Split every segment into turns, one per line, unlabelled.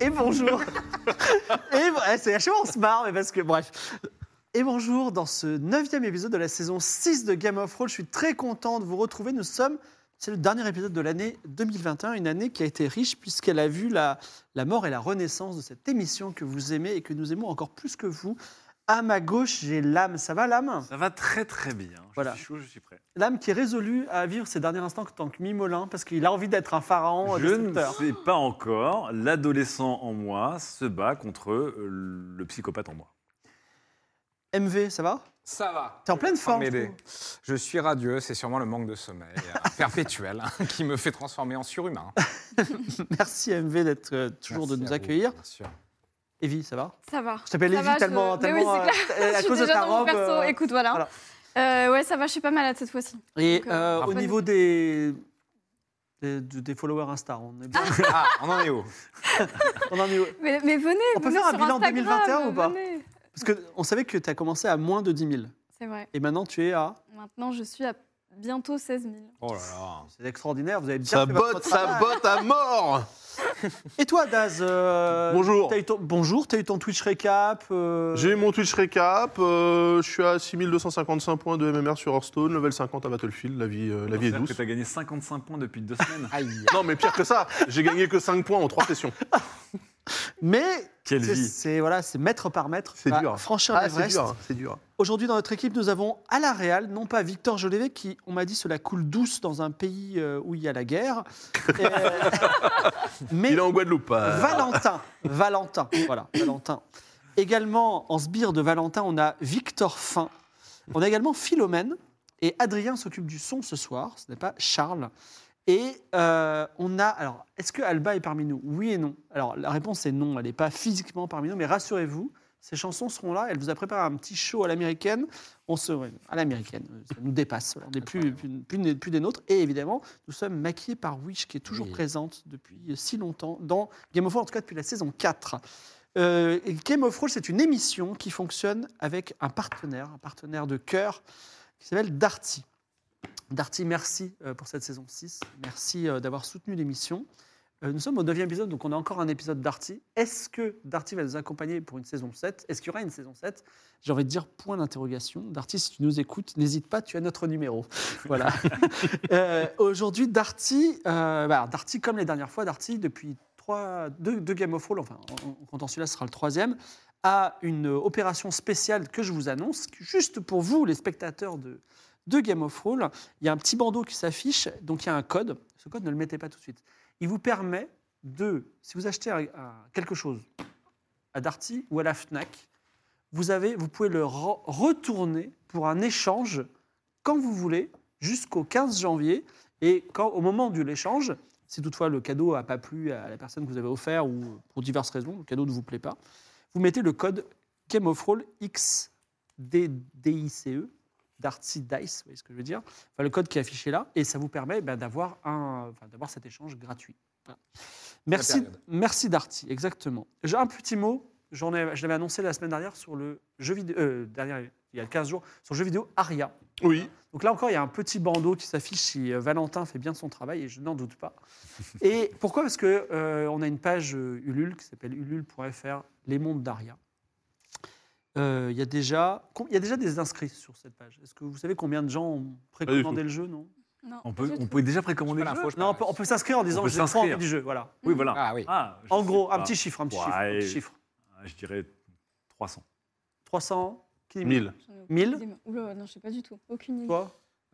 Et bonjour. Et bon- eh, c'est à chaque fois on se marre, mais parce que bref. Et bonjour dans ce neuvième épisode de la saison 6 de Game of Thrones. Je suis très content de vous retrouver. Nous sommes, c'est le dernier épisode de l'année 2021, une année qui a été riche puisqu'elle a vu la, la mort et la renaissance de cette émission que vous aimez et que nous aimons encore plus que vous. À ma gauche, j'ai l'âme. Ça va, l'âme
Ça va très très bien. Je
Voilà.
suis chaud, je suis prêt.
L'âme qui est résolue à vivre ses derniers instants en tant que Mimolin parce qu'il a envie d'être un pharaon.
je ne
destructeur.
sais pas encore. L'adolescent en moi se bat contre euh, le psychopathe en moi.
MV, ça va
Ça va.
T'es en pleine
Sans
forme. je
m'aider.
trouve.
Je suis radieux, c'est sûrement le manque de sommeil euh, perpétuel hein, qui me fait transformer en surhumain.
Merci MV d'être euh, toujours
Merci
de nous
à vous,
accueillir.
bien sûr.
Evie, ça va
Ça va.
Je t'appelle
Ça
Evie
va,
tellement,
je- Mais oui,
tellement euh,
c'est
euh, à
je suis
cause de
déjà
ta
dans mon
robe.
perso.
euh,
Écoute, voilà.
voilà.
Euh, ouais, ça va, je suis pas malade cette fois-ci.
et
donc, euh,
euh, au
parfait.
niveau des, des, des followers Insta, on est bien.
Ah, on en est où
on en est où
Mais, mais venez,
On peut
venez
faire un
sur
bilan
Instagram,
2021 ou pas
venez.
Parce que on savait que tu as commencé à moins de 10 000.
C'est vrai.
Et maintenant, tu es à.
Maintenant, je suis à bientôt 16 000.
Oh là là.
C'est extraordinaire, vous avez bien
Ça
fait votre
botte, ça
travail.
botte à mort
Et toi, Daz euh,
Bonjour.
t'as eu ton- bonjour, tu as eu ton Twitch récap. euh,
J'ai eu mon Twitch récap, euh, je suis à 6255 points de MMR sur Hearthstone, level 50 à Battlefield, la vie, euh, la vie est
C'est-à-dire
douce.
que t'as gagné 55 points depuis deux semaines.
Aïe.
Non mais pire que ça, j'ai gagné que 5 points en 3 sessions.
Mais
Quelle
c'est-
vie
c'est voilà, c'est mètre par mètre.
C'est
Bah,
dur.
Franchir
Ah, c'est
l'Everest.
dur, c'est dur.
Aujourd'hui, dans notre équipe, nous avons à la Real, non pas Victor Jolivet, qui, on m'a dit, cela coule douce dans un pays euh, où il y a la guerre. Et, euh, mais
Il est en Guadeloupe. euh.
Valentin, Valentin, voilà, Valentin. Également, en sbire de Valentin, on a Victor Fin. On a également Philomène. Et Adrien s'occupe du son ce soir, ce n'est pas Charles. Et euh, on a. Alors, est-ce que Alba est parmi nous Oui et non. Alors, la réponse est non, elle n'est pas physiquement parmi nous, mais rassurez-vous, ces chansons seront là. Elle vous a préparé un petit show à l'américaine. On se. ouais, à l'américaine, ça nous dépasse. On n'est plus, plus, plus- plus des nôtres. Et évidemment, nous sommes maquillés par Wish, qui est toujours
Oui.
présente depuis si longtemps dans Game of Thrones, en tout cas depuis la saison 4. Euh, et Game of Thrones, c'est une émission qui fonctionne avec un partenaire, un partenaire de cœur, qui s'appelle Darty. Darty, merci euh, pour cette saison 6. Merci euh, d'avoir soutenu l'émission. Euh, Nous sommes au 9 épisode, donc on a encore un épisode Darty. Est-ce que Darty va nous accompagner pour une saison 7 Est-ce qu'il y aura une saison 7 J'ai envie de dire point d'interrogation. Darty, si tu nous écoutes, n'hésite pas, tu as notre numéro. Voilà. Euh, Aujourd'hui, Darty, euh, bah, Darty, comme les dernières fois, Darty, depuis trois, deux, deux Game of Thrones, enfin, en- en comptant celui-là, ce sera le troisième, a une opération spéciale que je vous annonce, juste pour vous, les spectateurs de, de Game of Thrones. Il y a un petit bandeau qui s'affiche, donc il y a un code. Ce code, ne le mettez pas tout de suite. Il vous permet de, si vous achetez un- un- quelque chose à Darty ou à la Fnac, vous, avez, vous pouvez le re- retourner pour un échange quand vous voulez jusqu'au 15 janvier. Et quand, au moment de l'échange, si toutefois le cadeau n'a pas plu à la personne que vous avez offert ou pour diverses raisons, le cadeau ne vous plaît pas, vous mettez le code Game of Thrones XDDICE, E, Darcy Dice, vous voyez ce que je veux dire Enfin, le code qui est affiché là, et ça vous permet ben, d'avoir un- enfin, d'avoir cet échange gratuit. Voilà. Merci,
période.
merci Darty, exactement. J'ai un petit mot, j'en ai, je l'avais annoncé la semaine dernière sur le jeu vidéo, euh, dernière, il y a 15 jours, sur le jeu vidéo Aria.
Oui,
Donc là encore, il y a un petit bandeau qui s'affiche si euh, Valentin fait bien son travail, et je n'en doute pas. Et pourquoi Parce qu'on a une page euh, Ulule qui s'appelle ulule.fr, les mondes d'Aria. Euh, Il y, a déjà- com- il y a déjà des inscrits sur cette page. Est-ce que vous savez combien de gens ont précommandé le jeu Non,
Non,
on
pas
peut,
du
on
tout.
peut déjà précommander
J'ai pas
le
l'info,
jeu
je
non on peut, on peut s'inscrire en disant
peut
j'ai trop
s'inscrire.
envie du jeu. Voilà.
Oui, voilà.
Ah oui.
je
En
sais
gros, un
pas.
petit chiffre, un petit chiffre, un
Ouais.
petit chiffre.
Je dirais 300.
300, qui
1000.
Mille.
Oula, non, je sais pas du tout. Aucune idée.
Toi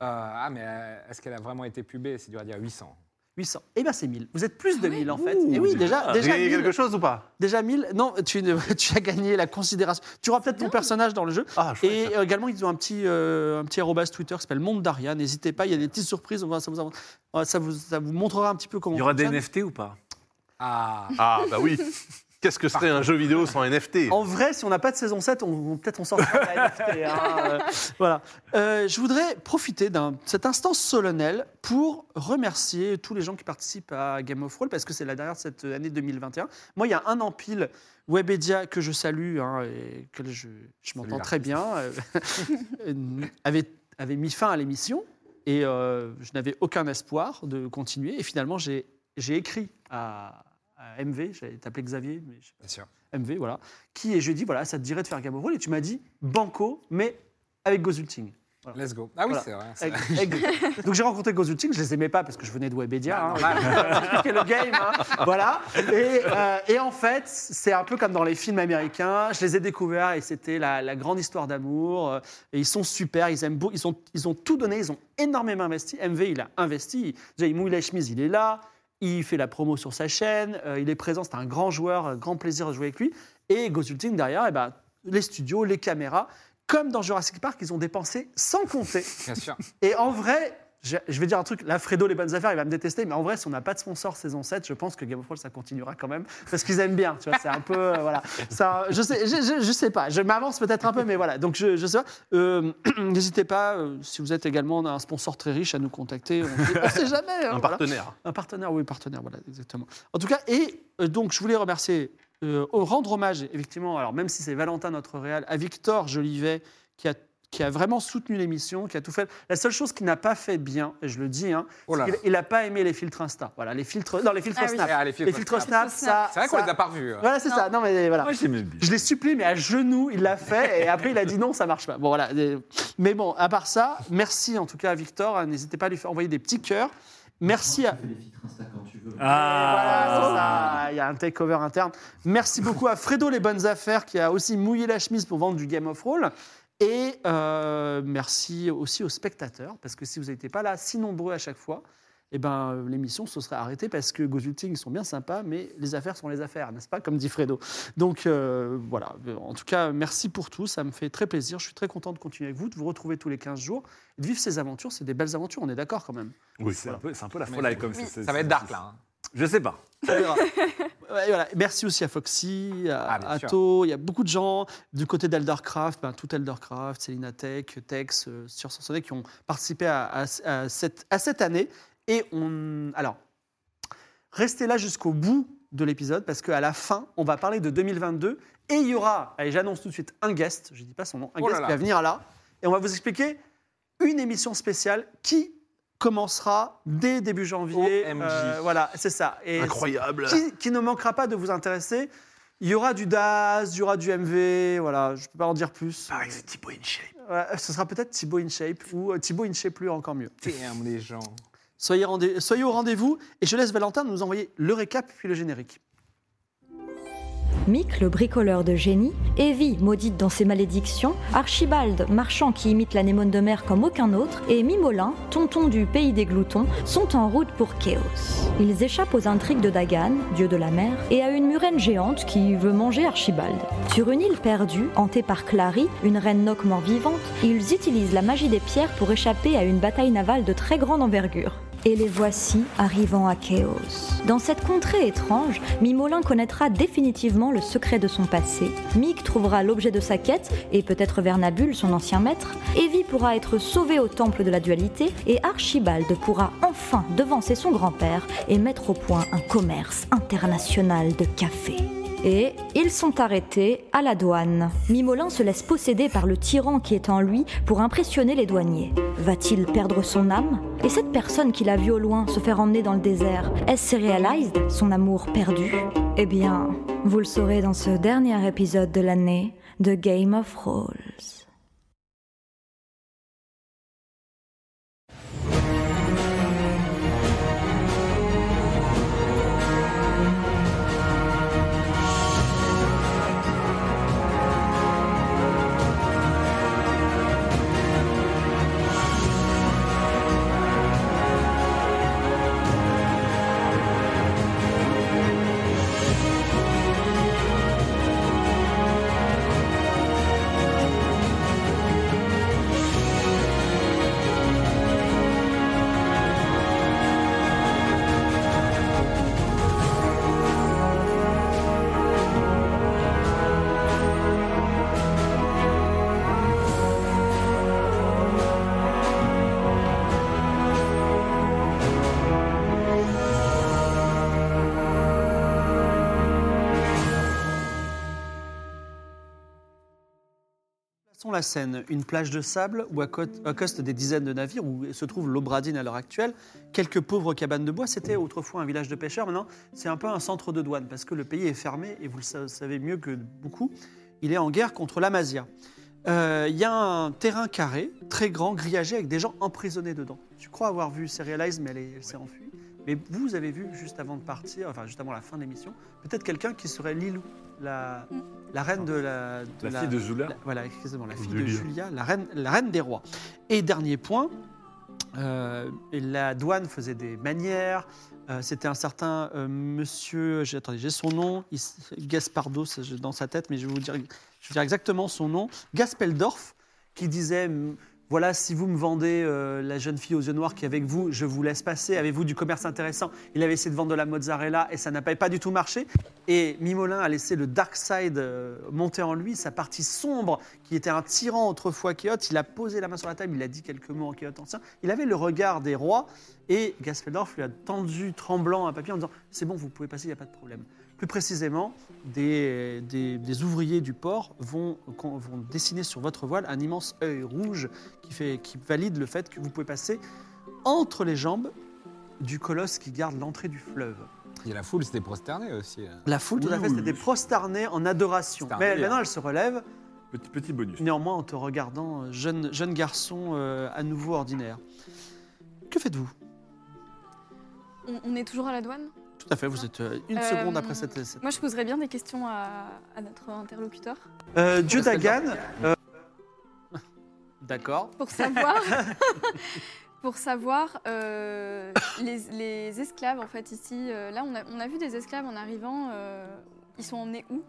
Euh, ah, mais euh, est-ce qu'elle a vraiment été pubée C'est dur à dire 800.
800. Eh bien, c'est 1000. Vous êtes plus de
Ah ouais
1000 en fait. Et oui, déjà,
Ah,
déjà,
J'ai
1000,
quelque chose ou pas
déjà 1000. Non, tu, ne- tu as gagné la considération. Tu auras peut-être ton
Dingue.
personnage dans le jeu.
Ah, chouette.
Et euh, également, ils ont un petit, euh, un petit arrobase Twitter qui s'appelle Monde Daria. N'hésitez pas, il y a des petites surprises. on va- Ça vous, avance- ça vous, ça vous montrera un petit peu comment.
Il y aura des
fonctionne.
NFT ou pas
Ah,
Ah, bah oui. Qu'est-ce que serait un jeu vidéo sans NFT
En vrai, si on n'a pas de saison 7, on, on- peut-être on s'en fera la NFT. hein, euh, voilà. Euh, je voudrais profiter d'un cet instant solennel pour remercier tous les gens qui participent à Game of Roll parce que c'est la dernière de cette année 2021. Moi, il y a un an pile, Webedia que je salue hein, et que je, je m'entends
Salut,
très bien euh, avait avait mis fin à l'émission et euh, je n'avais aucun espoir de continuer et finalement j'ai j'ai écrit à, à MV, j'allais t'appeler Xavier, mais je
bien sûr.
MV, voilà, qui et je lui ai dit voilà, ça te dirait de faire Game of Roll et tu m'as dit banco, mais avec Gozulting.
Let's go. Ah oui,
Voilà.
c'est vrai. c'est-
Avec- avec- Donc j'ai rencontré Gozulting, je les aimais pas parce que je venais de Webedia, hein, expliquer le game, hein, voilà. Et, euh, et en fait, c'est un peu comme dans les films américains. Je les ai découverts et c'était la, la grande histoire d'amour. euh, Et ils sont super, ils aiment beau, ils ont, ils ont tout donné, ils ont énormément investi. MV, il a investi. Déjà, il mouille la chemise, il est là. Il fait la promo sur sa chaîne. euh, il est présent, c'est un grand joueur, euh, grand plaisir de jouer avec lui. Et Gozulting derrière, eh ben, les studios, les caméras. Comme dans Jurassic Park, ils ont dépensé sans compter.
Bien sûr.
Et en vrai, je, je vais dire un truc, là, Fredo, les bonnes affaires, il va me détester, mais en vrai, si on n'a pas de sponsor saison 7, je pense que Game of Thrones, ça continuera quand même, parce qu'ils aiment bien, tu vois, c'est un peu, euh, voilà. Ça, je, sais, je, je- je sais pas, je m'avance peut-être un peu, mais voilà, donc je, je sais pas. Euh, N'hésitez pas, euh, si vous êtes également un sponsor très riche, à nous contacter, on sait, on sait jamais. hein,
Un
voilà.
partenaire.
Un partenaire, oui, partenaire, voilà, exactement. En tout cas, et euh, donc, je voulais remercier, euh, au- rendre hommage, effectivement, alors même si c'est Valentin, notre réal, à Victor Jolivet, qui a, qui a vraiment soutenu l'émission, qui a tout fait. La seule chose qu'il n'a pas fait bien, et je le dis, hein,
Oh là là.
il n'a pas aimé les filtres Insta. Voilà, les filtres, non, les filtres
Ah oui.
Snap.
Ah, les filtres
les filtres Snap,
Snap.
ça.
C'est vrai qu'on
ça-
les a pas revus. euh.
Voilà, c'est
Non.
ça. Non, mais voilà.
Moi, j'aimais bien.
Je l'ai supplié, mais à genoux, il l'a fait. Et après, il a dit non, ça marche pas. Bon, voilà. Mais bon, à part ça, merci en tout cas à Victor. N'hésitez pas à lui faire envoyer des petits cœurs. Merci à.
Tu fais les filtres Insta quand tu veux.
Voilà, c'est
Ah
ça. Il y a un takeover interne. Merci beaucoup à Fredo Les Bonnes Affaires qui a aussi mouillé la chemise pour vendre du Game of Roll. Et euh, merci aussi aux spectateurs, parce que si vous n'étiez pas là si nombreux à chaque fois, eh ben, euh, l'émission se serait arrêtée parce que Gozulting sont bien sympas, mais les affaires sont les affaires, n'est-ce pas Comme dit Fredo. Donc euh, voilà, en tout cas, merci pour tout, ça me fait très plaisir. Je suis très content de continuer avec vous, de vous retrouver tous les 15 jours, de vivre ces aventures, c'est des belles aventures, on est d'accord quand même.
Oui,
C'est un, peu- c'est un peu la
Mais-
folie comme
Oui.
Ça va être dark là. hein.
Je sais pas.
On verra. Ouais, voilà. Merci aussi à Foxy, à
Ah, bien sûr.
Atto, il y a beaucoup de gens. Du côté d'Eldercraft, ben, tout Eldercraft, Célina Tech, Tex, euh, Sur Sansonnet qui ont participé à, à- à cette, à cette année. Et on. Alors, restez là jusqu'au bout de l'épisode parce qu'à la fin, on va parler de 2022 et il y aura, allez, j'annonce tout de suite, un guest, je ne dis pas son nom, un
Oh là
guest
là.
qui va venir là et on va vous expliquer une émission spéciale qui commencera dès début janvier. euh,
OMG.
voilà, c'est ça. Et
Incroyable.
qui, qui ne manquera pas de vous intéresser. Il y aura du DAS, il y aura du MV, voilà, je ne peux pas en dire plus.
Pareil, c'est Thibaut InShape.
Ouais, ce sera peut-être Thibaut InShape ou euh, Thibaut InShape lui encore mieux.
hein. Damn, les gens.
Soyez, rendez- soyez au rendez-vous et je laisse Valentin nous envoyer le récap puis le générique.
Mick, le bricoleur de génie, Evie, maudite dans ses malédictions, Archibald, marchand qui imite l'anémone de mer comme aucun autre, et Mimolin, tonton du pays des gloutons, sont en route pour Chaos. Ils échappent aux intrigues de Dagan, dieu de la mer, et à une murène géante qui veut manger Archibald. Sur une île perdue, hantée par Clary, une reine noque mort-vivante, ils utilisent la magie des pierres pour échapper à une bataille navale de très grande envergure. Et les voici arrivant à Chaos. Dans cette contrée étrange, Mimolin connaîtra définitivement le secret de son passé. Mick trouvera l'objet de sa quête et peut-être Vernabule, son ancien maître. Evie pourra être sauvée au temple de la dualité et Archibald pourra enfin devancer son grand-père et mettre au point un commerce international de café. Et ils sont arrêtés à la douane. Mimolin se laisse posséder par le tyran qui est en lui pour impressionner les douaniers. Va-t-il perdre son âme Et cette personne qu'il a vue au loin se faire emmener dans le désert, est-ce Serialized, son amour perdu Eh bien, vous le saurez dans ce dernier épisode de l'année de Game of Rolls.
sont la Seine, une plage de sable où accote- accostent des dizaines de navires, où se trouve l'Obradine à l'heure actuelle, quelques pauvres cabanes de bois. C'était autrefois un village de pêcheurs, maintenant c'est un peu un centre de douane parce que le pays est fermé et vous le sa- savez mieux que beaucoup, il est en guerre contre l'Amazia. Euh, Il y a un terrain carré, très grand, grillagé, avec des gens emprisonnés dedans. Tu crois avoir vu Serialize, mais elle, est- elle s'est enfuie. Mais vous avez vu, juste avant de partir, enfin juste avant la fin de l'émission, peut-être quelqu'un qui serait Lilou, la,
Mm.
la reine de la... de
La
la-
fille de Zula
la- voilà, exactement, la fille de
Julia.
Julia, la reine, la reine des rois. Et dernier point, euh, la douane faisait des manières. euh, C'était un certain euh, monsieur, j'ai- attendez, j'ai son nom, il s- Gaspardo, c'est- j'ai dans sa tête, mais je vais vous dire, je vais vous dire exactement son nom, Gaspeldorf, qui disait. hum, Voilà, si vous me vendez euh, la jeune fille aux yeux noirs qui est avec vous, je vous laisse passer. Avez-vous du commerce intéressant Il avait essayé de vendre de la mozzarella et ça n'a pas, pas du tout marché. Et Mimolin a laissé le Dark Side euh, monter en lui, sa partie sombre, qui était un tyran autrefois Kéote. Il a posé la main sur la table, il a dit quelques mots en Kéote ancien. Il avait le regard des rois et Gaspeldorf lui a tendu tremblant un papier en disant C'est bon, vous pouvez passer, il n'y a pas de problème. Plus précisément, des, des- des ouvriers du port vont, con- vont dessiner sur votre voile un immense œil rouge qui, fait, qui valide le fait que vous pouvez passer entre les jambes du colosse qui garde l'entrée du fleuve.
Il y a la foule, c'était prosterné aussi. hein.
La foule, tout à
Oui,
fait,
oui,
c'était
oui.
prosternée en adoration.
C'était un
Mais
délire.
maintenant, elle se relève,
Petit, petit bonus.
néanmoins en te regardant, euh, jeune, jeune garçon euh, à nouveau ordinaire. Que faites-vous
On, on est toujours à la douane
Tout à fait, vous êtes euh, une
Euh,
seconde après cette... cette-
Moi, je poserais bien des questions à, à notre interlocuteur
Euh, Dieu Dagan... euh, D'accord.
pour savoir, pour savoir euh, les, les esclaves, en fait, ici. euh, là, on a, on a vu des esclaves en arrivant. euh, ils sont emmenés où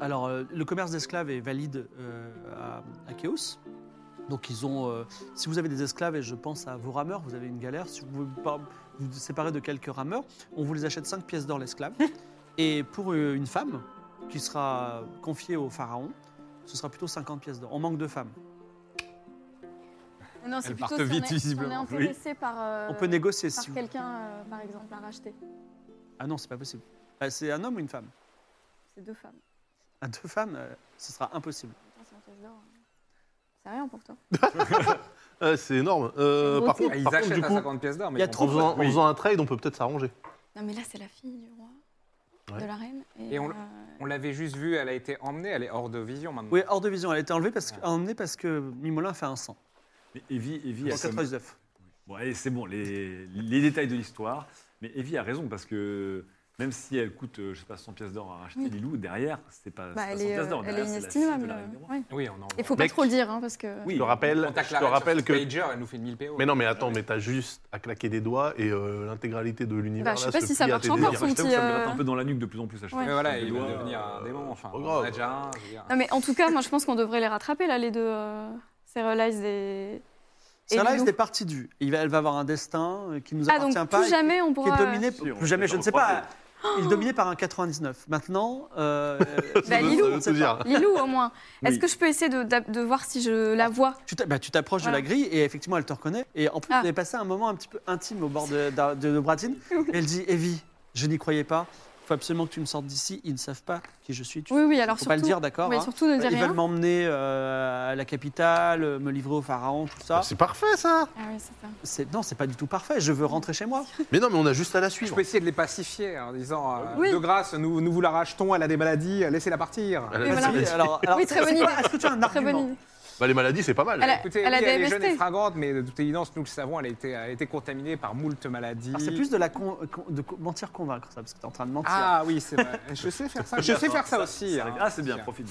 Alors, euh, le commerce d'esclaves est valide euh, à, à Chaos. Donc, ils ont. euh, si vous avez des esclaves, et je pense à vos rameurs, vous avez une galère. Si vous vous par- vous vous séparez de quelques rameurs, on vous les achète 5 pièces d'or l'esclave. et pour euh, une femme qui sera confiée au pharaon, ce sera plutôt 50 pièces d'or. On manque de femmes.
Ah Non, c'est
Elles
plutôt
partent
si on
vite,
est-
visiblement.
On est intéressé par, euh,
on peut négocier si
par
vous.
quelqu'un, euh, par exemple, à racheter.
Ah non, c'est pas possible. Bah, c'est un homme ou une femme
C'est deux femmes.
À deux femmes, euh, ce sera impossible.
Putain, c'est un casse d'or. C'est rien pour toi.
Ah, c'est énorme. Euh,
Bon
par
type.
contre,
Ah, Ils
par contre,
achètent
du
à
coup,
50 pièces d'or,
il
mais
y a
ils
trop
en
vont pas-
faisant, en
Oui.
faisant un trade, on peut peut-être s'arranger.
Non, mais là, c'est la fille du roi,
Ouais.
de la reine. Et,
Et on-
euh,
On l'avait juste vue, elle a été emmenée, elle est hors de vision maintenant.
Oui, hors de vision, elle a été enlevée parce que, emmenée parce que Mimolin fait un sang.
Mais Evie, Evie
En
a comme-
99.
Bon, allez, c'est bon, les, les détails de l'histoire. Mais Evie a raison, parce que même si elle coûte, euh, je sais pas, 100 pièces d'or à racheter
Oui.
Lilou, derrière, c'est pas, c'est
bah,
pas
elle
100
est,
pièces
euh,
d'or.
elle
derrière,
est euh.
c'est la fille de la
inestimable.
Reine des Rois.
ouais.
Oui, on en
Il faut pas trop le dire, hein, parce que.
Oui,
Je te rappelle,
On tacle
je
la
te
reine sur
rappelle
son
que.
pager, elle nous fait 1000 PO.
Mais non, mais attends, mais t'as juste à claquer des doigts et euh, l'intégralité de l'univers.
Bah, je sais
là,
pas
se
si ça
plie à
marche
tes
encore,
désirs.
son
Je t'avoue,
petit,
ça me gratte
euh,
un peu dans la nuque de plus en plus à chaque fois.
Ouais.
Mais voilà,
Des
il va
doigts,
devenir un
euh,
démon, enfin.
pas
on
Oh,
en
grave.
a déjà un, hein, je veux dire.
Non, mais en tout cas, moi, je pense qu'on devrait les rattraper, là, les deux. Euh, Serialize et. et
Sarah
Lilou.
est partie du. Il va- elle va avoir un destin euh, qui nous
Ah,
appartient
donc
pas.
plus jamais euh, on
Qui
pourra.
est dominé,
Si, on
plus jamais,
peut
je ne sais
recroiser.
pas. Il est dominé par un 99. Maintenant, euh, euh,
Bah,
Ça veut-
Lilou,
ça veut tout dire.
Lilou, au moins. Est-ce
Oui.
que je peux essayer de, d'a- de voir si je la vois
tu t'a- bah, tu t'approches
Voilà.
de la grille et effectivement, elle te reconnaît. Et en plus,
Ah.
vous avez passé un moment un petit peu intime au bord de, de, de- de Bratine. Et elle dit Evie, je n'y croyais pas. Il faut absolument que tu me sortes d'ici. Ils ne savent pas qui je suis. Tu
Oui, oui, alors
faut
surtout.
pas le dire, d'accord
oui,
hein.
surtout ne
Ils
dire rien.
veulent m'emmener euh, à la capitale, euh, me livrer au pharaon, tout ça.
Bah, C'est parfait ça
Ah, oui, c'est ça.
C'est- Non, c'est pas du tout parfait. Je veux rentrer chez moi.
Mais non, mais on a juste à la
Je
suivre.
peux essayer de les pacifier en disant euh,
Oui.
De grâce, nous, nous vous la rachetons, elle a des maladies, euh, laissez-la partir.
Elle a
Oui,
des
voilà.
Oui,
maladies.
alors, alors,
Oui, très bonne idée.
Est-ce que tu as un
Très
argument
bonne idée.
Bah, les maladies, c'est pas mal.
Elle a-
Écoutez,
Elle
oui, elle est
DMST.
jeune et fringante, mais de toute évidence, nous le savons, elle a été, a été contaminée par moult maladies.
Ah,
Alors, c'est plus de la con- con- de co- mentir convaincre ça, parce que t'es en train de mentir.
Ah oui, c'est vrai. Je sais faire ça. Je sais faire ça aussi. hein.
Ah, c'est bien, profite.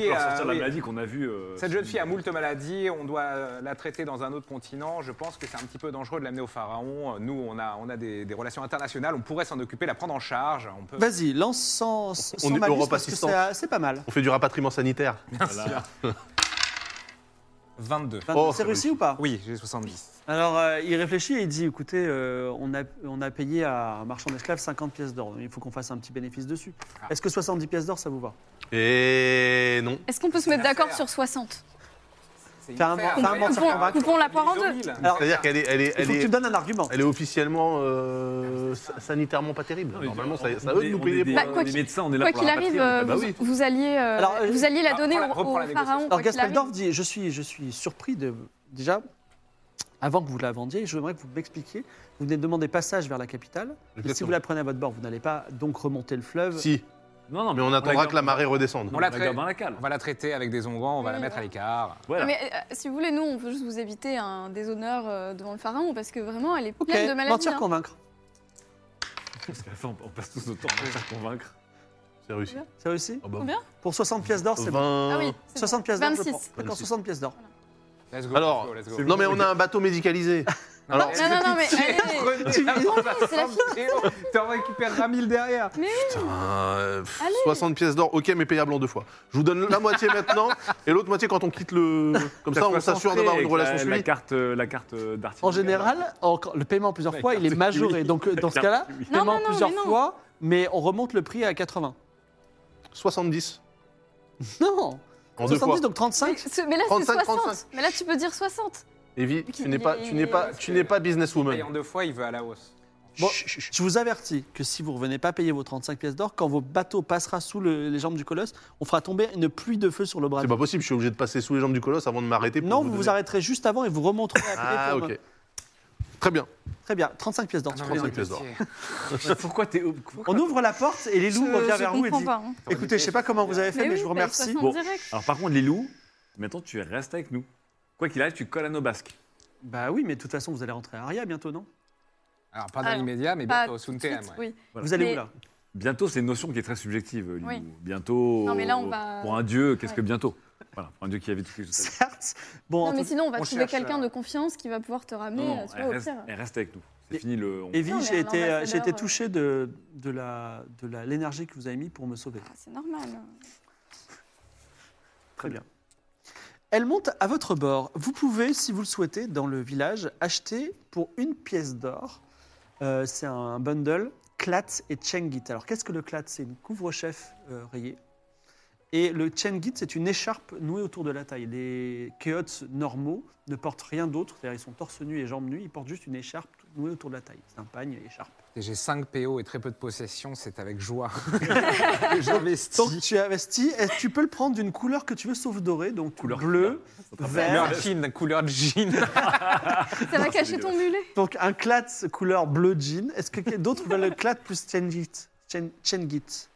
Oui, on peut
euh,
ressortir la
oui.
maladie qu'on a vue. euh,
Cette jeune fille a
sur-
moult maladies, on doit euh, la traiter dans un autre continent. Je pense que c'est un petit peu dangereux de l'amener au pharaon. Euh, Nous, on a, on a des, des relations internationales, on pourrait s'en occuper, la prendre en charge. On peut...
Euh, Vas-y, lance sans, sans
On est
malus,
Europe
parce que
assistance.
c'est- c'est pas mal.
On fait du rapatriement sanitaire.
Voilà.
22.
Enfin,
Oh,
c'est réussi
ça réussit.
ou pas
Oui, j'ai 70.
Alors, euh, il réfléchit et il dit, écoutez, euh, on, a, on a payé à un marchand d'esclaves 50 pièces d'or. Il faut qu'on fasse un petit bénéfice dessus.
Ah.
Est-ce que 70 pièces d'or, ça vous va
Et non.
Est-ce qu'on peut se mettre d'accord
l'affaire.
sur 60
C'est
Fais un
hyper-
bon- fais un bon-
c'est
ça convainc.
Coupons, coupons la poire en
des
deux.
iso mille.
Alors,
C'est-à-dire qu'elle est, elle est,
il
elle
faut que
est,
tu donnes un argument.
elle est officiellement euh, sa- sanitairement pas terrible.
Non, mais
Normalement,
on-
ça, ça
on
eux de
est-
nous
on
payer
est des-
pour.
Bah,
on
quoi
est
qu'il-
médecins, on est là
Quoi
pour
qu'il
la
arrive,
patrie, on est
euh,
pas
bah
vous,
oui.
vous alliez, euh,
Alors, euh,
vous alliez la
ah,
donner
reprends la-
au,
reprends
au
la
pharaon.
négociation.
quoi
Alors,
qu'il
Gaspeldorf
arrive.
dit Je suis, je suis surpris de. Déjà, avant que vous la vendiez, j'aimerais que vous m'expliquiez. Vous venez de demander passage vers la capitale. Et si vous la prenez à votre bord, vous n'allez pas donc remonter le fleuve.
Si,
Non, non,
mais on attendra que la marée redescende.
On
On la
la garde
traite.
dans la cale.
On va la traiter avec des onguents, on va
Oui,
la mettre à
voilà.
l'écart.
Non,
Voilà.
Mais euh, si vous voulez, nous, on veut juste vous éviter un déshonneur euh, devant le pharaon parce que vraiment, elle est
Ok,
pleine de maladies.
mentir,
hein.
convaincre.
Parce qu'à la fin, on on passe tous notre temps à se faire convaincre.
C'est réussi.
Ça aussi
Ah bah,
Combien
Pour 60 pièces d'or, c'est bon.
20.
Ah oui, c'est
60 pièces d'or, je le
26.
prends. D'accord,
26.
60 pièces d'or.
Let's go.
Alors,
let's go, let's go.
Non, mais on a un bateau médicalisé. Alors,
Non, non, non, mais allez,
Prenez la
c'est la fille.
Et on- T'en récupéreras 1000 derrière.
putain, euh, pff,
Allez.
60 pièces d'or, ok, mais payable en deux fois. Je vous donne la moitié maintenant et l'autre moitié quand on quitte le. Comme ça, on s'assure d'avoir une
Avec
relation
la, la
suivie.
carte, euh, la carte euh, d'article.
En général, encore- le paiement plusieurs fois, il est majoré. Donc, euh, dans ce cas-là,
Non,
paiement
non, non,
plusieurs
mais non.
fois, mais on remonte le prix à 80.
70
Non
en deux
70,
fois.
donc
Mais
35
ce- mais là, c'est
35,
60.
35.
Mais là, tu peux dire 60.
Evie,
Mais
tu
qui-
n'es pas, tu n'es pas, tu
il-
n'es pas
Et
businesswoman.
en deux fois, il veut à la hausse.
Ah,
Bon,
Chut, chut, chut.
Je vous avertis que si vous ne revenez pas payer vos 35 pièces d'or, quand vos bateaux passera sous le- les jambes du colosse, on fera tomber une pluie de feu sur le bras.
C'est pas possible, je suis obligé de passer sous les jambes du colosse avant de m'arrêter. pour
Non, vous
donner-
vous arrêterez juste avant et vous remonterez à pied
Ah,
comme-
ok. Ah, Très bien.
Très bien, 35 pièces d'or.
Non,
tu
mais
prends ça.
les pièces d'or.
Pourquoi t'es.
On ouvre la porte et les loups
Je-
reviennent
je
vers vous et
comprends
disent
pas, hein.
Écoutez, je sais pas comment vous avez fait, mais,
oui,
je vous
paye
remercie.
60
Bon.
direct.
Alors, par contre, les loups, maintenant, tu restes avec nous. Quoi qu'il arrive, tu colles à nos basques.
Bah oui, mais de toute façon, vous allez rentrer à Aria bientôt, non
Alors, pas dans
Alors,
l'immédiat, mais
Pas
bientôt,
tout
sous
de
le terme.
suite,
ouais.
oui.
Vous allez
Mais-
où là
Bientôt, c'est une notion qui est très subjective, les
Oui.
loups. Bientôt.
Non, mais là, on va-
Pour un dieu, qu'est-ce que
Ouais.
bientôt Voilà, pour un dieu qui avait toutes les choses.
Certes. Bon, en
Non, mais
tout-
sinon, on va
on
trouver
cherche,
quelqu'un
euh,
de confiance qui va pouvoir te ramener,
Non, non,
euh, tu
elle
vois, au
reste,
pire.
elle reste avec nous.
Et-
C'est fini le. on-
Evie,
Non, mais
j'ai
un
été, euh, j'ai été
ambassadeur,
touché de, de la de la- l'énergie que vous avez mis pour me sauver.
Ah, C'est normal.
Très bien. Elle monte à votre bord. Vous pouvez, si vous le souhaitez, dans le village, acheter pour une pièce d'or. euh, c'est un bundle Klat et Chengit. Alors, qu'est-ce que le Klat C'est une couvre-chef euh, rayée. Et le Chengit, c'est une écharpe nouée autour de la taille. Les Keots normaux ne portent rien d'autre, c'est-à-dire ils sont torse nus et jambes nues, ils portent juste une écharpe nouée autour de la taille. C'est un pagne, écharpe.
Et J'ai 5 PO et très peu de possession, c'est avec joie. que J'investis.
Donc tu investis, et tu peux le prendre d'une couleur que tu veux, sauf dorée, donc
Couleur
bleu, vert.
Couleur jean, couleur jean.
Ça va cacher ton mulet.
Donc un clat couleur bleu jean. Est-ce que d'autres veulent le clat plus chengit Chen- Chengit.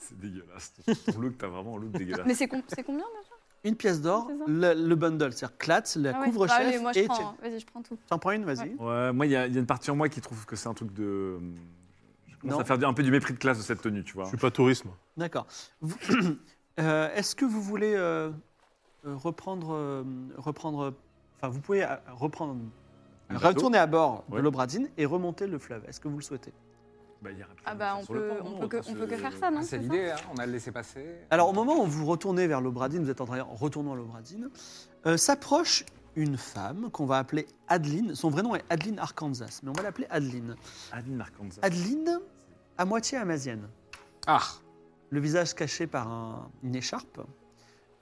C'est dégueulasse. Ton ton look, t'as vraiment un look dégueulasse.
Mais c'est com- c'est combien déjà
Une pièce d'or,
C'est ça.
le, le bundle, c'est-à-dire clat, la
Ah ouais. Bah,
couvre-chef
allez, moi, je
et
prends.
Chen-
Vas-y, je prends tout.
T'en prends une, vas-y.
Ouais.
Ouais, moi, il y, a il y a une partie en moi qui trouve que c'est un truc de. Je commence
Non.
à faire un peu du mépris de classe de cette tenue, tu
Je
vois.
suis pas tourisme.
D'accord. Vous- Euh, Est-ce que vous voulez euh, euh, reprendre, euh, reprendre, enfin vous pouvez euh, reprendre,
Un bateau
retourner à bord de
Ouais.
l'Obradine et remonter le fleuve. Est-ce que vous le souhaitez
Bah, il y a un peu
Ah
de
bah,
ça
on
sur le
peut,
port,
on,
non,
peut que,
parce
on peut que
que-
faire ça, non
Ah, C'est
ça
l'idée, hein, on a le laissé passer.
Alors, au moment où vous retournez vers l'Obradine, vous êtes en train en retournant à l'Obradine, euh, s'approche une femme qu'on va appeler Adeline. Son vrai nom est Adeline Arkansas, mais on va l'appeler Adeline.
Adeline Arkansas.
Adeline, à moitié amazienne,
Ah,
le visage caché par un- une écharpe,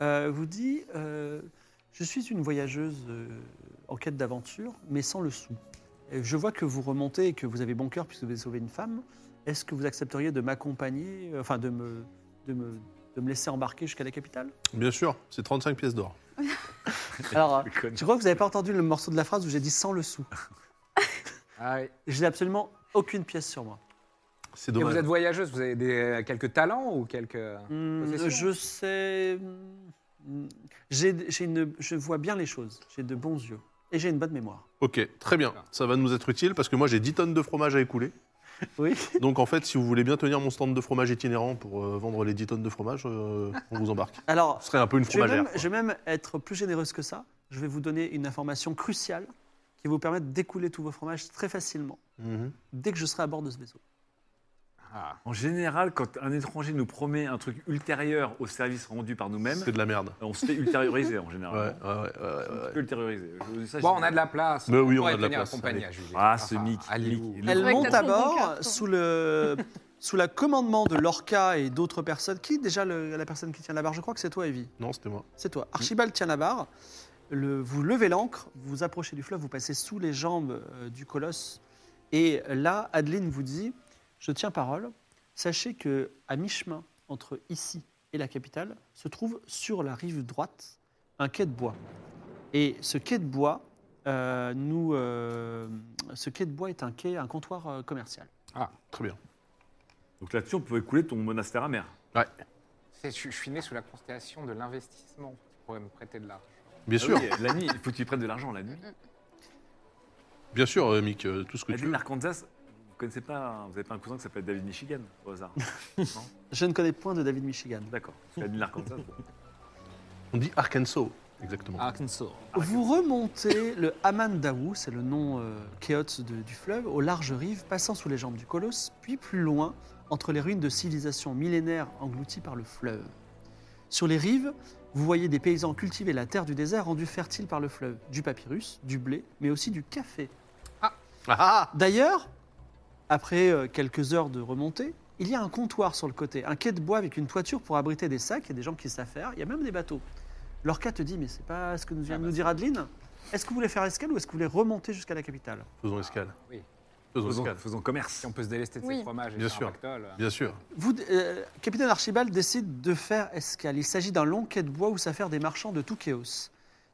euh, vous dit euh, Je suis une voyageuse euh, en quête d'aventure, mais sans le sou. Et Je vois que vous remontez et que vous avez bon cœur puisque vous avez sauvé une femme. Est-ce que vous accepteriez de m'accompagner, euh, enfin de me, de, me, de me laisser embarquer jusqu'à la capitale
Bien sûr, c'est 35 pièces d'or.
Alors,
Le con.
Je crois que vous n'avez pas entendu le morceau de la phrase où j'ai dit sans le sou.
ah oui.
Je n'ai absolument aucune pièce sur moi.
C'est
Et vous
dommage.
êtes voyageuse, vous avez des, euh, quelques talents ou quelques.
Hmm,
Possession.
je sais. hmm, j'ai- j'ai une- je vois bien les choses. J'ai de bons yeux. Et j'ai une bonne mémoire.
Ok, très bien. Ça va nous être utile parce que moi j'ai 10 tonnes de fromage à écouler.
Oui.
Donc en fait, si vous voulez bien tenir mon stand de fromage itinérant pour euh, vendre les 10 tonnes de fromage, euh, on vous embarque.
Alors,
Ce serait un peu une
je vais,
fromagère.
même, je vais même être plus généreuse que ça. Je vais vous donner une information cruciale qui va vous permettre d'écouler tous vos fromages très facilement
quoi. Mhm.
dès que je serai à bord de ce vaisseau.
Ah.
En général, quand un étranger nous promet un truc ultérieur au service rendu par nous-mêmes,
C'est de la merde.
on se fait ultérioriser en
Ah.
Ouais,
général.
ouais, ouais, ouais,
On
ouais,
se
ouais.
fait ultérioriser. Je dis ça,
Bon,
je-
on a de la place.
Mais oui, on
pourrait
a de la
tenir
place,
compagnie
allez.
à Julie.
Ah, ce Mick.
à Lille.
Mick.
Elle
Ouais,
monte
t'as
à
trop de bon
bord
cœur, toi.
sous le, sous la commandement de Lorca et d'autres personnes. Qui est déjà le- la personne qui tient la barre Je crois que c'est toi, Evie.
Non, c'était moi.
C'est toi. Archibald tient la barre. le- vous levez l'ancre, vous vous approchez du fleuve, vous passez sous les jambes euh, du colosse. Et là, Adeline vous dit Je tiens parole. Sachez que à mi-chemin entre ici et la capitale se trouve sur la rive droite un quai de bois. Et ce quai de bois, euh, nous, euh, ce quai de bois est un quai, un comptoir euh, commercial.
Très bien.
Donc là-dessus, on peut écouler ton monastère amer.
Ouais,
C'est- Je, je suis né sous la constellation de l'investissement. Tu pourrais me prêter de l'argent.
bien sûr,
Ah la nuit, il faut que tu prennes de l'argent la nuit.
bien sûr, euh, Mick, euh, tout ce que tu
Adeline
veux.
Arkansas, vous connaissez pas, hein, vous n'avez pas un cousin qui s'appelle David Michigan, au hasard
Je ne connais point de David Michigan.
D'accord. Parce qu'Adeline Arkansas,
On dit Ah, Arkansas, exactement.
Arkansas.
Vous remontez le Hamandaou, c'est le nom euh, kéote de- du fleuve, aux larges rives, passant sous les jambes du colosse, puis plus loin, entre les ruines de civilisations millénaires englouties par le fleuve. Sur les rives, vous voyez des paysans cultiver la terre du désert rendue fertile par le fleuve, du papyrus, du blé, mais aussi du café.
Ah,
D'ailleurs, après euh, quelques heures de remontée, il y a un comptoir sur le côté, un quai de bois avec une toiture pour abriter des sacs et des gens qui savent faire. Il y a même des bateaux. Lorca te dit, mais c'est pas ce que nous vient de nous dire Adeline Est-ce que vous voulez faire escale ou est-ce que vous voulez remonter jusqu'à la capitale
Faisons escale.
Oui.
Faisons
faisons,
escale.
faisons commerce.
Si on peut se délester de
Oui.
ces fromages et
Bien
de ces
sûr.
ractoles.
Bien sûr.
Vous, euh, Capitaine Archibald décide de faire escale. Il s'agit d'un long quai de bois où s'affairent des marchands de tout chaos.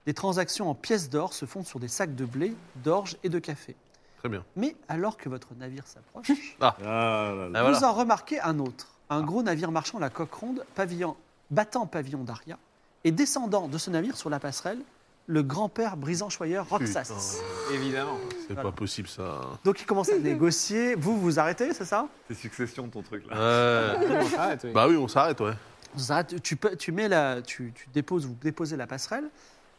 Des transactions en pièces d'or se font sur des sacs de blé, d'orge et de café.
Très bien.
Mais alors que votre navire s'approche,
Ah là là.
Ah,
Vous
voilà.
en remarquez un autre, un gros navire marchand la coque ronde, pavillon, battant pavillon d'Aria, et descendant de ce navire sur la passerelle, le grand-père brisant choyeur
Putain,
Roxas.
Évidemment. Ah,
C'est
Voilà.
pas possible ça.
Donc il commence à négocier, vous vous arrêtez, c'est ça
C'est succession ton truc
Ah,
là.
Ouais.
On s'arrête, oui.
Bah oui, on s'arrête, ouais.
Vous arrêtez, tu, peux- tu mets la, tu, tu déposes, vous déposez la passerelle,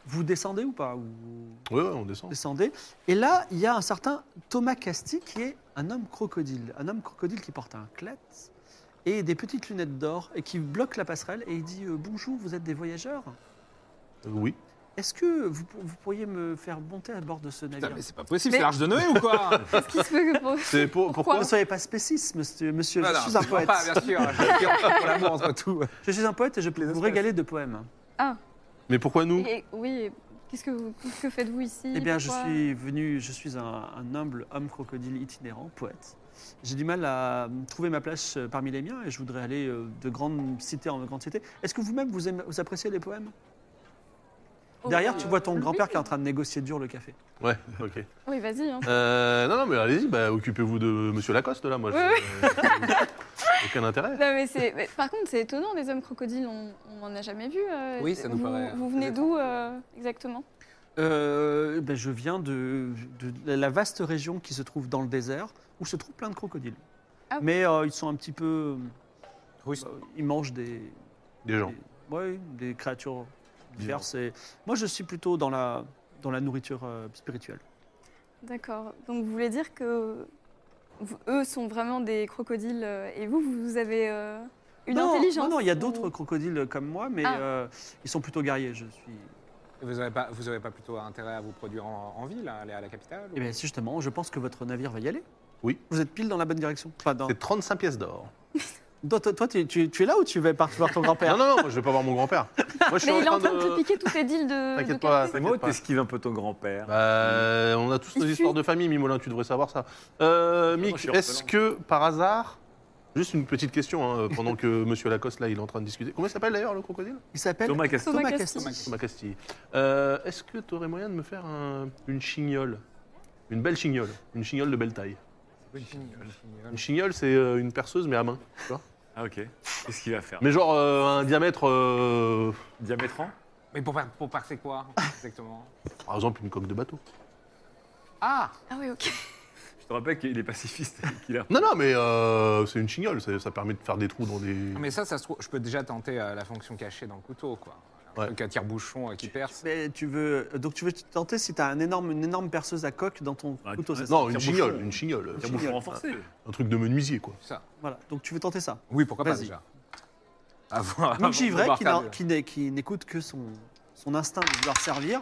vous descendez ou pas Ou-
Ouais, ouais, on descend.
descendez. Et là, il y a un certain Thomas Casti qui est un homme crocodile. Un homme crocodile qui porte un clat et des petites lunettes d'or et qui bloque la passerelle et il dit euh, Bonjour, vous êtes des voyageurs
Euh, Oui.
Est-ce que vous, pour- vous pourriez me faire monter à bord de ce
Putain,
navire
mais c'est pas possible,
Mais-
c'est l'arche de Noé ou quoi
Qu'est-ce qui se peut que pour-
C'est pour,
Pourquoi
Ne soyez pas spéciste, monsieur. monsieur
Non,
je
non,
suis un
absolument
poète.
pas, Ah, bien sûr. Je suis pour l'amour entre tout.
Je suis un poète et je peux vous
espèces.
régaler de poèmes.
Mais pourquoi nous
Et- oui, et qu'est-ce que, vous- que faites-vous ici
Eh bien, je
Pourquoi
suis venu, je suis un, un humble homme crocodile itinérant, poète. J'ai du mal à euh, trouver ma place euh, parmi les miens et je voudrais aller euh, de grande cité en grande cité. Est-ce que vous-même, vous, aimez- vous appréciez les poèmes
Oh,
Derrière,
euh,
tu vois ton
oui.
grand-père qui est en train de négocier dur le café.
Ouais, ok.
Oui, vas-y. hein.
Euh, non, non, mais allez-y, bah, occupez-vous de Monsieur Lacoste, là, moi. je- Aucun intérêt.
Non, mais c'est- mais par contre, c'est étonnant, les hommes crocodiles, on on n'en a jamais vu. euh,
Oui, ça nous
vous-
paraît, euh,
Vous
très
venez d'où euh, exactement
Euh, ben, je viens de, de la vaste région qui se trouve dans le désert où se trouvent plein de crocodiles.
Ah.
Mais euh, ils sont un petit peu.
Rustre.
bah, ils mangent des,
Des gens.
Des, ouais, des créatures diverses. Et moi, je suis plutôt dans la, dans la nourriture euh, spirituelle.
D'accord. Donc vous voulez dire que vous- eux sont vraiment des crocodiles euh, et vous, vous avez euh, une
non,
intelligence
Non, non, il y a
ou-
d'autres crocodiles comme moi, mais
Ah.
euh, ils sont plutôt guerriers. Je suis.
Vous n'aurez pas, vous aurez pas plutôt intérêt à vous produire en, en ville, hein, aller à la capitale ou-
Eh bien, si, justement, je pense que votre navire va y aller.
Oui.
Vous êtes pile dans la bonne direction. Enfin, dans-
C'est 35 pièces d'or.
Toi, toi, toi, tu, tu- tu es là ou tu vas partir voir ton
Non,
grand-père
non, non, moi, je vais pas voir mon grand-père. Moi, je suis
Mais il est en train
de.
de te piquer toutes les deals de.
T'inquiète
de
pas,
café.
Comment
t'inquiète pas.
t'esquives un peu ton grand-père
Bah, on a tous nos
Il
histoires
fuit.
de famille, Mimolin, tu devrais savoir ça. Euh,
Moi, je
Mick,
suis
est-ce que par hasard, juste une petite question, hein, pendant que Monsieur Lacoste là, il est en train de discuter. Comment il s'appelle d'ailleurs le crocodile
Il s'appelle
Thomas Castor.
Thomas
Thomas
Casti.
Casti.
Thomas Castille. Euh, est-ce que tu aurais moyen de me faire un- une chignole, une belle chignole, une chignole de belle taille
Une chignole, une chignole.
Une chignole, c'est euh, une perceuse mais à main, tu vois
Ah ok. Qu'est-ce qu'il va faire
Mais genre euh, un diamètre, euh,
Diamétran
Mais pour, faire- pour passer quoi exactement
par exemple une coque de bateau.
Ah
Ah oui, ok.
Je te rappelle qu'il est pacifiste. et qu'il a...
Non, non, mais euh, c'est une chignole, ça, ça permet de faire des trous dans des.
Ah, Mais ça, ça se trouve, je peux déjà tenter euh, la fonction cachée dans le couteau, quoi. Un
Ouais.
truc à tire-bouchon euh, qui perce.
Mais tu veux donc tu veux te tenter si tu as un énorme, une énorme perceuse à coque dans ton
Ah,
couteau, c'est ça
Non, une
Tire-bouchon.
chignole, une chignole. euh,
Il a bouffon renforcé.
Un truc de menuisier, quoi.
Ça.
Voilà, donc tu veux tenter ça.
Oui, pourquoi pas
Vas-y.
déjà Avoir.
Donc Givray, qui n'a- qui n'est- qui n'écoute que son, son instinct de vouloir servir.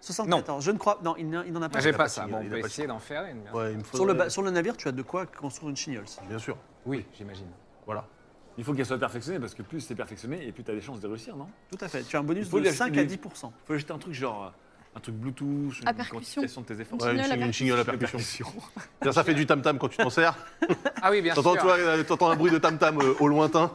74, je ne crois... Non, il n'a- il n'en a pas.
Ah, J'ai
Il a pas
pas
de
ça.
chignole,
Bon, on
il a
peut
pas de
essayer d'en faire une. bien.
Ouais, il me
Sur le,
faudrait-
ba- sur le navire, tu as de quoi construire une chignole. si.
Bien sûr,
Oui, j'imagine.
voilà.
Il faut qu'elle soit perfectionnée parce que plus c'est perfectionné et plus tu as des chances de réussir, non
Tout à fait. Tu as un bonus
Il faut
de
lui acheter
5 à
des-
10
Il faut jeter un truc genre euh, un truc Bluetooth,
À
une
percussion.
quantification de tes efforts.
Ouais, une chignole à
une chignole à percussion. C'est-à-dire, Ça fait du tam-tam quand tu t'en sers.
Ah oui, bien sûr.
T'entends toi, euh, t'entends un bruit de tam-tam euh, au lointain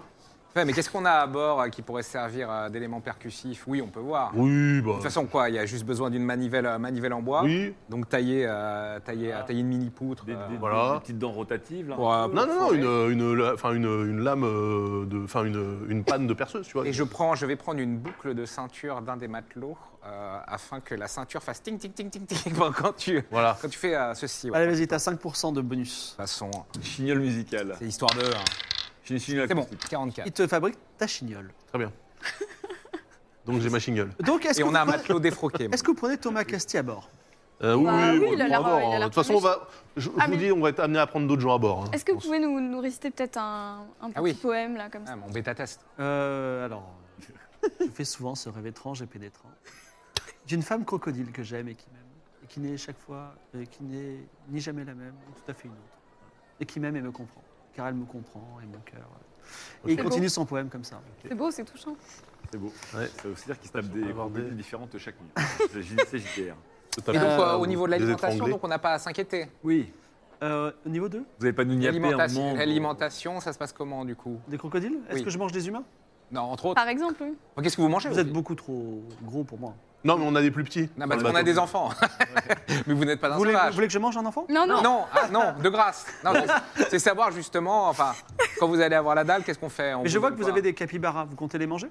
Ouais, mais qu'est-ce qu'on a à bord euh, qui pourrait servir euh, d'élément percussif Oui, on peut voir.
Oui, bah.
De toute façon, quoi, il y a juste besoin d'une manivelle, euh, manivelle en bois.
Oui.
Donc tailler, euh, tailler,
Ah.
tailler une mini poutre.
Des,
euh,
des-
voilà.
des petites dents rotatives. Là,
Ouais,
un peu.
Non, non, non,
forêt.
une, euh, une, la- enfin, une, une lame euh, de. Enfin, une, une panne de perceuse, tu vois.
Et je prends, je vais prendre une boucle de ceinture d'un des matelots euh, afin que la ceinture fasse ting ting ting ting ting quand quand tu
Voilà.
quand tu fais euh, ceci. ouais.
Allez,
De
vas-y, t'as 5% de bonus.
toute façon,
Chignole musicale.
c'est histoire de. hein.
Une chignole
C'est bon,
acoustique.
Il
44.
te fabrique ta chignole.
Donc j'ai ma shingle.
Donc, est-ce
Et
que,
on a un
vous prenez-
matelot défroqué.
est-ce que vous prenez Thomas Casti à bord
Euh, oui,
Bah
oui,
oui,
on
il a
le
l'air-
prend à bord,
il a
hein. De
l'air
toute façon, on
très
va, je, je
Ah,
vous
mais-
dis, on va être amené à prendre d'autres gens à bord. hein.
Est-ce que vous pouvez nous, nous réciter peut-être un, un petit
Ah oui.
poème, là, comme ça
Ah, mon bêta test.
Euh, alors, je fais souvent ce rêve étrange et pénétrant d'une femme crocodile que j'aime et qui m'aime, et qui n'est chaque fois, euh, qui n'est ni jamais la même, ou tout à fait une autre, et qui m'aime et me comprend, car elle me comprend et mon cœur. euh, Et il
C'est
continue
beau.
son poème comme ça.
C'est beau, c'est touchant.
C'est beau.
Ouais.
Ça veut aussi dire qu'ils se tapent
On va
des
avoir
combines
des-
différentes chaque nuit. C'est J- c'est JDR.
Et donc, euh, au niveau de
des
l'alimentation,
étranglés.
donc on n'a pas à s'inquiéter.
Oui.
Euh, au niveau 2,
Vous n'avez pas nous niapé un moment
Alimentation,
où-
alimentation, ça se passe comment du coup
des crocodiles Est-ce
Oui.
que je mange des humains
Non, entre autres.
Par exemple, oui.
Qu'est-ce que vous mangez
Vous êtes
aussi
beaucoup trop gros pour moi.
Non, mais on a des plus petits.
Non, parce
Dans le
qu'on a
bateau.
des enfants. Mais vous n'êtes pas
Vous
d'un
voulez, vous
sauvage.
voulez que je mange un enfant
Non, non,
Non, ah, non, de grâce. Non, c'est- c'est savoir justement, enfin, quand vous allez avoir la dalle, qu'est-ce qu'on fait On
Mais je vois que
donne
vous
quoi
avez des capybaras, vous comptez les manger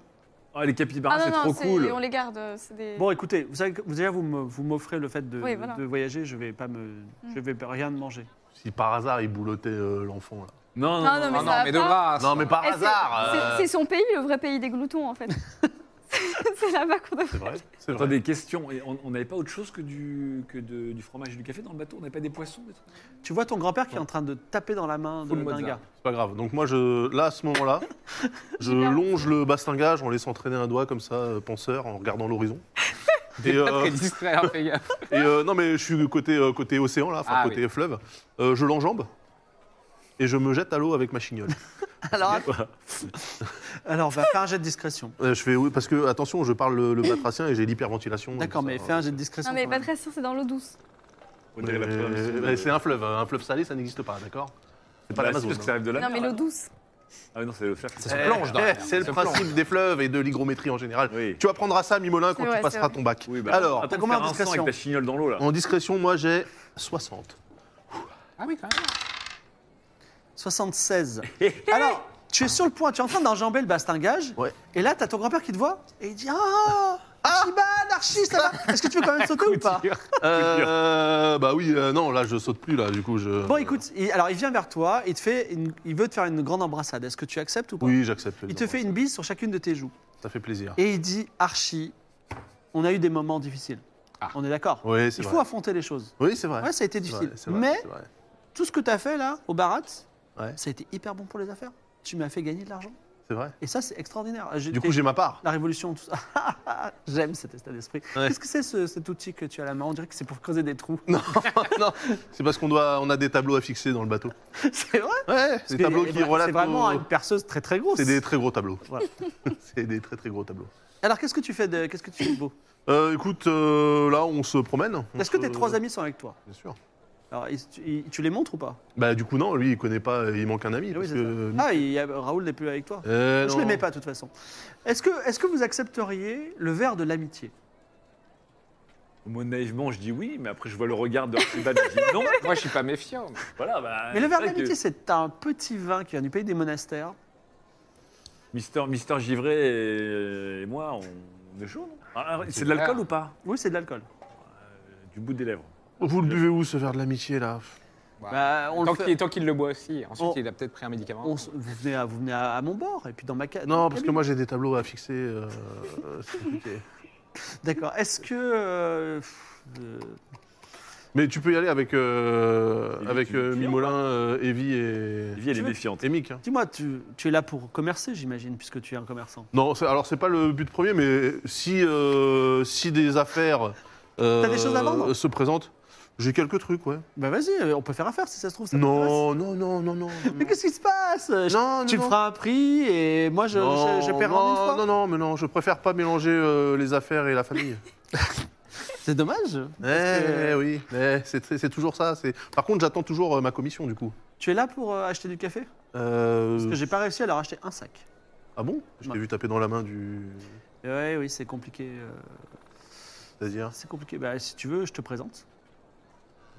Ah, les capybaras,
Ah non,
c'est
non,
trop
c'est-
cool.
on les garde. euh, C'est des...
Bon, écoutez, vous savez que vous, déjà, vous me- vous m'offrez le fait de,
Oui, voilà. Mm.
de voyager, je vais pas me, je vais pas- rien manger.
Si par hasard, ils boulottaient euh, l'enfant, là.
Non, non,
Non,
non.
non,
Ah
mais
non,
ça
mais
va
de
pas.
grâce.
Non, mais par
Eh, c'est-
hasard
c'est-
euh,
C'est son pays, le vrai pays des gloutons, en fait. C'est- c'est là-bas qu'on doit
C'est vrai, c'est vrai.
Attendez, question. Et on on n'avait pas autre chose que, du, que de- du fromage et du café dans le bateau On n'avait pas des poissons des trucs
Tu vois ton grand-père qui est en train de taper dans la main de-
Full
d'un
Mozart.
gars.
C'est pas grave. Donc moi, je, là, à ce moment-là, je longe le bastingage en laissant traîner un doigt comme ça, euh, penseur, en regardant l'horizon. Et,
Pas
euh,
très distrait, hein, fais gaffe.
et, euh, non, mais je suis côté, euh, côté océan, là, enfin
Ah,
côté fleuve. Euh, je l'enjambe et je me jette à l'eau avec ma chignole.
Alors, alors va faire un jet de discrétion.
Euh, je fais oui, parce que, attention, je parle le, le batracien et j'ai l'hyperventilation.
D'accord,
Ça,
mais fais un jet de discrétion.
Non, mais
quand
pas
même.
très sûr, c'est dans l'eau douce.
On dirait la première
Euh,
mission de-
mais C'est un fleuve. Un fleuve salé, ça n'existe pas, d'accord C'est pas
Bah,
l'Amazon. hein.
si, parce que ça arrive de la
Non, mais
mer,
l'eau douce.
Ah oui, non, c'est le fleuve.
Ça se plonge dans la mer.
Eh, C'est le
Ça se
principe des fleuves et de l'hygrométrie en général.
Oui.
Tu apprendras ça, Mimolin,
C'est
quand
vrai,
tu
c'est
passeras
vrai.
ton bac.
Oui, bah,
Alors,
attends de
combien
faire
de
un sang avec
discrétion
ta chignole dans l'eau, là.
en discrétion, moi, j'ai 60.
Ah oui, quand même.
76. Alors, tu es sur le point, tu es en train d'enjamber le bastingage.
Ouais.
Et là, t'as ton grand-père qui te voit et il dit Ah Archibald, Archie, ça va Est-ce que tu veux quand même sauter ou pas
Euh, bah oui, euh, non, là, je saute plus, là, du coup, je...
Bon, écoute, il- alors il vient vers toi, il, te fait une- il veut te faire une grande embrassade. Est-ce que tu acceptes ou pas
Oui, j'accepte.
Il te fait une bise sur chacune de tes joues.
Ça fait plaisir.
Et il dit Archie, on a eu des moments difficiles.
Ah.
On est d'accord
Oui, c'est
Il
vrai.
faut affronter les choses.
Oui, c'est vrai.
Ouais, ça a été
C'est
difficile.
vrai, c'est vrai,
Mais
c'est vrai.
tout ce que tu as fait là, au Barat,
Ouais.
ça a été hyper bon pour les affaires. Tu m'as fait gagner de l'argent.
C'est vrai.
Et ça, c'est extraordinaire.
Du coup, j'ai ma part.
La révolution, tout ça. J'aime cet état d'esprit.
Ouais.
Qu'est-ce que c'est ce- cet outil que tu as à la main On dirait que c'est pour creuser des trous.
Non, non, c'est parce qu'on doit, on a des tableaux à fixer dans le bateau.
c'est vrai
Ouais, des tableaux qui relatent.
C'est vraiment
nos-
une perceuse très très grosse.
C'est des très gros tableaux.
Voilà.
C'est des très très gros tableaux.
Alors qu'est-ce que tu fais de, qu'est-ce que tu fais de beau
Euh, écoute, euh, là, on se promène. on
Est-ce que
se-
tes trois amis sont avec toi
Bien sûr.
Alors ils- tu, ils- tu les montres ou pas
Bah du coup non, lui il connaît pas, il manque un ami.
Oui,
parce
c'est
que-
ça. Ah, il y a- Raoul n'est plus avec toi.
Euh,
Je
non.
l'aimais pas de toute façon. Est-ce que, est-ce que vous accepteriez le verre de l'amitié
Moi, naïvement, je dis oui, mais après, je vois le regard de Archibald. je dis non.
Moi, je suis pas méfiant.
Voilà, bah.
Mais le verre
c'est vrai que
d'amitié, c'est un petit vin qui vient du pays des monastères.
Mister, Mister Givré et, et moi, on, on est chaud, non Ah, ah, C'est de l'alcool ou pas
Oui, c'est de l'alcool.
Euh, Du bout des lèvres.
Vous le buvez où ce verre de l'amitié là
Bah, on le
tant
fait-
qu'il tant qu'il le boit aussi. Ensuite,
On-
il a peut-être pris un médicament.
On s- vous venez, à, vous venez à, à mon bord et puis dans ma ca- dans
Non,
ma
parce que
cabine.
moi j'ai des tableaux à fixer. euh, c'est compliqué.
D'accord. Est-ce que euh, pff, euh,
Mais tu peux y aller avec euh,
Evie,
avec
tu-
euh,
tu viens
Mimolin, euh, Evie et
Evie, elle est
veux-
méfiante.
et Mick. hein.
dis-moi, tu, tu es là pour commercer, j'imagine, puisque tu es un commerçant.
Non, c'est- alors c'est pas le but premier, mais si euh, si des affaires euh,
T'as des choses à vendre
se présentent. J'ai quelques trucs, ouais.
Bah vas-y, euh, on peut faire affaire si ça se trouve. Ça t'intéresse.
Non, non, non, non, non.
Mais qu'est-ce qui se passe Je-
non,
Tu me
non.
feras un prix et moi je,
Non,
je- je paierai en
non,
une fois.
Non, non, mais non, je préfère pas mélanger euh, les affaires et la famille.
C'est dommage.
eh
que-
oui, eh, c'est c'est toujours ça. c'est- Par contre, j'attends toujours euh, ma commission, du coup.
Tu es là pour euh, acheter du café
Euh,
Parce que j'ai pas réussi à leur acheter un sac.
Ah bon Je
Non.
t'ai vu taper dans la main du...
Ouais, oui, c'est compliqué. euh,
C'est-à-dire
c'est compliqué. Bah, si tu veux, je te présente.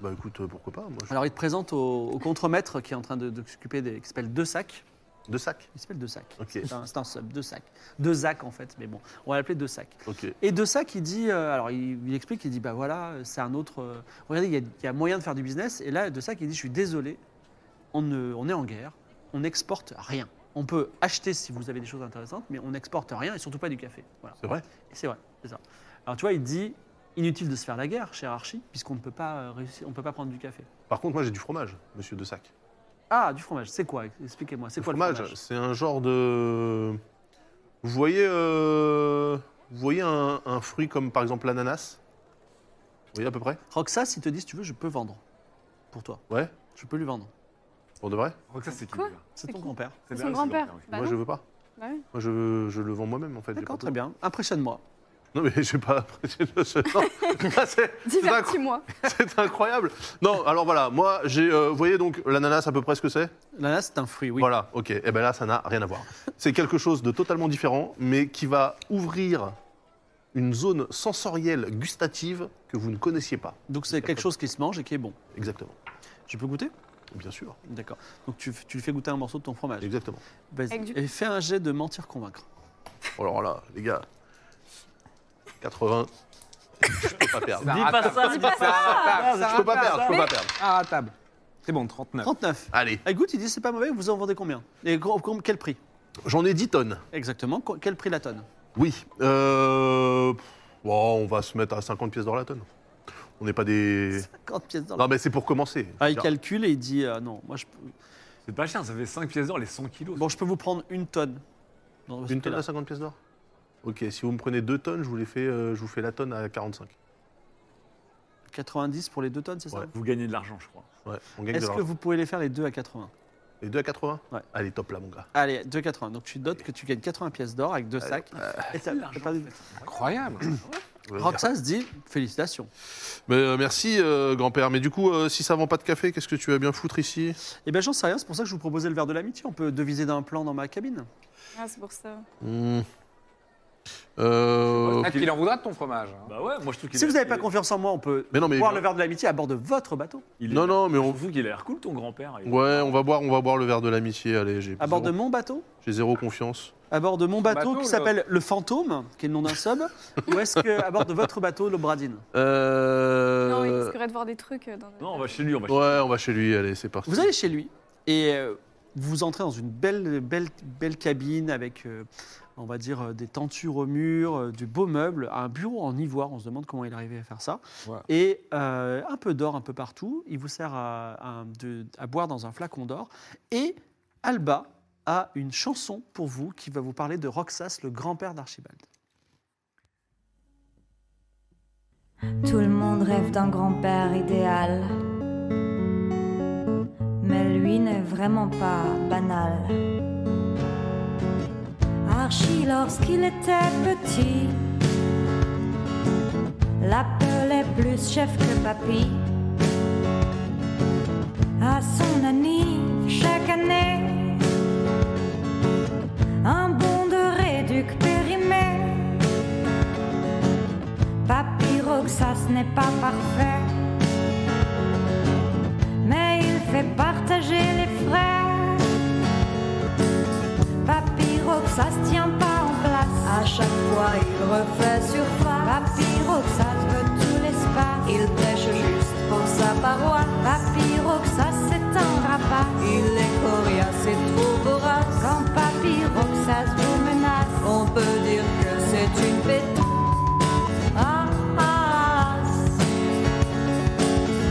Bah écoute, euh, pourquoi pas moi, je-
Alors, il te présente au, au contremaître qui est en train de, de s'occuper des. qui s'appelle Deux Sacs.
Deux sacs
Il s'appelle Deux Sacs.
Ok.
C'est un, c'est un sub, Deux Sacs. Deux Zacs, en fait, mais bon, on va l'appeler Deux Sacs.
Ok.
Et de ça qui dit, euh, alors il, il explique, il dit, bah voilà, euh, c'est un autre. euh, regardez, il y, a, il y a moyen de faire du business. Et là, de ça qui dit, je suis désolé, on, ne- on est en guerre, on n'exporte rien. On peut acheter si vous avez des choses intéressantes, mais on n'exporte rien et surtout pas du café. Voilà.
C'est vrai
Et C'est vrai, c'est ça. Alors tu vois, il dit, inutile de se faire la guerre, cher Archie, puisqu'on ne peut pas euh, réussir, on peut pas prendre du café.
Par contre, moi j'ai du fromage, monsieur de sac.
Ah, du fromage, c'est quoi Expliquez-moi, c'est
Le
quoi le fromage
C'est un genre de. Vous voyez, euh, vous voyez un, un fruit comme par exemple l'ananas Vous voyez à peu près
Roxas, il te dit, si tu veux, je peux vendre pour toi.
Ouais
Je peux lui vendre.
Pour de vrai
Bah
Roxas, c'est qui
Quoi
déjà
C'est
C'est
ton
qui
grand-père.
C'est
Son
Daryl, c'est
grand-père.
ok.
Bah
Moi je
non.
veux pas.
Bah oui.
Moi je, je le vends moi-même en fait. j'ai
D'accord,
pas
très
de-
bien. Impressionne-moi.
Non mais j'ai pas. je- je- non. Là, c'est-
Divertis-moi.
C'est incroyable. Non, alors voilà, moi j'ai. euh, vous voyez donc l'ananas à peu près ce que c'est
L'ananas, c'est un fruit, oui.
Voilà, ok. Et ben là, ça n'a rien à voir. C'est quelque chose de totalement différent, mais qui va ouvrir une zone sensorielle gustative que vous ne connaissiez pas.
Donc c'est quelque chose qui se mange et qui est bon.
Exactement.
Je peux goûter
Bien sûr.
D'accord. Donc tu, tu lui fais goûter un morceau de ton fromage.
Exactement.
Vas-y.
Avec du-
Et fais un jet de mentir convaincre.
Oh, Alors là, les gars, 80. Je peux pas perdre.
Ça
Dis
ratable,
pas ça, dis pas
ça ratable, ça
Je peux pas
ratable,
perdre, je peux pas perdre.
Ah, à table. C'est bon, 39.
39.
Allez,
Ah, Écoute, il dit c'est pas mauvais, vous en vendez combien Et gros- com- quel prix
j'en ai 10 tonnes.
Exactement, co- quel prix la tonne
Oui. Euh, pff, bon, on va se mettre à 50 pièces d'or la tonne. On n'est pas des.
50 pièces d'or.
Non, mais c'est pour commencer.
Ah, il calcule et il dit euh, non, moi je peux...
C'est pas cher, ça fait 5 pièces d'or les 100 kilos.
Bon, je peux vous prendre une tonne. Dans ce
Une tonne
prix-là.
à 50 pièces d'or Ok, si vous me prenez 2 tonnes, je vous, les fais, euh, je vous fais la tonne à 45.
90 pour les deux tonnes, c'est ça
Ouais.
Vous gagnez de l'argent, je crois.
Ouais, on gagne de
Est-ce que
l'argent.
vous pouvez les faire les deux à 80
Les 2 à 80
Ouais.
Allez, top là, mon gars.
Allez, 2 à 80. Donc tu notes que tu gagnes 80 pièces d'or avec deux sacs.
Euh.
et t'as- t'as pas-
Incroyable.
Je vais le dire.
Roxas dit félicitations.
Mais, euh, merci, euh, grand-père. Mais du coup, euh, si ça vend pas de café, qu'est-ce que tu vas bien foutre ici
Eh bien, j'en sais rien, c'est pour ça que je vous proposais le verre de l'amitié. On peut deviser d'un plan dans ma cabine.
Ah, c'est pour ça.
Hmm. Euh,
Peut-être qu'il en voudra de ton fromage. hein.
Bah ouais, moi je trouve qu'il
Si
a-
vous n'avez pas
il-
confiance en moi, on peut
Mais non, mais.
boire le verre de l'amitié à bord de votre bateau.
il est-
Non, non, mais
Je
on.
trouve qu'il a l'air cool ton grand-père. Il-
Ouais, on va boire, on va boire le verre de l'amitié. Allez, j'ai
À bord de
zéro-
mon bateau
j'ai zéro confiance.
À bord de mon bateau,
bateau,
qui
là.
s'appelle le Fantôme, qui est le nom d'un sub Ou est-ce que à bord de votre bateau, l'Obradine
Euh...
Non, il risquerait de voir des trucs euh, dans le-
Non, on va chez lui, on va chez
Ouais, on va chez lui, allez, c'est parti.
Vous allez chez lui et euh, vous entrez dans une belle, belle, belle cabine avec, euh, on va dire, euh, des tentures au mur, euh, du beau meuble, un bureau en ivoire. On se demande comment il arrivait à faire ça.
Ouais.
Et euh, un peu d'or un peu partout. Il vous sert à, à- de- à boire dans un flacon d'or. Et Alba a une chanson pour vous qui va vous parler de Roxas, le grand-père d'Archibald.
Tout le monde rêve d'un grand-père idéal. Mais lui n'est vraiment pas banal. Archie, lorsqu'il était petit, l'appelait plus chef que papy. À son année, chaque année, un bond de réduc périmé. Papy Roxas n'est pas parfait, mais il fait partager les frais. Papy Roxas tient pas en place, à chaque fois il refait surface. Papy Roxas veut tout l'espace, il prêche juste pour sa paroisse. Papy Roxas c'est un rapace, il est coriace et trop vorace. Quand Papy Roxas vous menace, on peut dire que c'est une pétasse. Ah, ah,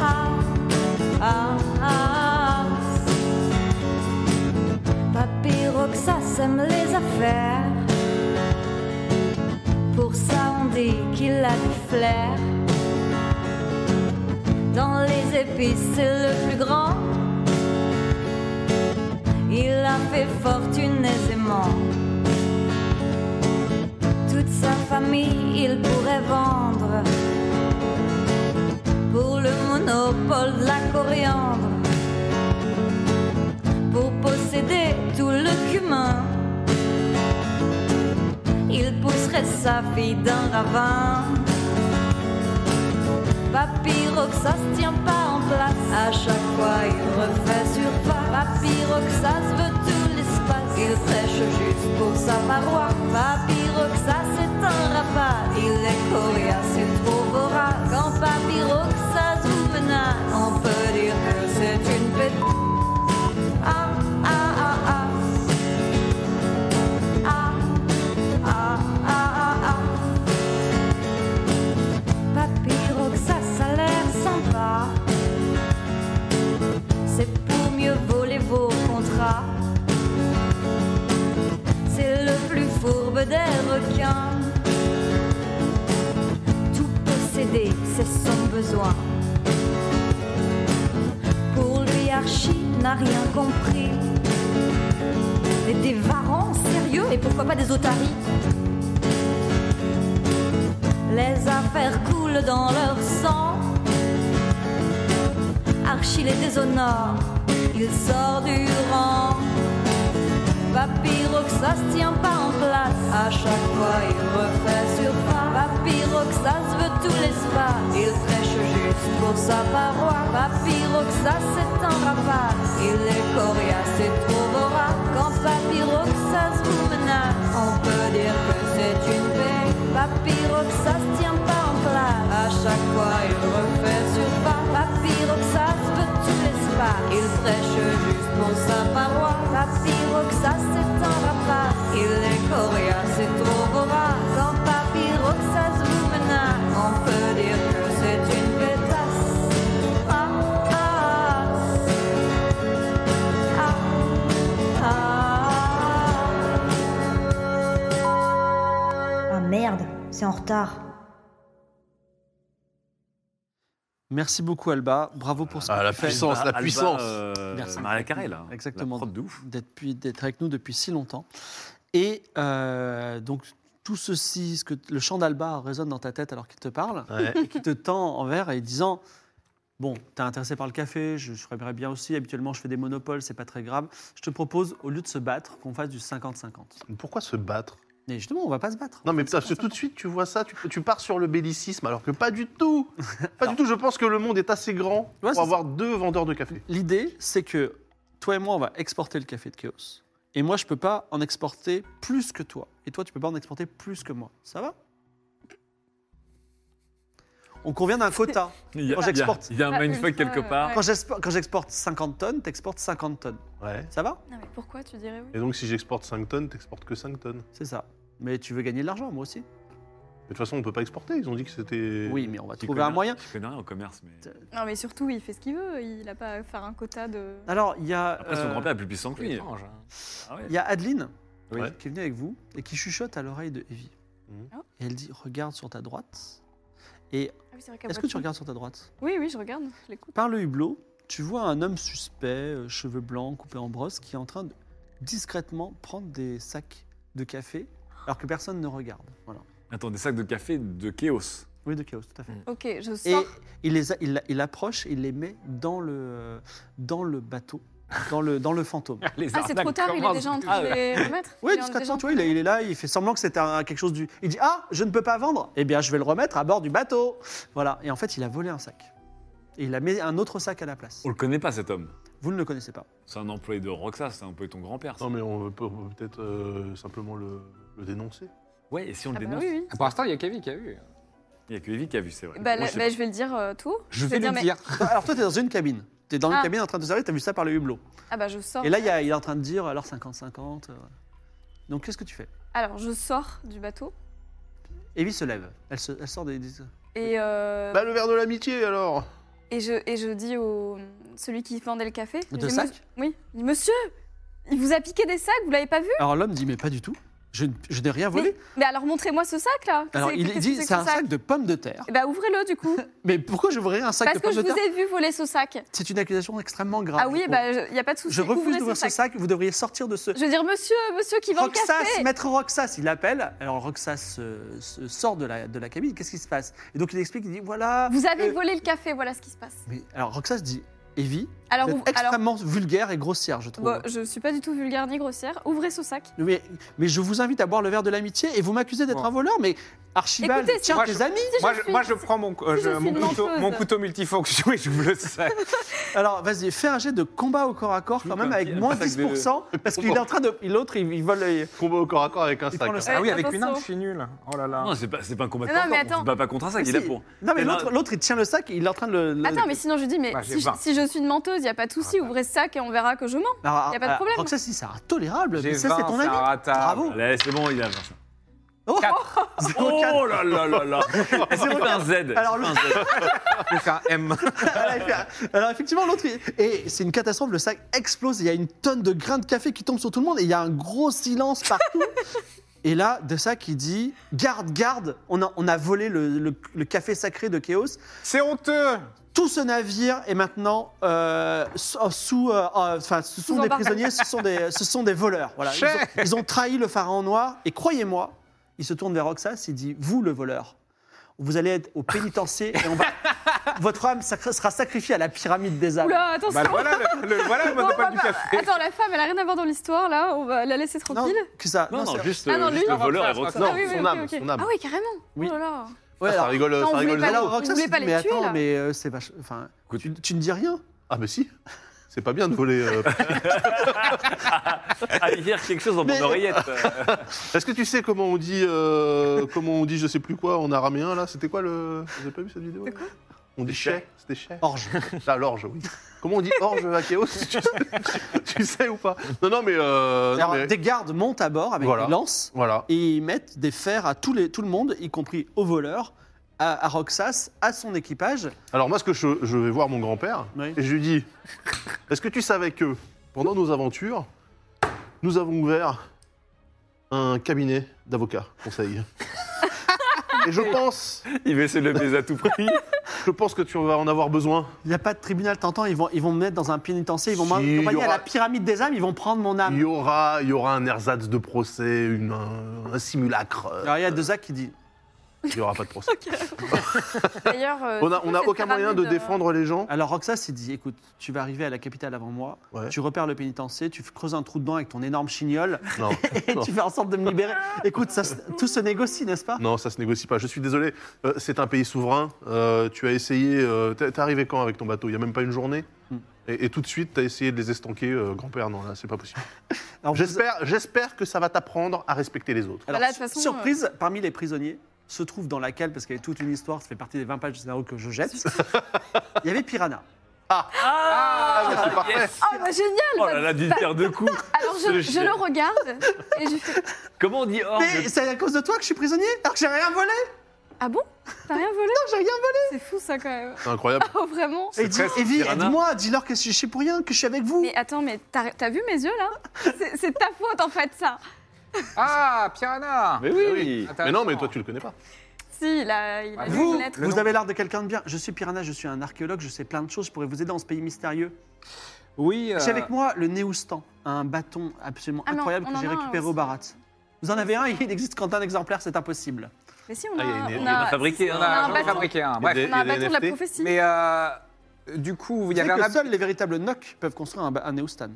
ah, ah, ah. Papy Roxas aime les affaires. Pour ça, on dit qu'il a du flair. dans les épices, c'est le plus grand. Il a fait fortune aisément. Toute sa famille, il pourrait vendre pour le monopole de la coriandre, pour posséder tout le cumin. Il pousserait sa fille d'un ravin. Papyrox, ça se tient pas en place. À chaque fois, il refait surface. Papyrox, ça se veut tout l'espace. Il prêche juste pour sa paroisse. Papyrox, ça c'est un rapace. Il est coriace, il trop vorace. Quand Papyrox, ça se vous menace, on peut dire que c'est une pète. Ah, ah, ah, ah. Ah, ah, ah, ah, ah. Papyrox, ça, ça a l'air sympa. C'est pour mieux voler vos contrats. C'est le plus fourbe des requins. Tout posséder, c'est son besoin. Pour lui, Archie n'a rien compris. Mais des varans sérieux et pourquoi pas des otaries les affaires coulent dans leur sang. Archie les déshonore, il sort du rang. Papyrox, ça se tient pas en place. À chaque fois, il refait surface. Papyrox, ça se veut tout l'espace. Il prêche juste pour sa paroisse. Papyrox, ça c'est un rapace. Il est coriace et trop vorace. Quand Papyrox, ça se vous menace. On peut dire que c'est une paix. Papyrox, ça se tient pas en place. À chaque fois, il refait surface. Papyrox, ça se veut tout l'espace. Il prêche juste pour sa paroisse. Papyrox, ça c'est un rapace. Il est coriace et trop vorace. Quand Papyrox, ça se vous menace. On peut dire que c'est une pétasse. Ah, ah, ah. Ah, ah.
Ah merde, c'est en retard.
Merci beaucoup, Alba. Bravo pour ce que
Ah, la
tu fais.
puissance, la
Alba,
puissance.
euh,
Merci.
Maria Carré, là.
Exactement.
La prod de ouf.
d'être puis- d'être avec nous depuis si longtemps. Et euh, donc, tout ceci, ce que le chant d'Alba résonne dans ta tête alors qu'il te parle,
Ouais.
et qui te tend envers et disant Bon, t'es intéressé par le café, je, je ferais bien aussi. Habituellement, je fais des monopoles, c'est pas très grave. Je te propose, au lieu de se battre, qu'on fasse du 50-50.
Pourquoi se battre
Et justement, on va pas se battre.
Non, mais parce que tout de suite, tu vois ça, tu, tu pars sur le bellicisme, alors que pas du tout. Pas du tout. Je pense que le monde est assez grand
Ouais, c'est
pour avoir deux vendeurs de café.
L'idée, c'est que toi et moi, on va exporter le café de Chaos. Et moi, je peux pas en exporter plus que toi. Et toi, tu peux pas en exporter plus que moi. Ça va On convient d'un quota.
Il y a,
Quand
il y a-
j'exporte.
Il y a un
Pas
mindfuck
ultra,
quelque
euh,
part.
ouais.
Quand j'expo- quand j'exporte 50 tonnes, t'exportes 50 tonnes.
Ouais.
Ça va
Non, mais pourquoi tu dirais oui
Et donc, si j'exporte 5 tonnes, t'exportes que 5 tonnes.
C'est ça. Mais tu veux gagner de l'argent, moi aussi.
Mais de toute façon, on peut pas exporter. Ils ont dit que
Euh,
c'était.
Oui, mais on va
J'y
trouver un
connais-
moyen.
Je connais rien au commerce, mais.
Non, mais surtout, il fait ce qu'il veut. Il a pas à faire un quota de.
Alors, il y a.
Après, son
euh,
grand-père est plus puissant que
C'est
lui.
étrange. hein.
Ah ouais.
Il y a Adeline
Oui. Mmh.
Ouais.
qui est venue avec vous et qui chuchote à l'oreille de Evie.
Mhm.
Oh.
Et elle dit Regarde sur ta droite. Et
Ah oui, c'est vrai qu'à
est-ce que
boîte-
tu regardes sur ta droite
Oui, oui, je regarde, je l'écoute.
Par le hublot, tu vois un homme suspect, euh, cheveux blancs, coupé en brosse, qui est en train de discrètement prendre des sacs de café alors que personne ne regarde. Voilà.
Attends, des sacs de café de Chaos.
Oui, de chaos, tout à fait.
Ok, je sors.
Et il, les a- il, il approche, il les met dans le, dans le bateau, dans le, dans le fantôme.
Les
Ah, c'est trop
arnaques
tard, il est
commencent.
déjà en
Ah
train de
ouais.
les remettre.
Oui,
Il est en- déjà
discrètement,
en
tu
train
vois, il,
de les-
est- il est là, il fait semblant que c'est un- quelque chose du. Il dit Ah, je ne peux pas vendre Eh bien, je vais le remettre à bord du bateau Voilà. Et en fait, il a volé un sac. Et il a mis un autre sac à la place.
On le connaît pas, cet homme.
Vous ne le connaissez pas.
C'est un employé de Roxas, c'est un employé de ton grand-père. ça.
Non, mais on peut on peut peut-être euh, simplement le, le dénoncer.
Ouais, et si on
Ah
le
bah
dénonce
oui, oui.
Pour l'instant, il y a Kevin qui a vu.
Il n'y a que Evie qui a vu, c'est vrai.
Bah,
Moi,
là-
je sais
bah,
pas.
je vais le dire euh, tout. haut.
Je
vais
vais
dire,
le
mais-
dire.
Alors, toi, tu es dans une cabine. Tu es dans une
Ah.
cabine en train de te servir, tu as vu ça par le hublot.
Ah bah je sors.
Et là, il, y a- il est en train de dire alors 50-50. euh, voilà. Donc, qu'est-ce que tu fais
Alors je sors du bateau
Evie se lève. Elle, se- elle sort des. des-
et, euh,
Bah, le verre de l'amitié, alors
et, je, et je dis au celui qui vendait le café. je
De
dis,
sac
Monsieur- Oui. Je dis, Monsieur, il vous a piqué des sacs, vous l'avez pas vu
Alors, l'homme dit Mais pas du tout. Je, n- je n'ai rien volé.
Mais alors montrez-moi ce sac là.
Ah, Alors,
C'est-
il
qu'est-ce
dit
que
c'est
ce
un sac de pommes de terre.
Eh ben, ouvrez-le du coup.
Mais pourquoi j'ouvrirais un sac
parce
de
que
pommes
je
de
vous
terre
ai vu voler ce sac.
C'est une accusation extrêmement grave.
Ah oui,
je
il
trouve.
n'y a pas de souci.
je refuse
ouvrez
d'ouvrir ce sac. Vous devriez sortir de ce.
Je veux dire, monsieur, monsieur qui vend le
Roxas,
café.
maître Roxas, il appelle. Alors Roxas euh, se sort de la, de la cabine. Qu'est-ce qui se passe Et donc il explique, il dit voilà.
Vous avez
euh,
volé le café, voilà ce qui se passe.
mais- alors Roxas dit Evie,
Alors,
vous êtes
ouv- alors
extrêmement vulgaire et grossière, je trouve.
bon, je ne suis pas du tout vulgaire ni grossière. Ouvrez ce sac.
Oui, mais je vous invite à boire le verre de l'amitié et vous m'accusez d'être
Bon.
un voleur, mais Archibald,
Écoutez,
tiens
moi,
tes
je-
amis.
Si
Moi
je
je,
suis-
moi, je prends mon, euh,
si je
je-
suis
mon
une
couteau,
menteuse.
mon couteau multifonction et je vous le sais.
Alors vas-y, fais un jet de combat au corps à corps quand
Loupe
même
un
avec
petit- un
moins
sac de-
10%, parce qu'il est en train de. L'autre, il, il vole. il-
Combat au corps à corps avec un
Il
sac.
prend le
hein.
sac.
Ah oui,
Ouais,
avec une
attention.
arme, je suis nul. Oh là là.
Non, c'est pas, c'est pas un combat de
Non,
corps,
mais
on se
attends.
bat pas contre un sac,
Mais
il est
si.
là pour.
Non, mais
Et là-
l'autre, l'autre, il tient le sac et il est en train de le. le-
Attends, mais sinon je dis, mais
Bah, j'ai
si, je,
vingt.
si je suis une menteuse, il n'y a pas de souci.
Ah,
Ouvrez ce sac et on verra que je mens.
Alors,
y a pas de
alors,
problème.
Roxas, il c'est intolérable.
J'ai
Mais ça, c'est
20,
ton
c'est
ami.
un ratable.
Bravo.
Allez, c'est bon, il a ça.
Oh,
Quatre.
0,4.
Oh là là là là Elle s'est fait un Z. elle s'est
Alors,
fait un
le-
Z.
Je vais faire un M.
Alors, il fait- Alors effectivement, l'autre, il- et c'est une catastrophe, le sac explose, il y a une tonne de grains de café qui tombent sur tout le monde, et il y a un gros silence partout. et là, de ça qui dit, garde, garde, on a, on a volé le, le- le café sacré de Chaos,
C'est honteux.
tout ce navire est maintenant euh, sous, sous, euh, euh, enfin, ce sont
Sous
des
embargo.
prisonniers, ce sont des, ce sont des voleurs. Voilà. Ils, ont,
Cher.
ils ont trahi le pharaon noir. Et croyez-moi, il se tourne vers Roxas, il dit Vous, le voleur, vous allez être au pénitencier et on va, votre âme sacr- sera sacrifiée à la pyramide des âmes.
Oula, attention.
Bah, voilà le, le- voilà le
Bon,
monopole
bah,
du
bah,
café.
Attends, la femme, elle a rien à voir dans l'histoire là. On va la laisser
Non,
tranquille.
que ça.
Non, non,
c'est-
juste, euh,
Ah non,
juste
lui.
le voleur et Roxas.
Non,
ah oui, oui,
son
ok,
âme,
ok.
son âme.
Ah oui, carrément.
Oui.
Oh là là.
Ouais,
Ah, ça
alors,
rigole,
Non,
ça
vous
rigole
voulez pas
alors,
Vous
zéro.
Roxas,
voulez
il
pas
dit,
les
mais
tuer,
attends,
là
mais euh, c'est vache. Enfin,
Écoute,
tu, tu ne dis rien
Ah mais si, c'est pas bien de voler. euh.
Allez dire quelque chose dans mon
Mais-
oreillette.
Est-ce que tu sais comment on dit, euh, comment on dit, je sais plus quoi, en araméen là C'était quoi le Vous avez pas vu cette vidéo là On dit chais, c'était chais.
Orge.
Ah, l'orge, oui. Comment on dit orge à Chaos tu, sais, tu sais ou pas Non, non, mais, euh, non,
Alors,
mais-
Des gardes montent à bord avec
Voilà.
des lances.
voilà.
et ils mettent des fers à tous les, tout le monde, y compris aux voleurs, à, à Roxas, à son équipage.
Alors moi, ce que je, je vais voir mon grand-père
Oui.
et je lui dis, est-ce que tu savais que pendant nos aventures, nous avons ouvert un cabinet d'avocats conseil Et je pense,
Il veut se lever à tout prix.
je pense que tu vas en avoir besoin.
Il n'y a pas de tribunal, t'entends Ils vont, ils vont me mettre dans un pénitencier, ils vont
Si,
m'accompagner
il y aura-
à la pyramide des âmes, ils vont prendre
Ah.
mon
Il
âme.
y aura, il y aura un ersatz de procès, une, un, un simulacre.
Alors il y a Deza qui dit
Il y aura pas de procès.
D'ailleurs, euh,
On
c'est
n'a on
quoi
a
cette
aucun moyen de
pyramide, euh,
défendre les gens.
Alors Roxas, il dit écoute, tu vas arriver à la capitale avant moi,
Ouais.
tu repères le pénitencier, tu creuses un trou dedans avec ton énorme chignol
Non,
et
non.
tu fais en sorte de me libérer. écoute, ça se- tout se négocie, n'est-ce pas
Non, ça se négocie pas. Je suis désolé. Euh, c'est un pays souverain. Euh, tu as essayé. euh, t'es t'es arrivé quand avec ton bateau Il y a même pas une journée.
Hmm.
Et, et tout de suite, tu as essayé de les estanquer, euh, grand-père. Non, là, c'est pas possible.
Alors, vous-
J'espère, j'espère que ça va t'apprendre à respecter les autres.
Alors,
Voilà, Bah, de toute façon,
surprise, parmi les prisonniers, se trouve dans laquelle, parce qu'il y avait toute une histoire, ça fait partie des 20 pages de scénario que je jette, il y avait Piranha.
Ah,
mais c'est parfait.
yes.
Ah bah génial
Oh
bah,
là là, d'une
bah,
paire de coups.
Alors je,
Ce
je
chien.
le regarde et je fais
Comment on dit orge
Mais c'est à cause de toi que je suis prisonnier Alors que j'ai rien volé
Ah bon T'as rien volé
J'ai rien volé
C'est fou ça quand même.
C'est incroyable.
Oh vraiment
Et dis,
presque
Evie,
Piranha.
aide-moi, dis-leur que je suis pour rien, que je suis avec vous
Mais attends, mais t'as t'as vu mes yeux là C'est- C'est de ta faute en fait ça.
Ah, Piranha.
Mais oui.
Attends,
Ah Mais non, mais
attends.
toi, tu le connais pas.
Si, il a, il a
Ah,
lu
Vous,
une lettre.
le
vous
nom.
avez l'air de quelqu'un de bien. Je suis Piranha, je suis un archéologue, je sais plein de choses, je pourrais vous aider dans ce pays mystérieux.
Oui. euh,
J'ai avec moi le Néoustan, un bâton absolument
Ah non,
incroyable
on
que
en
j'ai
a un
récupéré au
aussi.
Barat. Vous en avez un, il n'existe qu'en un exemplaire, c'est impossible.
Mais si, on a,
Ah, il y a une-
on
il y
a,
en a fabriqué
on
un.
a un
j'en ai
bâton.
fabriqué un.
Il y a
hein, Bref.
des-
On a un
il y
bâton
a
de
des
la
NFT.
prophétie.
Mais euh, du coup,
Vous
il y
savez
avait un
que
ab-
seuls les véritables Nocs peuvent construire un, ba- un Néoustan.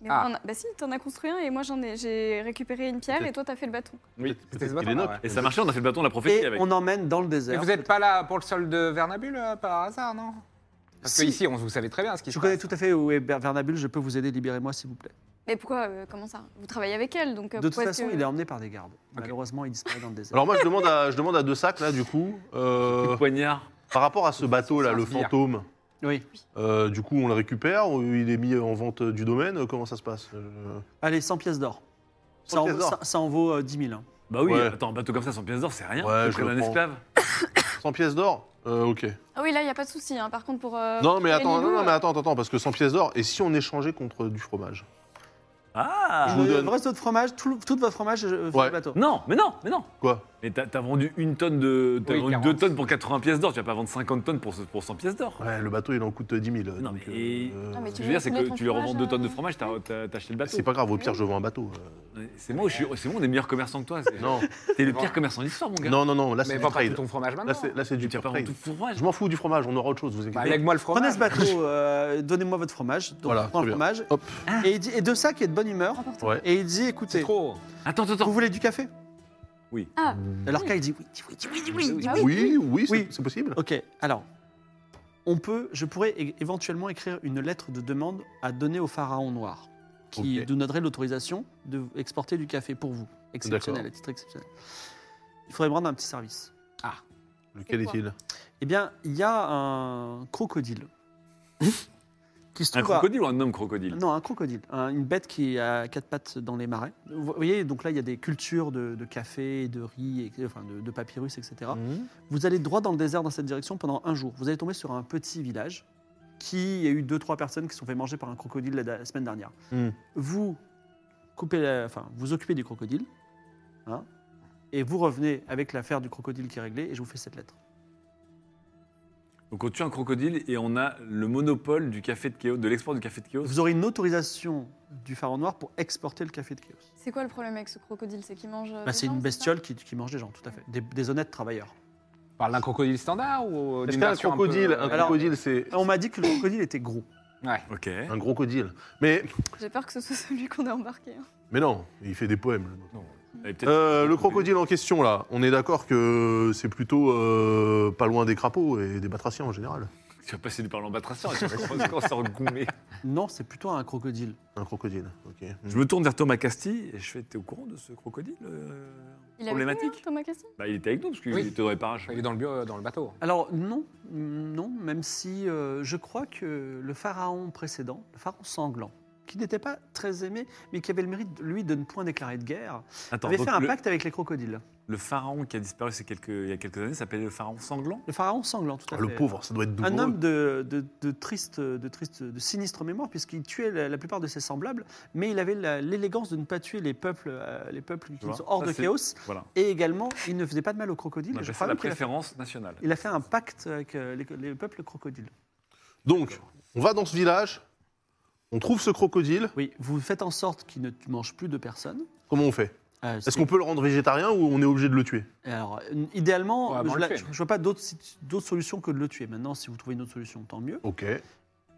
Mais
Ah.
on a- bah si, t'en as construit un et moi j'en ai, j'ai récupéré une pierre et toi t'as fait le bâton.
Oui.
C'était ce
Il est
bâton-là,
noble.
ouais.
Et ça marchait, on a fait le bâton, on l'a prophétie
Et
avec.
on emmène dans le
Et
désert.
vous n'êtes pas là pour le sol de Vernabule euh, par hasard, non Parce
Si.
que ici, on vous savez très bien ce qui
Je
se
connais
passe.
tout à fait où est Ber- Vernabule, je peux vous aider, libérez-moi s'il vous plaît.
Mais pourquoi euh, Comment ça Vous travaillez avec elle donc. euh,
De toute
pourquoi est-ce
façon,
que-
il est emmené par des gardes. Malheureusement, il disparaît dans le désert.
Alors moi, je demande à, je demande à deux sacs là, du coup, euh,
Le poignard.
par rapport à ce bateau là, le
Sbire.
fantôme.
oui.
euh, du coup, on le récupère. ou Il est mis en vente du domaine. Comment ça se passe Euh,
Allez, 100 pièces d'or.
100
Ça, en-
pièces d'or.
ça- ça en vaut euh, 10 000. hein.
Bah oui,
Ouais.
attends, un bateau comme ça, sans pièces d'or, c'est rien.
Ouais,
C'est
je
près
le
d'un
prends.
esclave.
100 pièces d'or. Euh, ok.
Ah oui, là il y a pas de souci. hein. Par contre pour. euh,
Non mais
pour
attends,
Lilou,
non, non, mais
euh,
attends, attends, attends, parce que 100 pièces d'or, et si on échangeait contre du fromage
Ah Ah
Je vous
Le
donne.
reste de votre fromage, tout, le- tout de votre fromage euh, sur
Ouais.
le bateau.
Non, mais non, mais non.
Quoi
Mais t'as t'as vendu une tonne de. T'as
Oui,
vendu
40.
deux tonnes pour 80 pièces d'or, tu vas pas vendre 50 tonnes pour, ce- pour 100 pièces d'or.
Ouais, le bateau, il en coûte 10 000.
Non,
donc,
mais- et-
euh,
Non, Ah, mais
Ce
tu
que je veux dire, c'est
voulais
que
ton
tu lui revends
fromage,
deux tonnes de
euh,
fromage, t'as t'as- t'as acheté le bateau.
C'est pas grave, au pire, je vends un bateau. euh.
C'est moi, je suis- c'est moi, on est meilleurs commerçants que toi. c'est-
Non,
T'es le
Bon.
pire commerçant d'histoire, mon gars.
non, non, non, là, Ah, c'est
Mais
du
vends pas tout
trade.
ton fromage maintenant.
Là, c'est là, c'est du
tu as
pure
pas vendu
trade.
tout le fromage.
Je m'en fous du fromage, on aura autre chose, vous
Bah,
inquiétez pas.
Lègue-moi le
Prenez
fromage.
ce bateau, euh, donnez-moi votre fromage. Donc,
Voilà,
on prend
très
le
bien.
fromage.
Hop.
Et, il dit, et de ça qui est de bonne humeur.
Rapporte.
Ouais.
Et il dit
C'est
écoutez,
trop.
Attends, attends,
vous
attends.
voulez du café
Oui.
Ah.
Alors Kyle dit oui, oui, oui, oui, oui, oui.
Ah
Oui, oui,
Oui.
c'est- c'est possible.
Ok, alors, on peut, je pourrais é- éventuellement écrire une lettre de demande à donner au pharaon noir, qui
Ok.
nous donnerait l'autorisation de exporter du café pour vous, exceptionnel, à titre exceptionnel. Il faudrait me rendre un petit service.
Lequel
C'est quoi
est-il
Eh bien, il y a un crocodile. qui se
Un
trouve à-
crocodile ou un homme crocodile
Non, un crocodile, un- une bête qui a quatre pattes dans les marais. Vous voyez, donc là, il y a des cultures de, de café, de riz, et- enfin de, de papyrus, etc.
Mhm.
Vous allez droit dans le désert dans cette direction pendant un jour. Vous allez tomber sur un petit village qui il y a eu deux trois personnes qui se sont fait manger par un crocodile la, la semaine dernière.
Mhm.
Hmm.
Vous coupez, la- enfin vous occupez du crocodile, hein, et vous revenez avec l'affaire du crocodile qui est réglée et je vous fais cette lettre.
Donc on tue un crocodile et on a le monopole du café de Kéos, de l'export du café de Kéos.
Vous aurez une autorisation du pharaon noir pour exporter le café de Kéos.
C'est quoi le problème avec ce crocodile C'est qu'il mange. euh,
Bah,
des
c'est
gens,
une
ça
bestiole qui, qui mange des gens, tout à fait, des, des honnêtes travailleurs.
On parle d'un crocodile standard ou
Est-ce
d'une
qu'un
version un peu- euh,
crocodile, un
Alors-
crocodile, c'est
Ah, On m'a dit que le crocodile était gros.
Ouais.
Ok.
un gros crocodile Mais,
J'ai peur que ce soit celui qu'on a embarqué. hein.
mais non, il fait des poèmes. le mec.
Allez, peut-être-
Euh, le crocodile en question, là, on est d'accord que c'est plutôt euh, pas loin des crapauds et des batraciens en général.
Tu vas passer du parlant batracien et tu vas commencer à s'en goumer.
Non, c'est plutôt un crocodile.
Un crocodile, ok.
Je me tourne vers Thomas Castille et je fais T'es au courant de ce crocodile euh,
Il est avec nous, hein,
Problématique
Thomas Castille
bah, Il était avec nous parce qu'il
Oui.
était dans les parages.
Il est dans le, bio, euh, dans le bateau.
Alors non, non, même si euh, je crois que le pharaon précédent, le pharaon sanglant, qui n'était pas très aimé, mais qui avait le mérite, lui, de ne point déclarer de guerre,
Attends,
avait
donc
fait un
le,
pacte avec les crocodiles.
le pharaon qui a disparu ces quelques- il y a quelques années s'appelait le pharaon sanglant
Le pharaon sanglant, tout à
Ah, le
fait.
pauvre, ça doit être douloureux.
Un homme de, de- de triste, de triste, de sinistre mémoire, puisqu'il tuait la, la plupart de ses semblables, mais il avait la- l'élégance de ne pas tuer les peuples, euh, les peuples qui
vois,
sont hors
ça,
de
c'est-
chaos,
Voilà.
et également, il ne faisait pas de mal aux crocodiles.
On
Je
appelle
crois
ça la
même qu'il a,
préférence nationale.
il a fait un pacte avec euh, les, les peuples crocodiles.
Donc, on va dans ce village, on trouve ce crocodile,
Oui, vous faites en sorte qu'il ne mange plus de personnes.
comment on fait
Euh,
Est-ce
c'est-
qu'on peut le rendre végétarien ou on est obligé de le tuer
Alors, euh, idéalement,
Ouais, bon,
je,
le
la-
tuer.
je- je vois pas d'autres sit- d'autres solutions que de le tuer. Maintenant, si vous trouvez une autre solution, tant mieux.
Ok.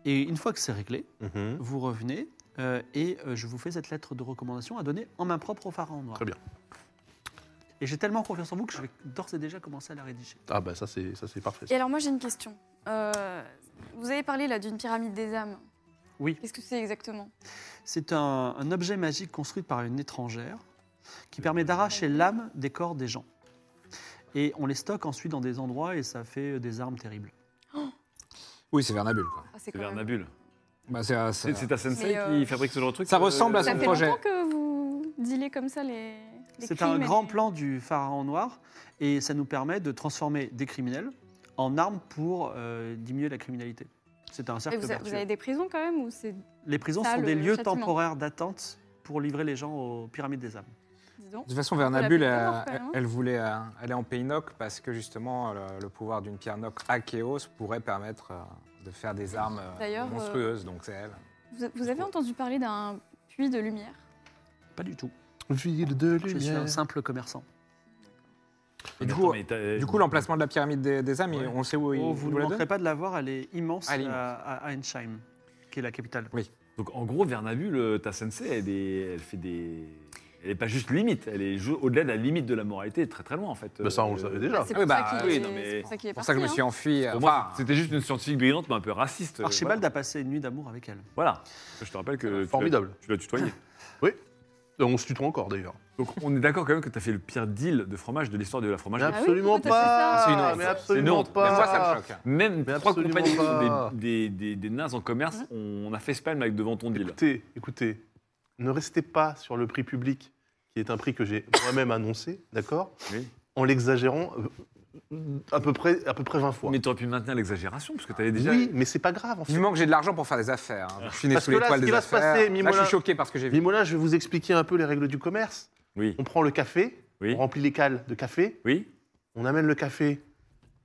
Et une fois que c'est réglé,
Mhm.
vous revenez euh, et euh, je vous fais cette lettre de recommandation à donner en main propre au pharaon noir.
Très bien.
Et j'ai tellement confiance en vous que je vais d'ores et déjà commencer à la rédiger.
Ah bah ça c'est ça c'est parfait.
Et alors, moi, j'ai une question. Euh, vous avez parlé là d'une pyramide des âmes.
Oui.
Qu'est-ce que c'est exactement
C'est un, un objet magique construit par une étrangère qui permet d'arracher l'âme des corps des gens. Et on les stocke ensuite dans des endroits et ça fait euh, des armes terribles.
Oui, c'est Vernabule. Quoi.
Ah, C'est
C'est
quand même-
Vernabule.
Bah, c'est, euh,
C'est
c'est-
c'est ta sensei
Mais, euh,
qui fabrique ce genre de truc
ça ressemble à
Ça
ce
fait
projet.
longtemps que vous dealez comme ça les. les
C'est un
crimes et
grand
les-
plan du pharaon noir et ça nous permet de transformer des criminels en armes pour euh, diminuer la criminalité. C'est un
Et
cercle
vous, a- vous
vertueux.
avez des prisons quand même ou c'est
Les prisons
ça,
sont
le
des lieux
châtiment.
temporaires d'attente pour livrer les gens aux pyramides des âmes.
dis donc
De toute façon, Vernabule,
Elle a pris
euh,
peur,
elle,
quand même, hein.
elle voulait euh, aller en pays noc parce que justement, le, le pouvoir d'une pierre noc à Chaos pourrait permettre euh, de faire des armes euh,
D'ailleurs, euh,
monstrueuses. Donc c'est elle.
Vous, vous avez entendu parler d'un puits de lumière
Pas du tout.
Ville de
Je suis un
lumière.
simple commerçant.
Et du coup, Du
l'emplacement
coup, l'emplacement de la pyramide des, des âmes,
Ouais.
on sait où il
Oh,
il
vous ne
nous la
manquerez
donne
pas de la voir, elle est immense
Elle est
à, à Einsheim, qui est la capitale.
Donc en gros, Vernabule, euh, ta sensei, elle, est- elle fait des. Elle n'est pas juste limite, elle est ju- au-delà de la limite de la moralité, très très loin en fait.
Bah, ça, on le savait déjà. Ah
C'est
oui,
pour, ça
bah,
qu'il
oui,
est-
non, mais-
c'est pour ça qu'il est
C'est pour
parti.
ça que je me suis
hein.
enfui. euh,
Pour moi,
enfin,
c'était juste une scientifique brillante, mais un peu raciste. euh,
Archibald
voilà.
a passé une nuit d'amour avec elle.
Voilà. Je te rappelle que. tu
Formidable.
l'as- Tu l'as tutoyé.
On se tutoie encore d'ailleurs.
Donc on est d'accord quand même que tu as fait le pire deal de fromage de l'histoire de la fromagerie.
Mais
oui,
absolument
pourquoi t'as fait
pas.
ça
C'est
une
une honte.
C'est
Mais absolument
honte.
mais
pas.
moi, ça me choque.
Même
Mais
trois
absolument
compagnons qui
pas.
sont des, des, des- des nazes en commerce, on a fait spam avec devant ton deal.
Écoutez, écoutez, ne restez pas sur le prix public, qui est un prix que j'ai moi-même annoncé, d'accord
Oui.
En l'exagérant, euh, à peu près, à peu près 20 fois.
Mais t'aurais pu maintenir l'exagération, parce que t'avais déjà.
Oui, mais c'est pas grave en fait.
Du moment que j'ai de l'argent pour faire des affaires. hein. Je suis né
Parce
sous
que
les
là,
toiles
ce qui
des
va se
affaires.
passer,
là, je
Mimola-
suis choqué parce que j'ai vu.
Mimola, je vais vous expliquer un peu les règles du commerce.
Oui.
On prend le café,
Oui.
on remplit les cales de café,
Oui.
on amène le café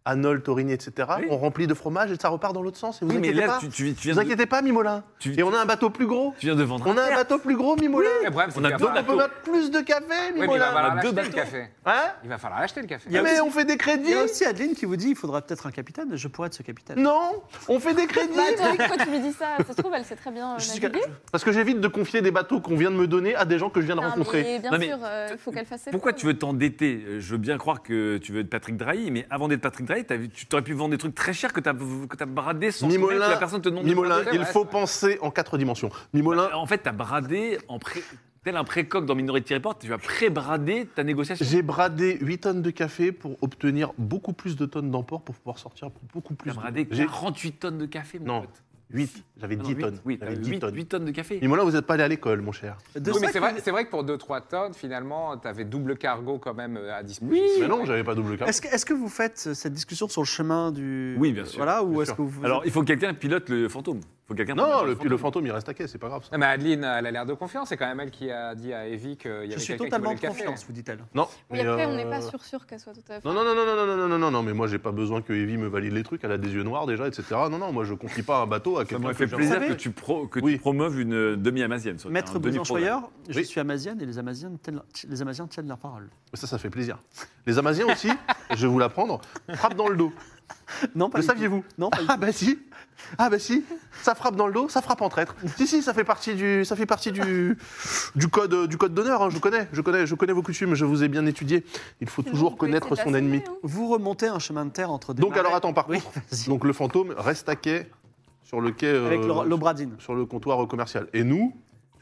à Nol, Torigny, etc.
Oui.
On remplit de fromage et ça repart dans l'autre sens. Et vous
Oui, mais
inquiétez
là,
pas.
tu, tu- tu
Vous
viens de,
inquiétez pas, Mimola.
tu-
Et on a un bateau plus gros.
tu viens de vendre.
On a un bateau plus gros, Mimola.
Le problème, c'est
On a
qu'il va
deux
Donc on
falloir-
peut mettre plus de café,
Oui, mais il va
Mimola.
falloir
On a deux
l'acheter le
bateaux.
café.
Hein
Il va falloir acheter le café. Ah,
Il y a
Mais
aussi-
on fait des
Il y
crédits
a aussi Adeline qui vous dit il faudra peut-être un capitaine, je pourrais être ce capitaine.
Non, on fait des crédits.
Bah attends, pourquoi tu lui dis ça Ça se trouve, elle sait très bien euh,
Je suis
naviguer.
Parce que j'évite de confier des bateaux qu'on vient de me donner à des gens que je viens de
Non,
rencontrer.
mais bien
Non, mais
sûr, euh, il faut qu'elle fasse ses
Pourquoi
preuves.
tu veux t'endetter Euh, Je veux bien croire que tu veux être Patrick Drahi, mais avant d'être Patrick Drahi, t'as vu- tu t'aurais pu vendre des trucs très chers que t'as que t'as bradé sans se
Mimolin,
soumettre, que la personne te demande. de
Mimolin,
brader.
il
ouais,
faut
ouais.
penser en quatre dimensions. Mimolin,
Euh, En fait, t'as bradé en pré- tel un précoque dans Minority Report, tu as pré-bradé ta négociation.
j'ai bradé 8 tonnes de café pour obtenir beaucoup plus de tonnes d'emport pour pouvoir sortir pour beaucoup plus.
T'as
de-
bradé
J'ai
48 tonnes de café, mon
Non,
pote.
8, j'avais
Ah non,
10
huit,
tonnes.
Oui,
J'avais
8,
10
tonnes.
tonnes.
8 tonnes de café.
Mimolin, vous n'êtes pas allé à l'école, mon cher.
De
Oui, mais
ça
c'est
que-
vrai, c'est vrai que pour 2-3 tonnes, finalement, tu avais double cargo quand même euh, à disposition.
Mais non, j'avais pas double café.
Est-ce que, est-ce que vous faites euh, cette discussion sur le chemin du.
Oui, bien sûr,
Voilà, ou
bien
est-ce
sûr.
que vous.
Alors, il faut que quelqu'un pilote le fantôme. Il faut que quelqu'un
Non,
pilote
non, le, le fantôme, il reste à quai, c'est pas grave. Ça.
Non, mais Adeline, elle a l'air de confiance. C'est quand même elle qui a dit à Evie qu'il y avait
je suis
quelqu'un qui
totalement
voulait
en
le café. hein.
confiance, vous dit-elle.
Non,
Oui, après, on
euh,
n'est pas sûr sûr qu'elle soit tout à fait.
Non, non, non, non, non, non, non, non, non, non, mais moi j'ai pas besoin que Evie me valide les trucs, elle a des yeux noirs déjà, etc. Non, non, moi je confie pas un bateau à
Ça
quelqu'un.
m'aurait
que
fait
j'ai-
plaisir
Vous
que
savez-
tu, pro- que
Oui.
tu promeuves une euh, demi-amazienne. ça aurait été
Maître
un demi-programme.
Besançoyer, je
Oui.
suis amazienne et les amaziennes tiennent, les amaziennes tiennent leur parole.
Ça, ça fait plaisir. Les Amaziens aussi, je vais vous l'apprendre, frappent dans le dos.
Non, pas
Le
du tout.
saviez-vous
Non, pas du
Ah bah si Ah bah si Ça frappe dans le dos, ça frappe en traître. Si, si, ça fait partie du, ça fait partie du, du code euh, du code d'honneur, hein, je connais, je connais, je connais vos coutumes, je vous ai bien étudié. Il faut toujours connaître son ennemi.
Vous remontez un chemin de terre entre des.
Donc
marais.
alors attends, par
Oui,
contre,
vas-y.
donc le fantôme reste à quai sur le quai... euh,
Avec le- l'obradine.
sur le comptoir commercial. Et nous,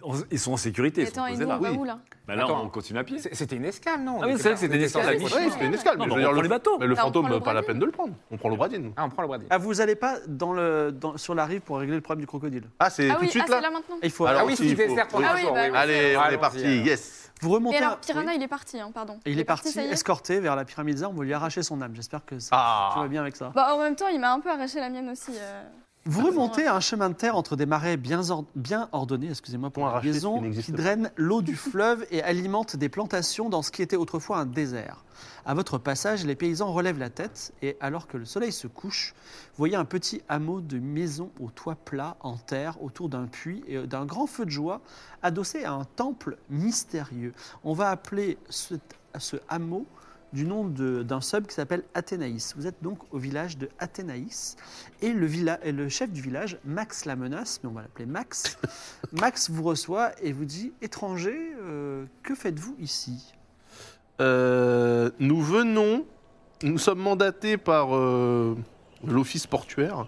On- Ils sont en sécurité.
Mais
Ils sont
attends, et
posés
nous, on
là.
va
Oui.
où là
Bah là,
Attends.
on continue à pied.
C'est- C'était une escale, non
Ah oui,
On
c'est vrai que
était pas-
c'était une
on était
escale
sortis.
à Nice.
Ouais,
oui, c'était une escale,
Non,
mais
mais
je
on hein.
veux dire,
prend
le,
les bateaux.
mais le
Là, on
fantôme,
prend le
pas la
Bradine.
peine de le prendre. On prend le bradine.
Ah, on prend le bradine.
Ah, vous allez pas dans le, dans- sur la rive pour régler le problème du crocodile.
Ah, c'est
Ah
tout
oui,
de
ah,
suite
c'est
là
là maintenant.
Et il faut
Alors,
Ah oui,
si,
c'est du
il faut-
dessert pour
oui.
un
Ah oui,
jour.
bah
oui,
oui.
oui.
Allez, on
Allons-y,
est parti,
alors.
yes
vous remontez.
Et
un-
alors, Piranha,
oui.
il est parti, hein, pardon.
Et il est parti,
ça y est
escorté vers la pyramide on veut lui arracher son âme. J'espère que ça, tu vas
Ah
bien avec ça.
Bah, en même temps, il m'a un peu arraché la mienne aussi. euh.
Vous remontez à un chemin de terre entre des marais bien, or- bien ordonnés, excusez-moi pour
Pour
la
arracher ce
liaison,
qui n'existe
qui
pas.
drainent l'eau du fleuve et alimentent des plantations dans ce qui était autrefois un désert. À votre passage, les paysans relèvent la tête et alors que le soleil se couche, vous voyez un petit hameau de maisons au toit plat en terre autour d'un puits et euh, d'un grand feu de joie adossé à un temple mystérieux. On va appeler ce, ce hameau du nom de- d'un sub qui s'appelle Athénaïs. Vous êtes donc au village de Athénaïs et le, villa- et le chef du village, Max la menace, mais on va l'appeler Max. Max vous reçoit et vous dit Étranger, euh, que faites-vous ici
Euh, Nous venons, nous sommes mandatés par euh, l'office portuaire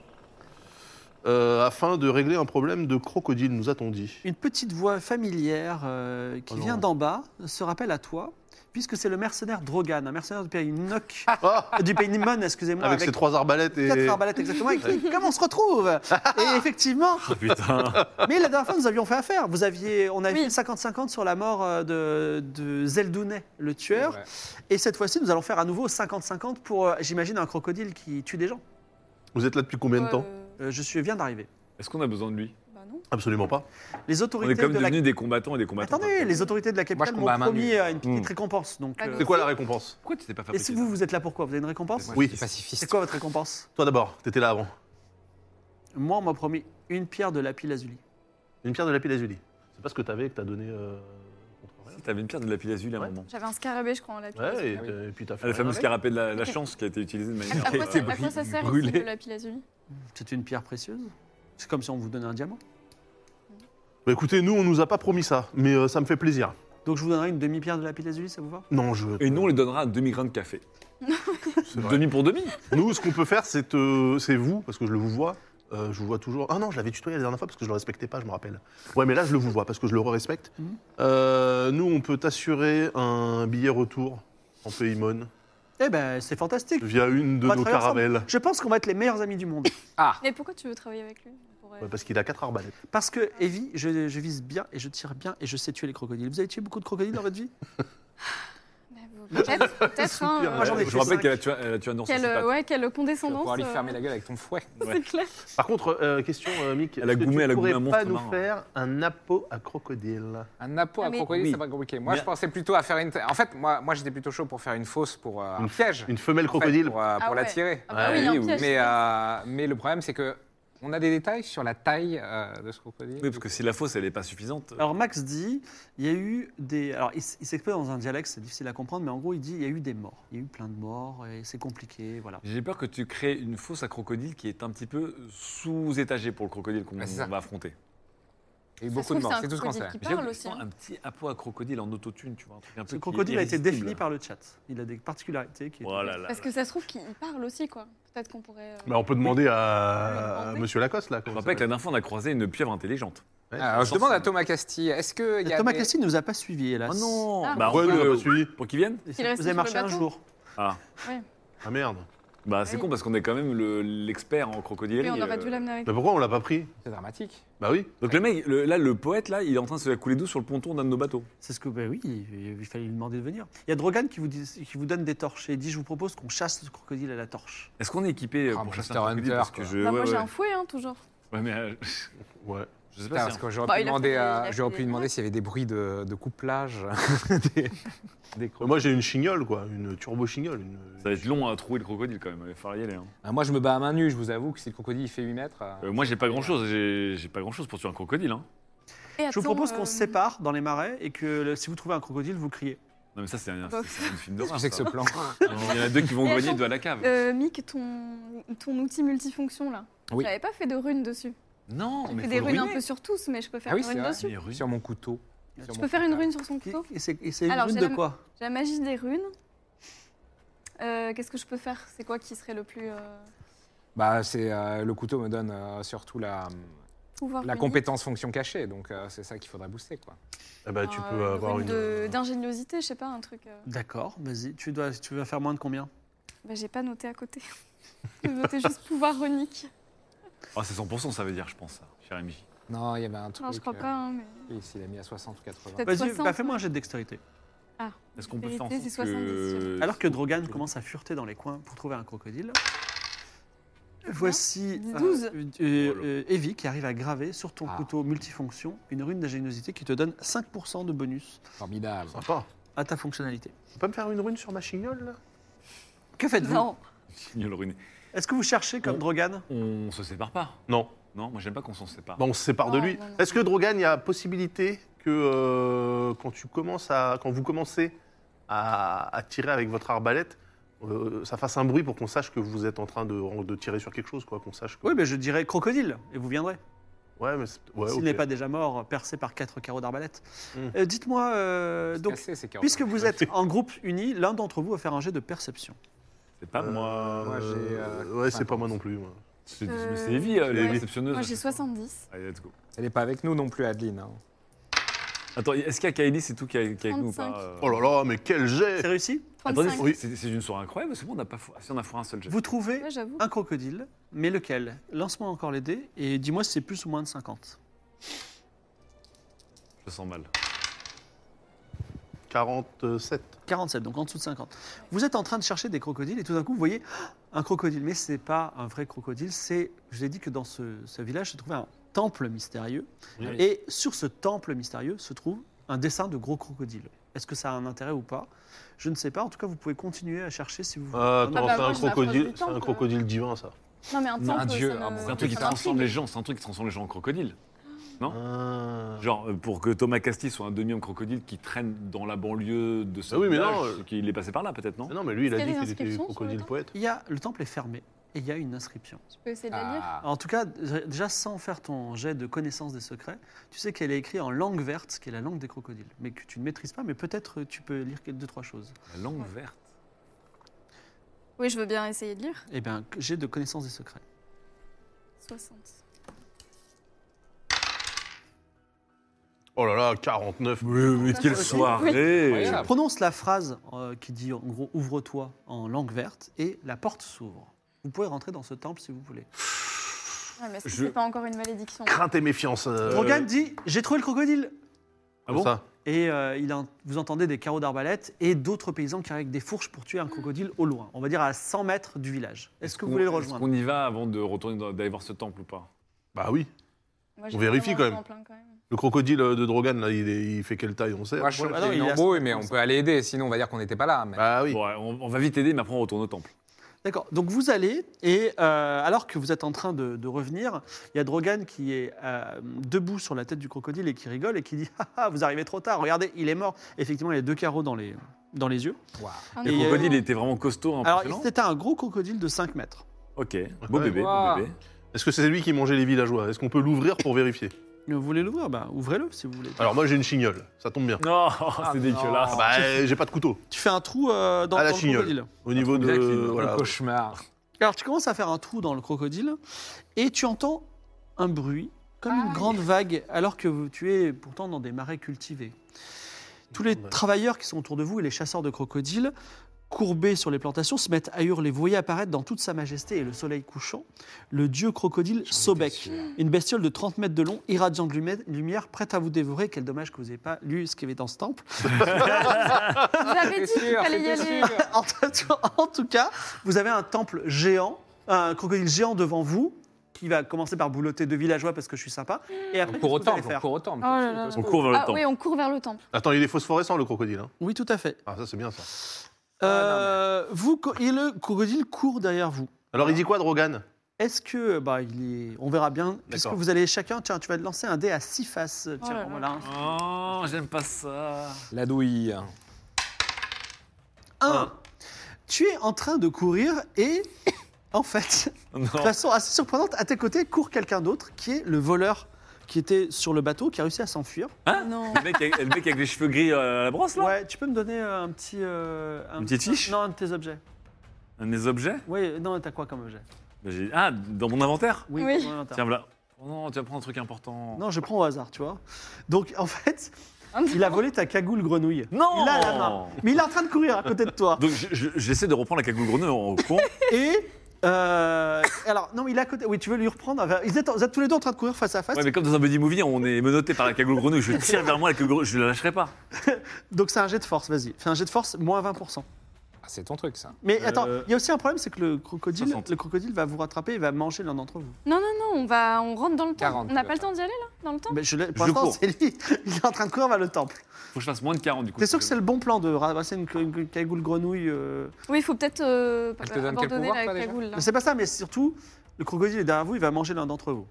euh, afin de régler un problème de crocodile, nous a-t-on dit.
Une petite voix familière euh, qui
Oh non.
vient d'en bas se rappelle à toi, puisque c'est le mercenaire Drogan, un mercenaire du pays Noc,
Ah
du pays Nimon, excusez-moi,
avec,
avec,
ses trois arbalètes et...
quatre arbalètes exactement, et qui dit, Comment on se retrouve Et effectivement,
Ah, putain.
mais la dernière fois, nous avions fait affaire. Vous aviez, on avait
Oui.
fait le 50-50 sur la mort euh, de, de Zeldounet, le tueur.
Ouais.
Et cette fois-ci, nous allons faire à nouveau 50-50 pour, euh, j'imagine, un crocodile qui tue des gens.
Vous êtes là depuis combien de temps
Euh,
Euh, je suis, viens d'arriver.
Est-ce qu'on a besoin de lui
Bah non.
Absolument pas.
Les
On est
autorités
quand même
de la
devenus des combattants et des combattants.
Attendez, les autorités de la
Moi, je
capitale
combats
m'ont
à main
promis
nue.
euh, une petite
Mm.
récompense. Donc,
Pas
euh,
C'est quoi la récompense
Pourquoi tu t'es pas fait
et si vous, vous êtes là pourquoi Vous avez une récompense
Oui.
Pacifiste.
C'est quoi votre récompense
Toi d'abord, t'étais là avant.
Moi, on m'a promis une pierre de lapis lazuli.
Une pierre de lapis lazuli. C'est pas ce que t'avais et que t'as donné... euh, contre rien.
Si T'avais une pierre de la pile azul à un
Ouais.
moment.
J'avais un scarabée, je crois, en l'a
Ouais, et,
Ah oui.
t'as- et puis t'as fait...
Ah, le
rien
fameux
avec.
scarabée de la, la chance qui a été utilisé de manière.
À quoi,
qui a
ça,
été
à quoi ça sert ici,
brûlée.
le lapis lazuli
C'est une pierre précieuse. C'est comme si on vous donnait un diamant.
Bah écoutez, nous on nous a pas promis ça, mais euh, ça me fait plaisir.
Donc, je vous donnerai une demi-pierre de lapis lazuli, ça vous va
Non, je...
Et nous, on lui donnera demi-grain de café.
vrai.
demi pour demi.
Nous, ce qu'on peut faire, c'est euh, c'est vous, parce que je le vous vois. euh, je vous vois toujours. Ah non, je l'avais tutoyé la dernière fois parce que je le respectais pas, je me rappelle. Ouais, mais là, je le vous vois parce que je le respecte.
Mhm.
nous, on peut t'assurer un billet retour en Paymon
Eh ben, c'est fantastique.
via une de
On va
nos
travailler ensemble.
caravelles.
Je pense qu'on va être les meilleurs amis du monde.
Mais pourquoi tu veux travailler avec lui euh, On pourrait-
Ouais, parce qu'il a quatre arbalètes.
Parce que, Evie, je, je vise bien et je tire bien et je sais tuer les crocodiles. Vous avez tué beaucoup de crocodiles dans votre vie
Mais bah, vous- Peut-être, peut-être. hein,
Soupir,
euh,
Moi, j'en ai
Je
fait
vous rappelle
cinq.
qu'elle a tué elle a tué un ours. à
quelle,
ses pattes.
ouais, quelle
Tu vas
condescendance.
pouvoir lui
euh,
fermer la gueule avec ton fouet.
C'est clair.
Par contre, euh, question, euh, Mick.
Elle a
est-ce que
goumé,
tu
elle a goumé
pourrais
un monstre
pas nous
marin.
faire un appôt à crocodile.
Un appôt
Ah,
à
mais-
crocodile,
Oui.
c'est pas compliqué. Moi, je
Mais-
pensais plutôt à faire une. En fait, moi, moi j'étais plutôt chaud pour faire une fausse pour euh, un piège.
Une
en fait,
femelle crocodile.
Pour, euh, pour
ouais.
l'attirer.
Ah bah
Ouais,
oui,
oui,
en
oui.
piège.
Mais, euh, mais le problème, c'est que on a des détails sur la taille euh, de ce crocodile.
Oui, parce que si la fausse, elle n'est pas suffisante.
Alors Max dit, il y a eu des... Alors il, s- il s'exprime dans un dialecte, c'est difficile à comprendre, mais en gros il dit, il y a eu des morts. Il y a eu plein de morts, et c'est compliqué, voilà.
J'ai peur que tu crées une fausse à crocodile qui est un petit peu sous-étagée pour le crocodile qu'on
Ah, c'est ça.
va affronter.
Il y a eu
Ça se
beaucoup de
trouve,
morts,
c'est un
c'est tout ce qu'on sait.
crocodile qui
J'ai
parle aussi. hein.
un petit appôt à crocodile en autotune, tu vois. Un truc un peu
Ce
qui
crocodile
est
a été
irrésistible.
défini par le chat. Il a des particularités qui...
Oh là là.
Parce que ça se trouve qu'il parle aussi, quoi. Peut-être qu'on pourrait. euh,
Bah, on peut demander
Oui,
à,
on
à
peut.
Monsieur Lacoste, là.
Je
comment
me
ça
rappelle que la Ah,
s'appelle
dernière fois, on a croisé une pieuvre intelligente.
Alors, Euh, je demande à Thomas Castille, est-ce que. il y a
Thomas
des-
Castille ne nous a pas suivis, hélas.
Oh non
Ah.
Bah,
Ouais, nous, on
refais-le.
l'a pas suivi.
Pour qu'il vienne
Et
Il est
ça
resté
vous avez
sur
marché
le
un
bateau
jour.
Ah.
Ah merde.
Bah, c'est
Oui.
con parce qu'on est quand même le- l'expert en crocodilerie.
Oui, on
euh.
aurait dû l'amener avec.
Bah, pourquoi on l'a pas pris
C'est dramatique.
Bah oui.
Donc le mec, le- là, le poète, là, il est en train de se la couler d'eau sur le ponton d'un de nos bateaux.
C'est ce que, ben oui, il, il fallait lui demander de venir. Il y a Drogan qui vous, dit- qui vous donne des torches et il dit, je vous propose qu'on chasse le crocodile à la torche.
Est-ce qu'on est équipé euh,
Ah,
pour chasser un
Monster
crocodile
Hunter,
Parce que
quoi.
je...
Bah,
ouais,
moi, j'ai
ouais.
un fouet, hein, toujours.
Ouais, mais euh,
Ouais.
je sais
Putain,
pas
parce
si...
que j'aurais
Bah,
pu
il a
demander,
fait-
à-
il a
j'aurais
fait-
pu demander s'il y avait des bruits de, de couplage. des, des crocs.
Moi, j'ai une chignole, quoi. Une turbo-chignole. une-
Ça va être long à trouver le crocodile quand même, il va falloir y aller. hein.
Ah, moi, je me bats à main nue, je vous avoue que si le crocodile il fait 8 mètres. euh,
Euh, moi j'ai pas grand chose, j'ai j'ai pas grand chose pour tuer un crocodile. Hein.
Je
Et
vous
attends,
propose qu'on
euh,
se sépare dans les marais et que le- si vous trouvez un crocodile, vous criez.
Non mais ça c'est un,
Bof.
c'est un film
Qu'est-ce que
d'horreur.
c'est que ce
ça.
plan
Il y en a deux qui vont
Et
gagner
attends,
deux à la cave.
Euh, Mick, ton, ton outil multifonction là.
Oui.
J'avais pas fait de runes dessus.
Non,
J'ai
mais
fait
faut
des
le
runes un
ruiner.
peu sur tous, mais je peux faire
Ah oui,
une
c'est
rune
vrai.
dessus.
Mais ruine.
Sur mon couteau.
Tu
Sur
Je
mon
peux faire une
couteau.
rune sur son couteau.
Et c'est et c'est une
Alors,
rune
j'ai
de
la-
quoi
J'ai la magie des runes. Euh, Qu'est-ce que je peux faire C'est quoi qui serait le plus euh,
Bah, c'est euh, le couteau me donne euh, surtout la,
pouvoir
la
runier
compétence fonction cachée, donc euh, c'est ça qu'il faudrait booster, quoi.
Ah bah, tu
Enfin,
peux
euh,
avoir
rune
une.
de- d'ingéniosité, je sais pas, un truc. euh,
D'accord, vas-y. Tu, dois, tu vas faire moins de combien
Bah, j'ai pas noté à côté. J'ai noté juste pouvoir runique.
Ah, c'est 100% ça veut dire je pense, ça, cher MJ.
Non, il y avait un truc.
Non, je crois
euh,
pas. hein, mais...
oui, s'il a mis à 60 ou 80.
Peut-être
Vas-y,
60,
bah, fais-moi
ouais.
un jet de dextérité.
Est-ce qu'on peut faire en
Vérité,
sorte
c'est 70,
que...
Alors que Drogan commence à fureter dans les coins pour trouver un crocodile. Voici euh,
12.
euh, euh, Evie qui arrive à graver sur ton
Ah.
couteau multifonction une rune d'ingéniosité qui te donne 5% de bonus
Formidable.
Sympa.
à ta fonctionnalité.
Tu peux pas me faire une rune sur ma chignole, là
Que faites-vous
Non,
Signal ruiné.
Est-ce que vous cherchez comme
On-
Drogan
On se sépare pas
Non.
Non, moi j'aime pas qu'on s'en sépare.
Bah, on se sépare de
Non,
lui.
non, non.
Est-ce que Drogan, il y a possibilité que euh, quand tu commences à, quand vous commencez à, à tirer avec votre arbalète, euh, ça fasse un bruit pour qu'on sache que vous êtes en train de, de tirer sur quelque chose, quoi, qu'on sache. Que...
Oui, mais je dirais crocodile et vous viendrez.
Ouais, mais c'est- ouais,
S'il
ok.
n'est pas déjà mort, percé par quatre carreaux d'arbalète.
Mm.
Euh, Dites-moi, euh,
C'est
donc,
cassé, ces carottes.
puisque vous êtes en groupe uni, l'un d'entre vous va faire un jet de perception.
C'est pas
Euh,
moi.
moi, j'ai, euh,
ouais, c'est pas moi non plus. moi.
C'est
Euh,
c'est Evie, euh, la
ouais.
réceptionneuse.
moi j'ai 70.
Allez, let's go.
Elle n'est pas avec nous non plus, Adeline. hein.
Attends, est-ce qu'il y a Kaeli, c'est tout qui est qui est avec nous ou pas
35.
euh
Oh là là, mais quel jet
C'est réussi
Ah, Attendez, c'est-
35.
c'est c'est une soirée incroyable, c'est bon, on n'a pas fou- si on a foiré un seul jet.
Vous trouvez
Ouais, j'avoue.
un crocodile, mais lequel Lance-moi encore les dés et dis-moi si c'est plus ou moins de 50.
Je sens mal.
47.
47, donc en dessous de 50. Vous êtes en train de chercher des crocodiles et tout d'un coup, vous voyez Ah, un crocodile. Mais ce n'est pas un vrai crocodile, c'est, je l'ai dit que dans ce, ce village se trouvait un temple mystérieux.
Oui.
Et sur ce temple mystérieux se trouve un dessin de gros crocodile. Est-ce que ça a un intérêt ou pas Je ne sais pas. En tout cas, vous pouvez continuer à chercher si vous voulez.
Ah,
Ah
attends,
bah,
c'est
moi,
un
je m'approche
crocodile,
du
c'est un
temple.
crocodile divin, ça.
Non, mais un
Non, un
temple,
dieu,
ça me-
un bon.
C'est un truc qui
ça
transforme
m'intrigue.
les gens, c'est un truc qui transforme les gens en crocodile. Non
Ah.
Genre, euh, pour que Thomas Casti soit un demi-homme crocodile qui traîne dans la banlieue de ce
Ah oui, mais
village,
non, euh,
c'est qu'il est passé par là peut-être, non
Mais non, mais lui, il a
Est-ce
dit
qu'il y a
qu'il
des
était
inscriptions sur
crocodile
le
poète.
Il y a, le temple est fermé et il y a une inscription.
Je peux essayer de la lire.
Ah.
Alors, en tout cas, déjà sans faire ton jet de connaissance des secrets, tu sais qu'elle est écrite en langue verte, qui est la langue des crocodiles, mais que tu ne maîtrises pas, mais peut-être euh, tu peux lire quelques- deux, trois choses.
La langue verte.
Oui, je veux bien essayer de lire.
Eh bien, j'ai de connaissance des secrets.
60.
Oh là là, 49.
mais
quelle
quelle soirée
Incroyable.
Prononce la phrase euh, qui dit en gros ouvre-toi en langue verte et la porte s'ouvre. Vous pouvez rentrer dans ce temple si vous voulez.
Ouais, mais est-ce que
Je-
c'est pas encore une malédiction
Crainte et méfiance. euh,
Drogan dit J'ai trouvé le crocodile
Ah
comme
bon
ça.
Et euh, il en- vous entendez des carreaux d'arbalète et d'autres paysans qui arrivent avec des fourches pour tuer un crocodile au loin, on va dire à 100 mètres du village. Est-ce que vous voulez le rejoindre
On y va avant de retourner dans- d'aller voir ce temple ou pas
Bah oui.
Moi,
On
j'ai
vérifie
vraiment
quand même.
un plan quand même.
Le crocodile euh, de Drogan, là, il, est- il fait quelle taille On sait.
Moi, je
bon,
suis
bah non,
une
il est à
embrouille,
50%.
mais on peut aller aider, sinon on va dire qu'on n'était pas là. mais-
Bah oui.
Bon, ouais, on, on va vite aider, mais après on retourne au temple.
D'accord, donc vous allez, et euh, alors que vous êtes en train de, de revenir, il y a Drogan qui est euh, debout sur la tête du crocodile et qui rigole et qui dit Ah, ah, vous arrivez trop tard, regardez, il est mort. Effectivement, il y a deux carreaux dans les, dans les yeux.
Waouh.
Ah
Le
non.
Et,
crocodile était vraiment costaud,
Alors,
impressionnant.
c'était un gros crocodile de 5 mètres.
ok, beau
Ouais.
bébé, beau
Wow.
bébé.
Est-ce que c'est lui qui mangeait les villageois Est-ce qu'on peut l'ouvrir pour vérifier
Vous voulez l'ouvrir Bah, ouvrez-le si vous voulez.
Alors moi j'ai une chignole, ça tombe bien.
Non, c'est
non.
dégueulasse.
Ah
Bah euh, j'ai pas de couteau.
Tu fais un trou euh, dans,
À la
dans le
chignole.
crocodile.
Au niveau de...
Bien qu'il
euh,
nous-
voilà.
le cauchemar.
Alors tu commences à faire un trou dans le crocodile et tu entends un bruit comme une
Aïe.
grande vague alors que vous- tu es pourtant dans des marais cultivés. Tous les
Ouais.
travailleurs qui sont autour de vous et les chasseurs de crocodiles courbés sur les plantations se mettent à hurler. Vous voyez apparaître dans toute sa majesté et le soleil couchant le dieu crocodile Sobek, une bestiole de 30 mètres de long irradiant de lumè- lumière prête à vous dévorer. Quel dommage que vous n'ayez pas lu ce qu'il y avait dans ce temple.
J'avais dit
C'était
qu'il
sûr,
fallait y
c'était
aller.
sûr.
En tout- en tout cas, vous avez un temple géant, un crocodile géant devant vous, qui va commencer par boulotter deux villageois parce que je suis sympa. Et après,
On
qu'est-ce
court au
que vous allez
temple, on
faire
court au temple.
Oh là là.
On court vers le
Ah
temple.
oui, on court vers le temple.
Attends, il est phosphorescent le crocodile. hein.
Oui, tout à fait.
Ah ça c'est bien ça.
Euh, vous, co- et le crocodile court derrière vous.
Alors il dit quoi Drogan
Est-ce que, bah, il est- on verra bien, puisque
D'accord.
vous allez chacun, tiens, tu vas lancer un dé à six faces. Tiens,
là là.
voilà. un.
Oh, j'aime pas ça.
La douille. Ah,
Un. Tu es en train de courir et, en fait,
Non.
De façon assez surprenante, à tes côtés court quelqu'un d'autre qui est le voleur qui était sur le bateau, qui a réussi à s'enfuir.
Non.
Le mec, avec- le mec avec les cheveux gris euh, à la brosse, là
Ouais, tu peux me donner euh, un petit. euh, un
Une petite fiche
Non, un de tes objets.
Un des objets
Oui, non, t'as quoi comme objet
Bah, j'ai- Ah, dans mon inventaire
Oui,
Oui.
on en a.
Tiens, voilà. Oh non, tu vas prendre un truc important.
Non, je prends au hasard, tu vois. Donc, en fait,
Un
il a volé ta cagoule grenouille.
Non
Il a la main. Mais il est en train de courir à côté de toi.
Donc, je- je- j'essaie de reprendre la cagoule grenouille en con.
Et. euh, alors, non, mais il est à côté. Oui, tu veux lui reprendre Ils étaient- Vous êtes tous les deux en train de courir face à face.
Ouais, mais comme dans un buddy movie, on est menotté par la cagoule grenouille. Je tire vers moi la cagoule grenouille, je la lâcherai pas.
Donc, c'est un jet de force, vas-y. Fais un jet de force, moins 20%.
Ah, c'est ton truc, ça.
Mais
Euh,
attends, il y a aussi un problème, c'est que le crocodile,
60.
le crocodile va vous rattraper et va manger l'un d'entre vous.
Non, non, non, on, va, on rentre dans le temple.
40,
On n'a
tu
pas
vas
le temps d'y aller là Dans le temple
Mais je l'ai- pour
Je
l'instant,
cours.
c'est lui. Il est en train de courir vers le temple.
Faut que je fasse moins de 40 du coup.
T'es sûr que c'est le bon plan de ramasser une, une- une cagoule grenouille euh,
Oui, il faut peut-être euh,
Elle te donne quel
abandonner
pouvoir,
la
toi, déjà
cagoule. là.
C'est pas ça, mais surtout, le crocodile est derrière vous, il va manger l'un d'entre vous.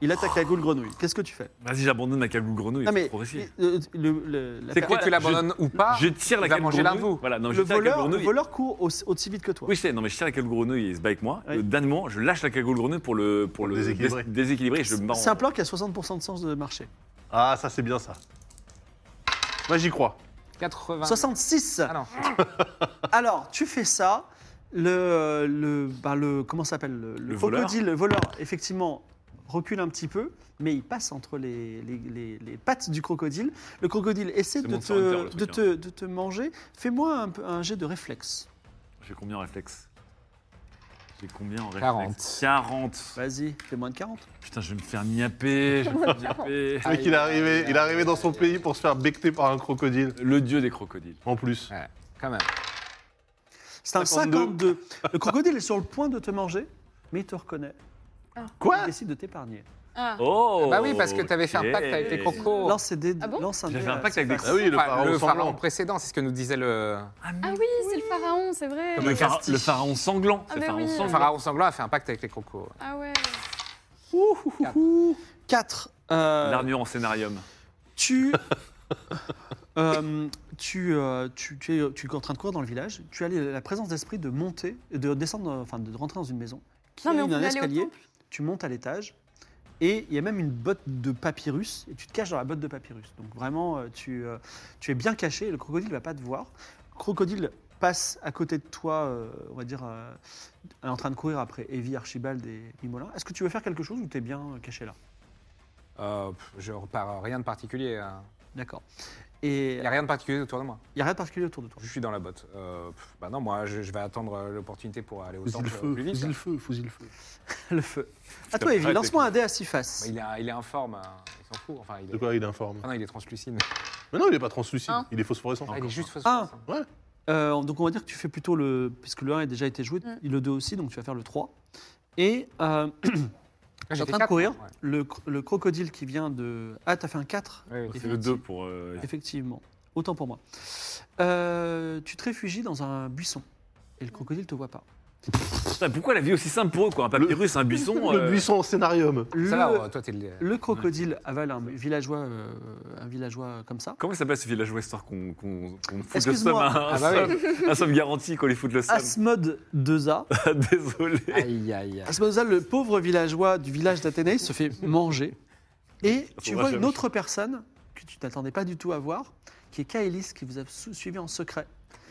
Il
Oh.
attaque la cagoule grenouille. Qu'est-ce que tu fais
Vas-y, j'abandonne ma cagoule grenouille.
Non,
c'est
mais.
trop risqué.
le- le- le- la
C'est
per-
quoi
Que tu l'abandonnes ou pas,
Je tire la
il va
cagoule
manger l'un de
grenouille.
vous.
Voilà, non, je
le
tire la
voleur,
cagoule
le
grenouille.
voleur court aussi, aussi vite que toi.
Oui, je sais, non, mais je tire la cagoule grenouille et il se bat avec moi.
Oui.
Le dernier moment, je lâche la cagoule grenouille pour le, pour le
Déséquilibrer.
dés- déséquilibrer et je me barre en-
C'est un plan qui a 60% de sens de marché.
Ah ça c'est bien ça. Moi j'y crois.
80.
66
Ah non.
Alors, tu fais ça. Le, le, bah, le comment ça s'appelle le, le
Le voleur.
crocodile, le voleur, effectivement, recule un petit peu, mais il passe entre les, les- les- les pattes du crocodile. Le crocodile essaie
C'est
de
Monster Hunter,
te,
le truc,
de,
hein.
te, de te manger. Fais-moi un, peu- un jet de réflexe.
J'ai combien en réflexe J'ai combien en réflexe
40.
40.
Vas-y, fais moins de 40.
Putain, je vais me faire niapper, je vais me faire niapper.
Le mec il est arrivé, il est arrivé dans son pays pour se faire becter par un crocodile.
Le dieu des crocodiles.
En plus.
Ouais, quand même.
C'est un 52.
52.
le crocodile est sur le point de te manger, mais il te reconnaît. Il
Quoi
décide de t'épargner.
Ah.
Oh
Bah oui, parce que t'avais fait un
ok.
pacte avec les crocos.
Lance, des,
Ah bon
lance un
J'avais
dé à
un pacte avec
six
des
faces.
Ah oui, le
Enfin,
pharaon
le pharaon
sanglant.
précédent, c'est ce que nous disait le...
Ah oui, c'est le pharaon, c'est vrai.
Le, phara-
Castille.
le pharaon sanglant.
Ah
C'est le
bah
pharaon
oui.
le
sanglant.
pharaon sanglant a fait un pacte avec les crocos.
Ah ouais.
4. Euh,
L'armure en scénarium.
Tu. Euh, tu, euh, tu, tu es, tu es en train de courir dans le village, tu as les- la présence d'esprit de monter, de descendre, euh, enfin de rentrer dans une maison. Qui
Non,
a
mais on
une-
peut
un
aller au
escalier,
temple.
tu montes à l'étage, et il y a même une botte de papyrus, et tu te caches dans la botte de papyrus. Donc vraiment, euh, tu, euh, tu es bien caché, le crocodile ne va pas te voir. Le crocodile passe à côté de toi, euh, on va dire, euh, en train de courir après Evie, Archibald et Mimolin. Est-ce que tu veux faire quelque chose ou tu es bien euh, caché là
Euh, pff, je repars rien de particulier. hein.
D'accord. Et
Il n'y a rien de particulier autour de moi.
il n'y a rien de particulier autour de toi.
Je suis dans la botte. Euh, pff, bah non, moi, je, je vais attendre euh, l'opportunité pour aller au
Fusille
temple euh,
le feu,
plus vite.
fusille le feu, fusille le feu.
Le feu. À Ah, toi, Evie, lance-moi un dé à six faces.
Il est, il est informe, hein. il s'en fout. Enfin, il
De
est...
quoi il informe
Ah non, il est translucide.
Mais non, il est pas translucide,
Hein
il est phosphorescent.
Ah, il est juste
Ah.
phosphorescent.
Euh, donc on va dire que tu fais plutôt le... Puisque le 1 a déjà été joué,
Mm.
le 2 aussi, donc tu vas faire le 3. Et euh,
Ah,
t'es en
j'ai
train
fait
de
quatre,
courir,
ouais.
le, cro- le crocodile qui vient de... Ah, t'as fait un 4
Ouais,
C'est le 2 pour. euh,
Effectivement. Autant pour moi. Euh, tu te réfugies dans un buisson. Et le crocodile te voit pas.
Putain, pourquoi la vie est aussi simple pour eux, quoi Un papyrus, un buisson.
Le
euh,
buisson en scénarium.
Le,
Ça va, Mm. ouais, toi, t'es le.
le crocodile avale un villageois, euh, un villageois comme ça.
Comment s'appelle ce village ouest histoire qu'on qu'on- qu'on fout le somme
Excuse-moi. Ah,
à un
Ah bah oui.
somme- un somme garanti qu'on les fout le somme
Asmode 2A.
Désolé.
ah,
Aïe, aïe, aïe.
Asmode 2A, le pauvre villageois du village d'Athénée, se fait manger. Et tu
Faudra
vois une
jamais.
autre personne que tu t'attendais pas du tout à voir, qui est Kaelis, qui vous a sou- suivi en secret.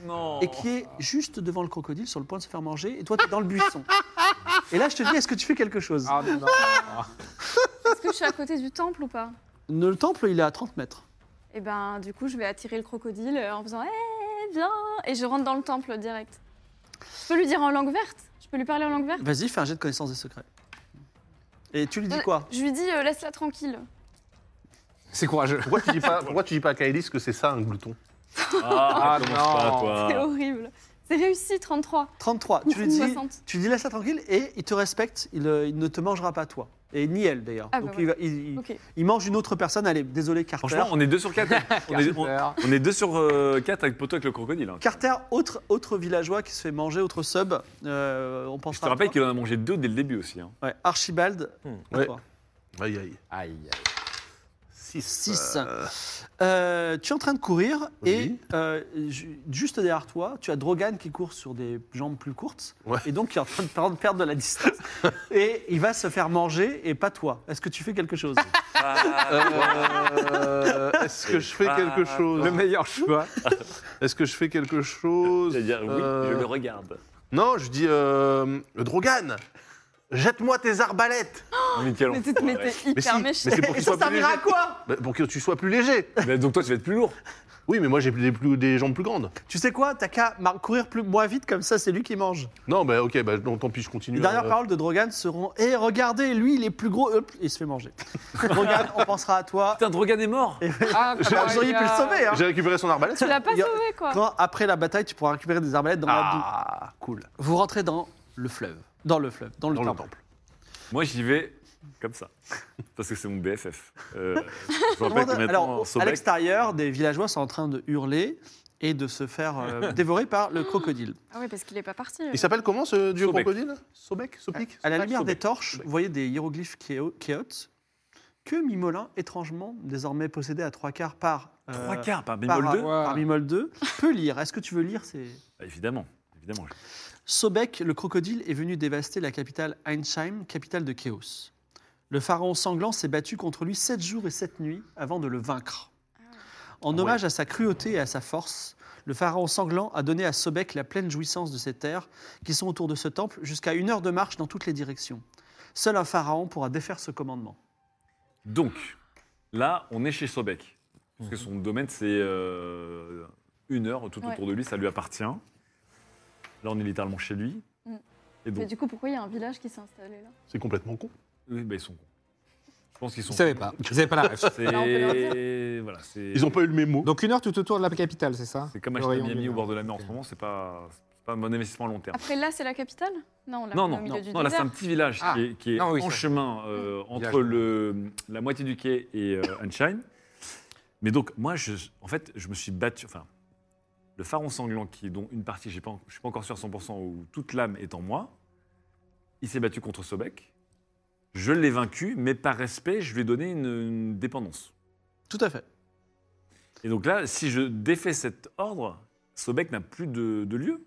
Non.
et qui est juste devant le crocodile sur le point de se faire manger et toi t'es dans le buisson. Et là je te dis est-ce que tu fais quelque chose
Ah non, non.
Est-ce que je suis à côté du temple ou pas
Ne- Le temple il est à 30 mètres.
Et ben, du coup, je vais attirer le crocodile euh, en faisant Hé, viens Et je rentre dans le temple direct. Je peux lui dire en langue verte Je peux lui parler en langue verte
Vas-y fais un jet de connaissance des secrets. Et tu lui dis quoi
Je lui dis euh, Laisse-la tranquille.
C'est courageux.
Pourquoi tu dis pas, pourquoi tu dis pas à Kaelis que c'est ça un glouton
Ah,
Ah,
commence
non.
pas,
C'est
toi.
horrible. C'est réussi, 33.
33. Tu lui dis
60.
tu lui dis laisse-la tranquille et il te respecte, il, euh, il ne te mangera pas toi. Et ni elle d'ailleurs.
Ah, bah
Donc il, va- il- il-
Ok.
il mange une autre personne, allez désolé Carter.
Franchement, on est 2 sur 4. on, est, on,
Carter.
on est 2 sur 4 avec Poto avec le crocodile. hein.
Carter, autre, autre villageois qui se fait manger, autre sub, euh, on pense
Je te rappelle qu'il en a mangé 2 dès le début aussi. hein.
Ouais, Archibald,
Hmm.
à
Ouais.
toi.
Aïe aïe.
Aïe, aïe.
6.
Six. Euh, tu es en train de courir
Oui.
et euh, ju- juste derrière toi, tu as Drogan qui court sur des jambes plus courtes
Ouais.
et donc qui est en train de perdre- perdre de la distance. et il va se faire manger et pas toi. Est-ce que tu fais quelque chose
Ah, Euh, Est-ce que je fais
Ah,
quelque
Le
chose
meilleur choix.
Est-ce que je fais quelque chose
C'est-à-dire, oui,
Euh,
je le regarde.
Non, je dis euh, Drogan, jette-moi tes arbalètes.
Mais quel
Mais t'es
enfoiré.
mais t'es hyper
si,
méchant.
mais c'est pour
Et
qu'il
ça
soit plus
servira à
léger.
quoi
Bah, pour que tu sois plus léger.
Mais donc toi, tu vas être plus lourd.
Oui, mais moi j'ai des, plus, des jambes plus grandes.
Tu sais quoi T'as qu'à mar- courir plus, moins vite comme ça, c'est lui qui mange.
Non, bah ok, bah, non, tant pis, je continue.
Les dernières
euh,
paroles de Drogan seront Et regardez, lui il est plus gros, hop, il se fait manger. Drogan, on pensera à toi.
Putain, Drogan est mort.
Ah,
Alors, Vous auriez pu le sauver. hein.
J'ai récupéré son arbalète.
Tu l'as pas
Il y a-
sauvé, quoi.
Quand, après la bataille, tu pourras récupérer des arbalètes dans la boue.
Ah, cool.
Vous rentrez dans le fleuve. Dans le fleuve, dans le
Dans le
temple.
temple.
Moi, j'y vais comme ça. Parce que c'est mon BFF. Euh, je vous rappelle
Demande-
que maintenant,
Alors, à
Sobek-
l'extérieur, des villageois sont en train de hurler et de se faire euh, dévorer par le crocodile.
Ah oui, parce qu'il est pas parti.
Il s'appelle comment ce dieu
Sobek.
crocodile Sobek Sopic
À la lumière des
Sobek.
torches, vous voyez des hiéroglyphes kéo- kéotes que Mimolin, étrangement, désormais possédé à trois quarts par, euh,
Trois quarts par
par, euh,
bémol 2
Wow.
par Mimol 2, peut lire. Est-ce que tu veux lire ces...
Ah, Évidemment. Évidemment.
Sobek, le crocodile, est venu dévaster la capitale Einsheim, capitale de Chaos. Le pharaon sanglant s'est battu contre lui sept jours et sept nuits avant de le vaincre. En hommage à sa cruauté et à sa force, le pharaon sanglant a donné à Sobek la pleine jouissance de ses terres, qui sont autour de ce temple, jusqu'à une heure de marche dans toutes les directions. Seul un pharaon pourra défaire ce commandement.
Donc, là, on est chez Sobek. Parce que son domaine, c'est euh, une heure tout
Ouais.
autour de lui, ça lui appartient. Là, on est littéralement chez lui.
Mhm.
Et
Mais
donc,
du coup, pourquoi il y a un village qui s'est installé là
C'est complètement con.
oui, bah, ils sont cons. Je pense qu'ils sont
Vous savez pas. Vous savez pas la ref.
C'est...
Bah, on peut leur
Voilà, c'est...
Ils ont pas eu le mémo.
Donc une heure tout autour de la capitale, c'est ça
C'est comme
Le
acheter à
rayon
Miami
du-
au bord de la mer en ce moment, c'est pas, c'est pas un bon investissement à long terme.
Après, là, c'est la capitale Non, on l'a
Non,
fait
non,
au milieu
non,
du
non, là c'est
désert.
un petit village
Ah.
qui est, qui est
Non, oui,
en
c'est-
entre chemin euh,
Village.
entre le, la moitié du quai et euh, Unshine. Mais donc, moi, je, en fait, je me suis battu. Enfin, le pharaon sanglant, qui, dont une partie, j'ai pas en- je ne suis pas encore sûr à 100%, où toute l'âme est en moi, il s'est battu contre Sobek. Je l'ai vaincu, mais par respect, je lui ai donné une, une dépendance.
Tout à fait.
Et donc là, si je défais cet ordre, Sobek n'a plus de, de lieu.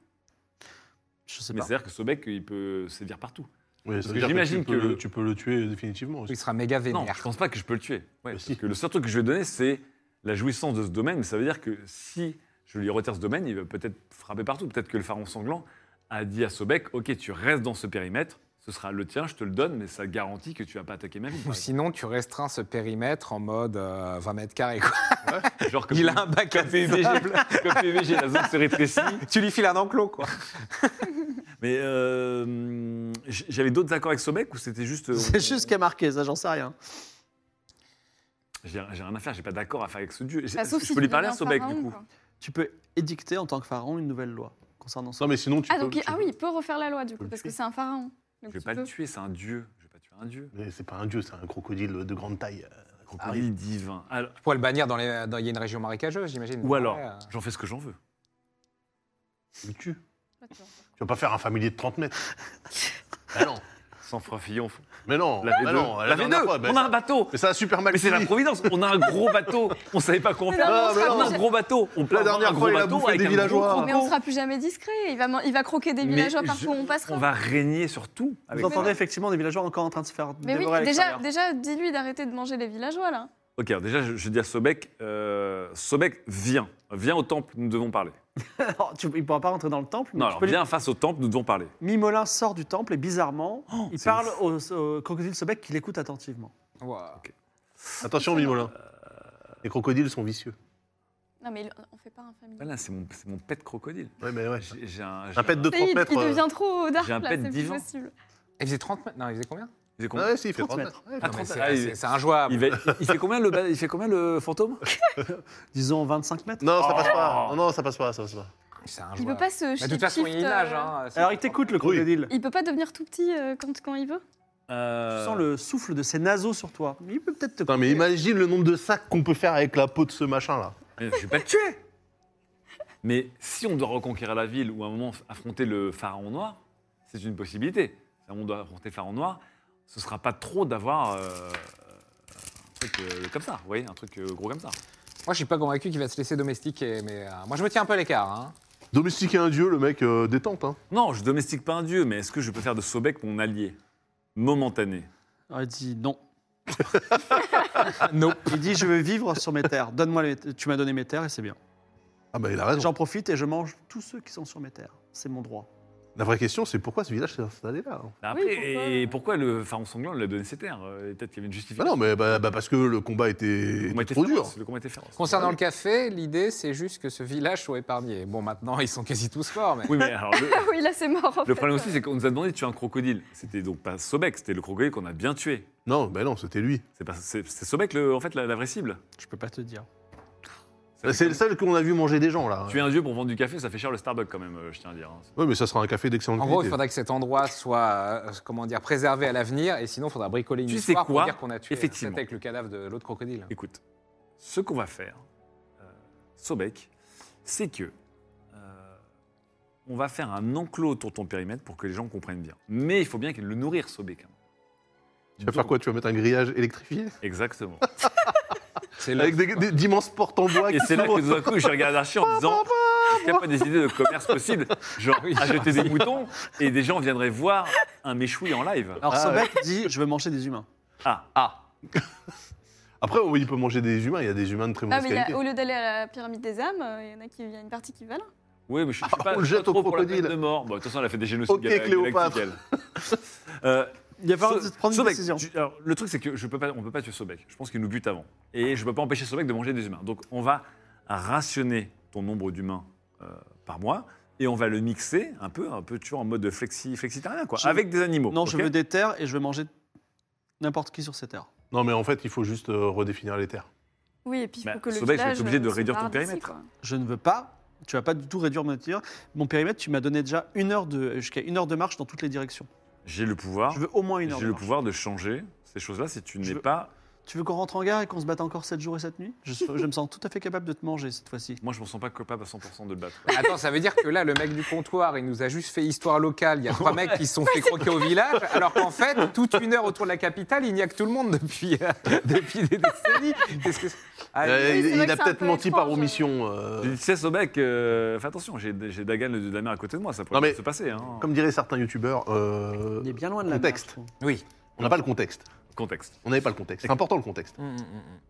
Je sais
Mais
pas.
c'est-à-dire que Sobek, il peut sévir partout.
Oui, ça
Parce
veut
que
dire
j'imagine
tu peux
que
le-
le-
tu peux le tuer définitivement.
Il sera méga vénère.
Non, je pense pas que je peux le tuer. Ouais,
Mais
parce
si.
que le seul truc que je vais donner, c'est la jouissance de ce domaine. Mais ça veut dire que si je lui retire ce domaine, il va peut-être frapper partout. Peut-être que le pharaon sanglant a dit à Sobek Ok, tu restes dans ce périmètre, ce sera le tien, je te le donne, mais ça garantit que tu vas pas attaquer ma ville.
Ou sinon, tu restreins ce périmètre en mode euh, 20 mètres carrés. Quoi.
Genre comme
Il a un bac à PVG.
comme PVG, la zone se rétrécit.
tu lui files un enclos, quoi.
Mais euh, j- euh, j'avais d'autres accords avec Sobek ou c'était juste.
C'est juste ce qui a marqué, ça, j'en sais rien.
J'ai j'ai rien à faire, j'ai pas d'accord à faire avec ce dieu. J'ai-
Bah, sauf
je
si
peux
tu
lui parler à
deviens
Sobek, du
pharaon,
coup.
quoi.
Tu peux édicter en tant que pharaon une nouvelle loi concernant ça.
Non, mais sinon, tu
Ah,
peux-
donc, il-
tu-
ah oui, il peut refaire la loi, du
peux
coup,
le
parce que
tuer.
c'est un pharaon.
Je
Donc,
vais
tu
pas le
peux.
tuer, c'est un dieu. Je vais pas tuer un dieu.
Mais c'est pas un dieu, c'est un crocodile de grande taille. Euh,
Ah
Crocodile divin. Alors-
Pour le bannir dans les. dans- Il y a une région marécageuse, j'imagine.
ou alors,
Ouais, euh,
j'en fais ce que j'en veux.
Tu le tues.
Attends.
Tu vas pas faire un familier de 30 mètres. mais non,
Sans frafillon.
mais non,
La
mais
V2.
Bah non.
la
dernière fois,
V2
ben,
On a un bateau
Mais ça a super mal
Mais c'est la
fini.
Providence, on a un gros bateau, on savait pas quoi en
Mais
faire.
non,
Ah,
on
mais
sera
non.
on a un
obligé-
gros bateau, on peut
La
avoir
dernière
un gros
fois, il a
bateau
bouffé
avec
des
un
villageois.
gros
Mais
croco.
on sera plus jamais discret. Il va, man- il va croquer des
Mais
villageois partout
je-
où on passera.
On va régner sur tout. avec
Vous
ça.
entendez effectivement des villageois encore en train de se faire
Mais oui,
dévorer à
déjà,
l'extérieur.
déjà dis-lui d'arrêter de manger les villageois, là.
Ok, alors déjà, je, je dis à Sobek, euh, Sobek, viens. Viens au temple, nous devons parler.
Alors, tu- il ne pourra pas rentrer dans le temple. mais
Non,
tu
alors
peux lui-
viens face au temple, nous devons parler.
Mimolin sort du temple et bizarrement,
Oh,
il
c'est
parle
ouf.
au, au crocodile Sobek qui l'écoute attentivement.
ouah.
Attention, Mimolin. Les crocodiles sont vicieux.
Non, mais il- on fait pas un familier.
Ah Là, c'est mon, c'est mon pet crocodile.
Ouais, mais ouais.
J'ai j'ai un... j'ai
Un pet de
Ça y est,
30
il,
mètres.
il
euh,
devient trop dark,
j'ai un
là,
pet
c'est plus
divin.
possible.
Il faisait 30 mètres. Non, il faisait combien
Il faisait
Ah
combien
ouais, si, il fait
30
30
mètres.
mètres. Ouais,
Ah,
Non, mais
30,
c'est-
ah, il-
C'est c'est injouable.
il, va- il fait combien le, ba- il fait combien le fantôme
Disons 25 mètres.
Non, ça
Oh.
passe pas. Non, non, ça passe pas, ça passe pas.
C'est
Il peut
injouable.
pas se
Mais de toute façon, il
shapeshift,
nage.
euh,
Hein, c'est-
Alors il t'écoute
Ah,
le crocodile.
Il peut pas devenir tout petit euh, quand, quand il veut.
Euh,
Tu sens le souffle de ses naseaux sur toi. Il peut peut-être te
Putain, mais imagine le nombre de sacs qu'on peut faire avec la peau de ce machin-là.
mais Je vais pas le tuer Mais si on doit reconquérir la ville ou à un moment affronter le pharaon noir, c'est une possibilité. Si on doit affronter le pharaon noir, ce sera pas trop d'avoir euh, un truc euh, comme ça, vous voyez, un truc euh, gros comme ça.
Moi, je suis pas convaincu qu'il va se laisser domestiquer, mais euh, moi, je me tiens un peu à l'écart. hein.
Domestiquer un dieu, le mec euh, détente. Hein.
Non, je domestique pas un dieu, mais est-ce que je peux faire de Sobek mon allié Momentané.
Alors, il dit non.
Non.
Il dit je veux vivre sur mes terres. Donne-moi les... tu m'as donné mes terres et c'est bien.
Ah bah il a raison.
J'en profite et je mange tous ceux qui sont sur mes terres. C'est mon droit.
La vraie question, c'est pourquoi ce village s'est installé là hein
Bah Après,
Oui, pourquoi
et pourquoi le pharaon sanglant lui a donné ses terres Euh, Peut-être qu'il y avait une
Bah
justification.
non, mais bah, bah, parce que le combat était,
Le combat
était
était
trop dur.
féroce, Le combat était féroce.
Concernant le café, l'idée, c'est juste que ce village soit épargné. Bon, maintenant, ils sont quasi tous morts, mais.
Oui, mais alors, le,
Ah oui, là, c'est mort. en
le
fait.
problème aussi, c'est qu'on nous a demandé de tuer un crocodile. C'était donc pas Sobek, c'était le crocodile qu'on a bien tué.
Non, bah non, c'était lui.
C'est pas- c'est- c'est Sobek, le- en fait, la, la vraie cible.
Je peux pas te dire.
Ça fait
Bah, C'est
quand
le seul qu'on a vu manger des gens là.
même- Tuer un dieu pour vendre du café, ça fait cher le Starbucks quand même, euh, je tiens à dire. hein.
Oui, mais ça sera un café d'excellente
En gros, il
qualité.
faudrait que cet endroit soit, euh, comment dire, préservé à l'avenir, et sinon, il faudra bricoler une
Tu sais
histoire pour
quoi
dire qu'on a tué
Effectivement.
peut-être avec le cadavre de l'autre crocodile.
Écoute, ce qu'on va faire, euh, Sobek, c'est que euh, on va faire un enclos autour de ton périmètre pour que les gens comprennent bien. Mais il faut bien qu'il le nourrir, Sobek. hein.
Tu vas faire quoi Tu vas mettre un grillage électrifié
Exactement.
C'est là-
Avec des- des- d'immenses portes en bois
Et
qui
c'est là
s'ouvrent.
que tout d'un coup, je regarde Archie
Ah,
en disant Est-ce qu'il n'y a pas des idées de commerce possible Genre,
Oui,
acheter des moutons et des gens viendraient voir un méchoui en live.
Alors
Ah,
Sobek dit je veux manger des humains.
Ah, ah
Après, oui, il peut manger des humains. Il y a des humains de très
Ah,
mauvaise
mais il y a-
qualité.
au lieu d'aller à la pyramide des âmes, euh, il y en a qui, il y a une partie qui va là.
Oui, mais je, je suis pas,
Ah, on
je
le
suis pas
jette au
trop pour la peine
crocodile.
de mort. Bon, de toute façon, elle a fait des génocides
Ok,
gal-
Cléopâtre.
galactiques, elle. Euh,
Il va falloir
So-
prendre une
Sobek,
décision.
tu- alors, le truc, c'est que je peux pas, on peut pas tuer Sobek. Je pense qu'il nous bute avant. Et je peux pas empêcher Sobek de manger des humains. Donc, on va rationner ton nombre d'humains euh, par mois et on va le mixer un peu, un peu, tu vois, en mode flexi, flexitarien, quoi,
Je-
avec des animaux.
Non, je
ok
veux des terres et je veux manger n'importe qui sur ces terres.
Non, mais en fait, il faut juste euh, redéfinir les terres.
Oui, et puis il faut
Bah,
que le
Sobek, je vais
village.
être obligé de
euh, se
réduire ton
barre d'ici,
périmètre.
quoi.
Je ne veux pas. Tu vas pas du tout réduire mon périmètre. Mon périmètre, tu m'as donné déjà une heure de jusqu'à une heure de marche dans toutes les directions.
J'ai le pouvoir.
Je veux au moins une heure.
Ah. J'ai
De
le
marche.
pouvoir de changer ces choses-là si tu
Je
n'es
veux-
pas.
Tu veux qu'on rentre en gare et qu'on se batte encore 7 jours et 7 nuits je, suis- je me sens tout à fait capable de te manger cette fois-ci.
Moi, je me sens pas capable à 100% de le battre.
Attends, ça veut dire que là, le mec du comptoir, il nous a juste fait histoire locale. Il y a trois mecs qui se sont fait croquer au village, alors qu'en fait, toute une heure autour de la capitale, il n'y a que tout le monde depuis, euh, depuis des décennies. Qu'est-ce que c'est Ah,
Euh,
oui,
il
c'est vrai
il
que
a
c'est un
peut-être
peu
menti par
étrange. hein.
omission. euh,
J'ai dit, tu sais, Sobek, euh, fais attention, j'ai j'ai Dagan le dieu de la mer à côté de moi, ça pourrait
Non, mais-
se passer. Hein.
Comme diraient certains youtubeurs, euh,
On est bien loin de la
contexte.
mer, je trouve.
Oui.
on n'a pas le contexte.
Contexte.
On n'avait pas le contexte. C'est important le contexte.
Mm, mm, mm.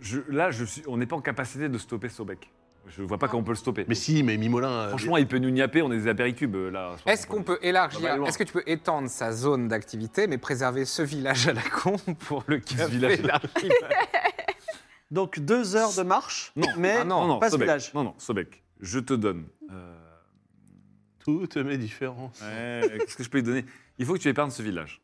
Je- là, je suis, on n'est pas en capacité de stopper Sobek. Je vois pas comment on peut le stopper.
Mais si, mais Mimolin. euh,
Franchement, il peut nous niapper, on est des apéricubes euh, là.
Est-ce qu'on peut
On va aller
élargir
loin.
Est-ce que tu peux étendre sa zone d'activité, mais préserver ce village à la con pour le café
village à la
l'archive
Donc deux heures de marche,
Non,
mais
ah
Non, non,
pas ce
Sobek.
village.
Non, non, Sobek, je te donne. euh,
Toutes mes différences.
ouais, Qu'est-ce que je peux lui donner Il faut que tu épargnes ce village.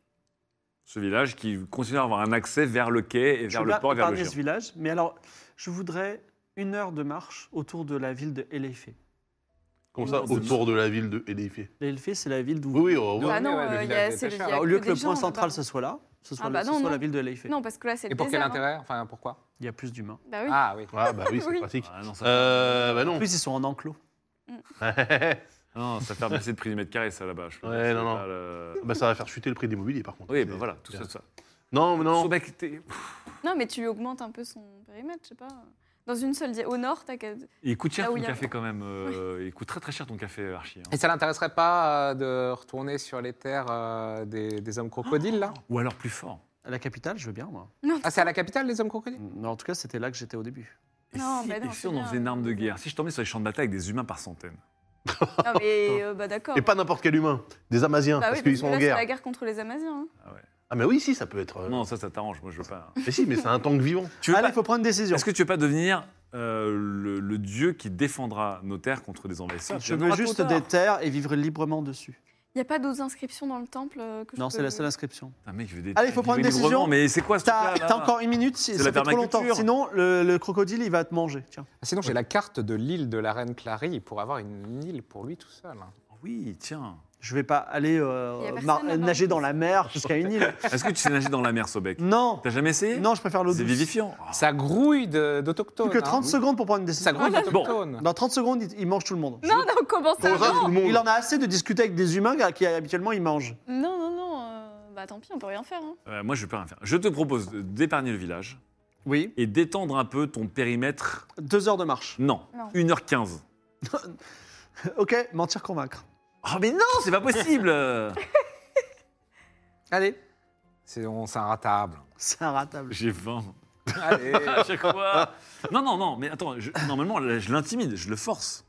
ce village qui continue à avoir un accès vers le quai et vers le port et vers le
ce
géant.
village. Mais alors, je voudrais une heure de marche autour de la ville de E. Elefé.
Comme ça,
Vous-
autour de la ville de Édéfié.
Elefé, E, c'est la ville d'où.
Oui, oh, oui, au revoir.
Bah non,
ouais, le
euh, il y
village
a-
des
c'est le
pêcheurs.
il y a
Alors, au lieu que le
des
point
gens
central
là-bas.
ce soit là, ce soit,
Ah bah
le- ce
non,
soit
non.
la ville de Elefé.
Non, parce que là, c'est le
Et pour quel
désert, hein.
intérêt Enfin, pourquoi
Il y a plus d'humains.
Bah oui.
Ah oui.
Ah, bah oui, c'est
Oui.
pratique.
Ah non, ça
Euh, bah
En
non.
plus, ils sont en enclos.
Non, ça fait baisser le prix du mètre carré, ça, là-bas. je pense.
Ouais, non,
C'est
non.
pas le-
bah, ça va faire chuter le prix des mobiliers, par contre.
Oui,
C'est-
ben voilà, tout ça, tout ça.
Non, mais non.
Sobacté.
Non, mais tu lui augmentes un peu son périmètre, je sais pas. Dans une seule. di- Au nord, t'as qu'à.
Il coûte cher
Là où
ton
il y a-
café quand même. euh, Il coûte très très cher ton café, Archie. hein.
Et ça l'intéresserait pas euh, de retourner sur les terres euh, des, des hommes crocodiles, là
Ou alors plus fort.
À la capitale, je veux bien, moi.
Ah, c'est à la capitale, les hommes crocodiles
Non, Mm. en tout cas, c'était là que j'étais au début.
Et
Non,
si,
bah
et
non,
si
c'est
on en
bien.
faisait une arme de guerre Si je tombais sur les champs de bataille avec des humains par centaines
Non, mais euh, bah d'accord.
Et pas n'importe quel humain. Des Amaziens,
Bah oui,
parce qu'ils sont
là,
en
c'est
guerre.
la guerre contre les Amaziens. hein.
Ah, mais oui, si, ça peut être. euh,
Non, ça, ça t'arrange. Moi, je veux pas.
Mais si, mais c'est un tank vivant.
Tu veux
Allez,
pas-
il faut prendre une décision.
Est-ce que tu veux pas devenir euh, le, le dieu qui défendra nos terres contre des envahisseurs
Je veux juste des terres et vivre librement dessus.
Il n'y a pas d'autres inscriptions dans le temple euh, que je
Non,
peux-
c'est la seule inscription.
Putain, mec, je veux des
Allez, faut prendre une
vivre
décision.
librement, Mais c'est quoi ce
T'as
truc-là là
t'as encore une minute, si-
C'est
ça
la
fait trop longtemps.
permaculture.
Sinon, le, le crocodile, il va te manger. Tiens.
Ah, Sinon, j'ai la carte de l'île de la reine Clary. Il pourrait avoir une île pour lui tout seul.
Ah.
hein.
Oui, tiens.
Je vais pas aller euh,
Il y a personne
mar-
là-bas,
nager
en
dans
plus.
la mer jusqu'à une île.
Est-ce que tu sais nager dans la mer, Sobek
Non,
T'as jamais essayé
non, je préfère l'eau
C'est
douce.
vivifiant. Oh.
Ça grouille de- d'autochtones.
Plus que
hein.
30 secondes pour prendre une décision.
Ça
Oh
grouille d'autochtones.
Dans 30 secondes, il, il mange tout le monde.
Non, non, comment ça
Comment ça, tout le monde
Il en a assez de discuter avec des humains qui habituellement ils mangent.
Non, non, non. euh, Bah tant pis, on peut rien faire. hein.
Euh, moi, je peux rien faire. Je te propose de- d'épargner le village
Oui.
et d'étendre un peu ton périmètre.
Deux heures de marche.
Non,
Non.
1h15.
Ok, mentir, convaincre.
Oh, mais non, c'est pas possible
Allez.
C'est on- c'est inratable.
C'est inratable.
J'ai faim.
Allez.
À chaque fois. Non, non, non, mais attends, je- normalement, là, je l'intimide, je le force.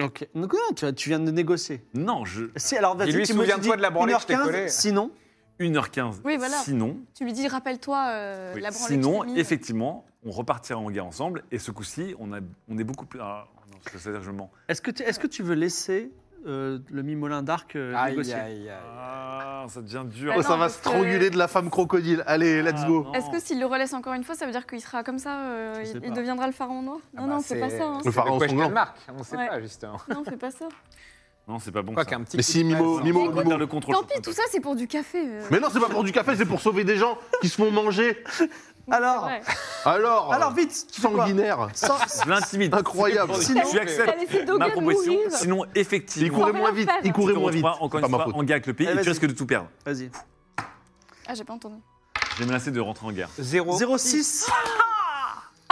Ok. Donc, non, tu, tu viens de négocier.
Non, je.
Si, alors vas-y,
lui,
tu me
souviens-toi
dis
de la branlée que je t'ai
1h15,
collée.
Sinon,
1h15.
Oui, voilà.
Sinon,
Tu lui dis, rappelle-toi euh,
oui,
la branlée. que je
sinon
t'ai mise.
effectivement, on repartira en guerre ensemble. Et ce coup-ci, on, a- on est beaucoup plus. Ah, non, c'est-à-dire, je mens.
est-ce que, tu- est-ce que tu veux laisser euh, le mimolin d'arc euh,
Aïe,
négocier
aïe, aïe.
Ah, ça devient dur.
Ah
Oh,
non,
ça va
parce
se
que-
stranguler de la femme crocodile. Allez, let's
Ah,
go.
non.
Est-ce que s'il le relaisse encore une fois, ça veut dire qu'il sera comme ça, euh,
Je sais
il,
pas.
il deviendra le pharaon noir
Ah
Non,
bah,
non, c'est pas ça. hein.
c'est le
pharaon
question
sanglant.
mark. On ne sait
Ouais.
pas, justement.
Non, fais pas ça.
Non, c'est pas bon.
Quoi
ça.
qu'un petit
Mais
coup
si,
de
Mimo,
presse, hein.
Mimo,
On va
Mimo.
faire le contrôle.
Tant pis, tout ça, c'est pour du café. euh.
Mais non, c'est pas pour du café, c'est pour sauver des gens qui se font manger.
Alors,
Ouais.
Alors,
Oh. alors vite, tu fais quoi
sanguinaire.
Sans-
Je l'intimide.
Incroyable.
Sinon-
tu
T'as
acceptes
laissé
ma
Dogan
proposition.
mourir.
Sinon,
Il
effectivement,
courait
rien
moins vite.
faire.
Il courait
tu
moins
te
vite.
retrouveras encore
C'est pas
une
ma
fois en
faute.
guerre avec le pays
Allez,
et tu
vas-y.
risques de tout perdre.
Vas-y.
Ah, j'ai pas entendu.
J'ai menacé de rentrer en guerre.
Zéro.
06.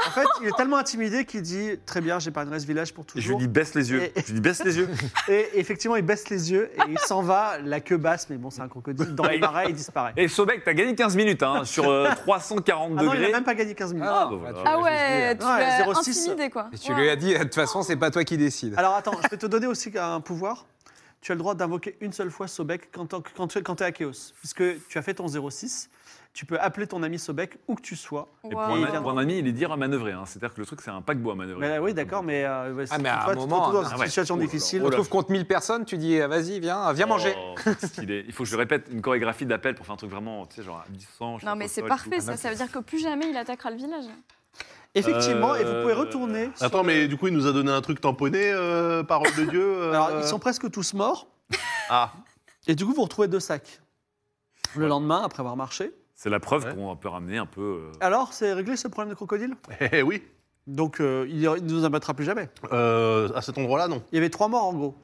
En fait, il est tellement intimidé qu'il dit Très bien, j'épargnerai ce village pour
Et je lui
toujours.
dis baisse les yeux.
Et-
Je lui dis baisse les yeux.
Et effectivement, il baisse les yeux et il s'en va, la queue basse, mais bon, c'est un crocodile, dans les marais, il disparaît.
Et Sobek, t'as gagné 15 minutes hein, sur euh, 340
Ah non, il n'a
degrés.
même pas gagné 15 minutes.
Ah,
bah voilà.
tu l'as
Ah
juste
ouais,
dit,
tu
Ouais,
l'as
06.
intimidé, quoi.
là. Et tu lui
Wow.
as dit, de toute façon, c'est pas toi qui décides.
Alors attends, je vais te donner aussi un pouvoir. Tu as le droit d'invoquer une seule fois Sobek quand, t'en- quand tu es à Chaos. Puisque tu as fait ton 06, tu peux appeler ton ami Sobek où que tu sois.
Et pour, un,
Wow.
il vient-
pour un ami, il est dire à manœuvrer. hein. C'est-à-dire que le truc, c'est un paquebot à manœuvrer.
Mais, oui, d'accord, mais, euh, ouais,
Ah,
si
mais à
toi, tu
un
te
moment,
retrouves dans
ah
une
ouais.
situation
Oh là là.
difficile.
On te trouve contre 1000 personnes, tu dis, eh, vas-y, viens, viens manger.
Oh, qu'est-ce qu'il est. Il faut que je répète une chorégraphie d'appel pour faire un truc vraiment, tu sais, genre à 10 ans. je
Non,
sais
mais
pas,
c'est
sol,
parfait,
tout.
ça. Ça veut dire que plus jamais il attaquera le village.
Effectivement, et vous pouvez
Euh,
retourner. sur
Attends,
le-
mais du coup, il nous a donné un truc tamponné, euh, parole de Dieu. euh,
Alors, ils sont presque tous morts.
Ah,
Et du coup, vous retrouvez deux sacs. Le lendemain, après avoir marché.
C'est la preuve
Ouais.
qu'on peut ramener un peu. euh,
Alors, c'est réglé ce problème de crocodile
eh, eh, oui.
Donc, euh, il ne nous abattra plus jamais.
Euh, à cet endroit-là, non.
Il y avait trois morts, en gros.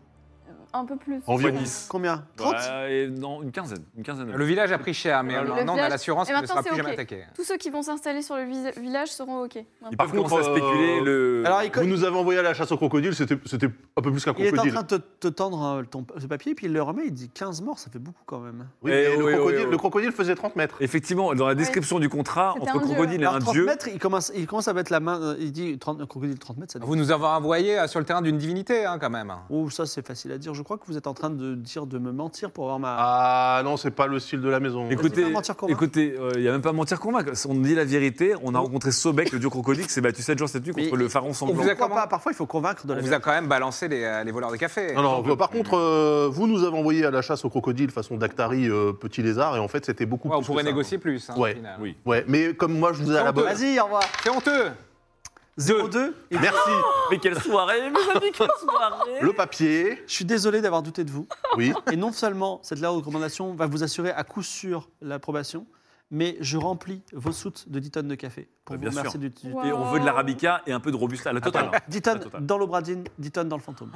Un peu plus.
Environ.
dix.
Combien 30
bah, et non, une quinzaine. Une quinzaine. de-
Le village a pris cher, mais
Le
maintenant on a
village-
l'assurance
Et
qu'il ne
maintenant,
sera
c'est
plus jamais
ok.
attaqué.
Tous ceux qui vont s'installer sur le vis- village seront OK.
Ils
Par
peuvent
contre,
commencer à
euh,
spéculer le.
Alors, il, co-
Vous nous avez envoyé à la chasse aux crocodiles, c'était c'était un peu plus qu'un
Ah, il est en
crocodile.
train de te, te tendre euh, ton, ce papier, puis il le remet, il dit 15 morts, ça fait beaucoup quand même.
Oui,
Eh,
mais
oui,
le,
oui,
crocodile,
oui.
le crocodile faisait 30 mètres.
Effectivement, dans la description du contrat,
C'était
entre
un dieu,
crocodile et
Alors,
un
30
dieu.
mètres, il commence, il commence à mettre la main, euh, il
Ah
dit 30, un crocodile 30 mètres, ça dit.
Vous nous avez envoyé euh, sur le terrain d'une divinité, hein, quand même.
Oh, ça c'est facile à dire, je crois que vous êtes en train de dire de me mentir pour avoir ma.
Ah non, c'est pas le style de la maison.
Vas-y,
Écoutez,
pas mentir convaincre.
écoutez, euh, il n'y a même pas à mentir convaincre. On dit la vérité. On a rencontré Sobek, le dieu crocodile, qui s'est battu 7 jours cette nuit contre
Mais-
le pharaon
vous
sanglant.
a
Pourquoi
comment-
pas Parfois, il faut convaincre de
On
la
vous a quand même balancé les, euh, les voleurs de café.
Non, non, euh, par contre, euh, vous nous avez envoyé à la chasse aux crocodiles façon Dactari, euh, petit lézard, et en fait, c'était beaucoup
Ouais, on
plus que
pourrait
ça.
négocier plus. hein,
Ouais.
au final.
Oui.
Ouais, mais comme moi, je vous ai à la bonne.
Vas-y, au revoir.
C'est honteux.
02. Et
Merci.
Mais quelle soirée
Mais quelle soirée
Le papier,
Je suis désolé d'avoir douté de vous.
oui.
Et non seulement cette la recommandation va vous assurer à coup sûr l'approbation, mais je remplis vos soutes de 10 tonnes de café pour
Ah,
vous
bien
remercier
sûr.
du- du-
Wow.
Et on veut de l'arabica et un peu de robusta, la
Ah,
totale. hein.
10
La
tonnes
totale.
dans l'Obradine, 10 tonnes dans le fantôme.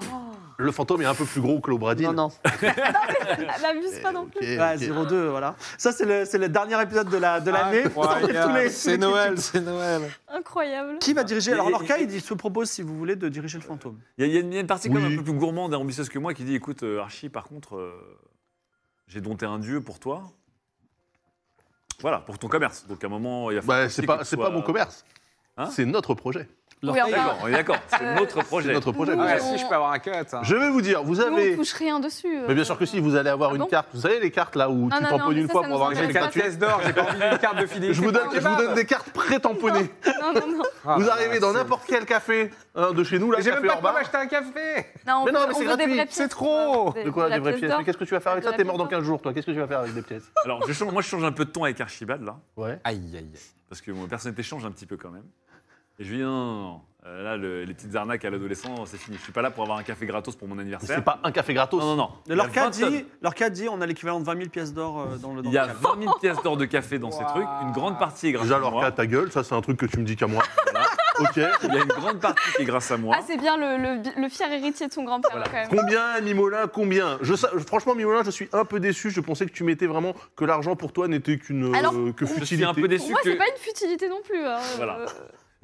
Le fantôme est un peu plus gros que l'obradine.
Non, non.
N'abuse Ah, pas non
Ok,
plus.
Ouais,
ok.
02, voilà. Ça, c'est le, c'est le dernier épisode de l'année. La,
Ah,
de l'année. Vous
Ah, Incroyable.
entendez tous les- tous
C'est
les
Noël,
critiques.
c'est Noël.
Incroyable.
Qui va diriger Alors,
Et-
Lorca, il se propose, si vous voulez, de diriger le fantôme.
Il y, a- il y a une- il y a une partie quand même
Oui.
un peu plus gourmande et ambitieuse que moi qui dit écoute, euh, Archie, par contre, euh, j'ai dompté un dieu pour toi. Voilà, pour ton commerce. Donc à un moment, il va falloir
Bah,
aussi
c'est
que
pas,
tu
c'est
sois-
pas mon commerce.
Hein
c'est notre projet.
Oui, enfin, Euh,
D'accord, on est d'accord. C'est notre projet.
C'est notre projet.
Oui,
Ah ouais,
on-
Si je peux avoir un cut. hein.
Je vais vous dire, vous
Nous, on
avez.
touche rien dessus. euh.
Mais bien sûr que si, vous allez avoir
Ah
une
bon
carte. Vous savez les cartes là où
Non,
tu
non, non,
tamponnes
mais
une
ça,
fois
ça
pour
nous
avoir une
intéresse
carte
J'ai
pas.
quatre pièces
gratuite
d'or, j'ai pas envie d'une carte de fidélité.
Je vous donne,
pour
je
un
vous donne
kebab.
des cartes pré-tamponnées.
Non, non, non.
Ah,
vous
bah,
arrivez
c'est-
dans n'importe quel café hein, de chez nous, là,
Mais J'ai même
café
pas de quoi
Orba.
m'acheter un café.
Non, on
Mais non,
veut-
mais
on
c'est
veut des
gratuit,
vraies pièces,
c'est trop.
des-
De quoi,
la
des vraies
pièce
pièces
d'or.
Mais qu'est-ce que tu vas faire avec
De
ça
la
T'es mort dans
pièce d'or.
15 jours, toi. Qu'est-ce que tu vas faire avec des pièces
Alors, je change- moi, je change un peu de ton avec Archibald, là,
Ouais.
Aïe, aïe, aïe.
parce que mon personnalité change un petit peu quand même. Et je lui dis non, non, non. Euh, là, le- les petites arnaques à l'adolescent, c'est fini. Je suis pas là pour avoir un café gratos pour mon
Mais
anniversaire.
C'est pas un café gratos.
Non, non, non. Il y a
Lorca
20 tonnes.
dit, Lorca dit on a l'équivalent de 20 000 pièces d'or euh, dans le dans
Il
le
y a
café.
20 000 pièces d'or de café dans ces
Waouh.
trucs. Une grande partie est grâce
Déjà,
à moi.
Lorca, ta gueule, ça, c'est un truc que tu me dis qu'à moi. ok.
Il y a une grande partie qui est grâce à moi.
Ah, c'est bien le, le- le fier héritier de son grand-père,
Voilà.
quand même.
Combien, Mimolin Combien je, sa- Franchement, Mimolin, je suis un peu déçu. Je pensais que tu mettais vraiment que l'argent pour toi n'était qu'une
Alors,
euh, que
je suis un peu
futilité.
déçu
Pour moi,
que
c'est pas une futilité non plus. hein.
Voilà.
Euh,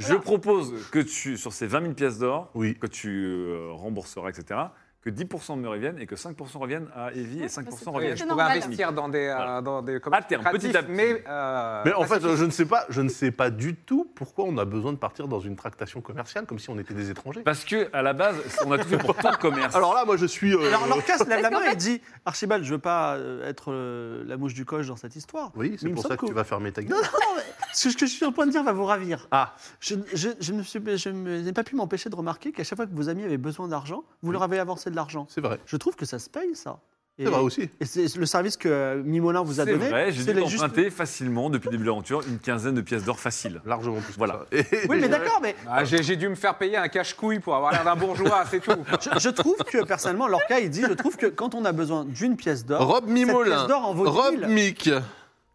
je propose que tu, sur ces 20 000 pièces d'or,
Oui.
que tu euh, rembourseras, etc., que 10% me reviennent et que 5% reviennent à Evie et
Ouais, bah,
5%
c'est
reviennent.
normal.
Je
C'est
pourrais
normal.
investir dans des, euh,
Voilà.
dans des commerces
À terme,
lucratifs,
petit à petit.
Mais, euh,
Mais en fait,
pacifiques.
je ne sais pas, je ne sais pas du tout pourquoi on a besoin de partir dans une tractation commerciale comme si on était des
Bah,
étrangers.
Parce que à la base, on a tout fait pour ton commerce.
Alors là, moi, je suis. euh,
Alors, Lorca se lève la
Parce
main
qu'en
et dit Archibald, je veux pas euh, être euh, la mouche du coche dans cette histoire.
oui,
Mais
c'est
il me
pour ça
semble
que, tu
que-
vas fermer ta
Non,
gueule.
non, mais ce que je suis sur le point de dire va vous ravir.
Ah.
Je, je, je ne suis- je me- je n'ai pas pu m'empêcher de remarquer qu'à chaque fois que vos amis avaient besoin d'argent, vous leur avez avancé de l'argent.
C'est vrai.
Je trouve que ça se paye, ça. Et,
C'est vrai aussi.
et c'est le service que Mimolin vous a
c'est
donné.
vrai, j'ai dû
les justes-
t'emprunter facilement depuis le début de l'aventure une quinzaine de pièces d'or facile.
Largement plus. que
Voilà.
ça. Et-
Oui, mais d'accord, mais
Ah, j'ai j'ai dû me faire payer un cache-couille pour avoir l'air d'un bourgeois, c'est tout.
je, je trouve que personnellement, Lorca, il dit je trouve que quand on a besoin d'une pièce d'or,
Rob
cette pièce
Mimolin.
d'or en vaut
Rob
1000.
Mick.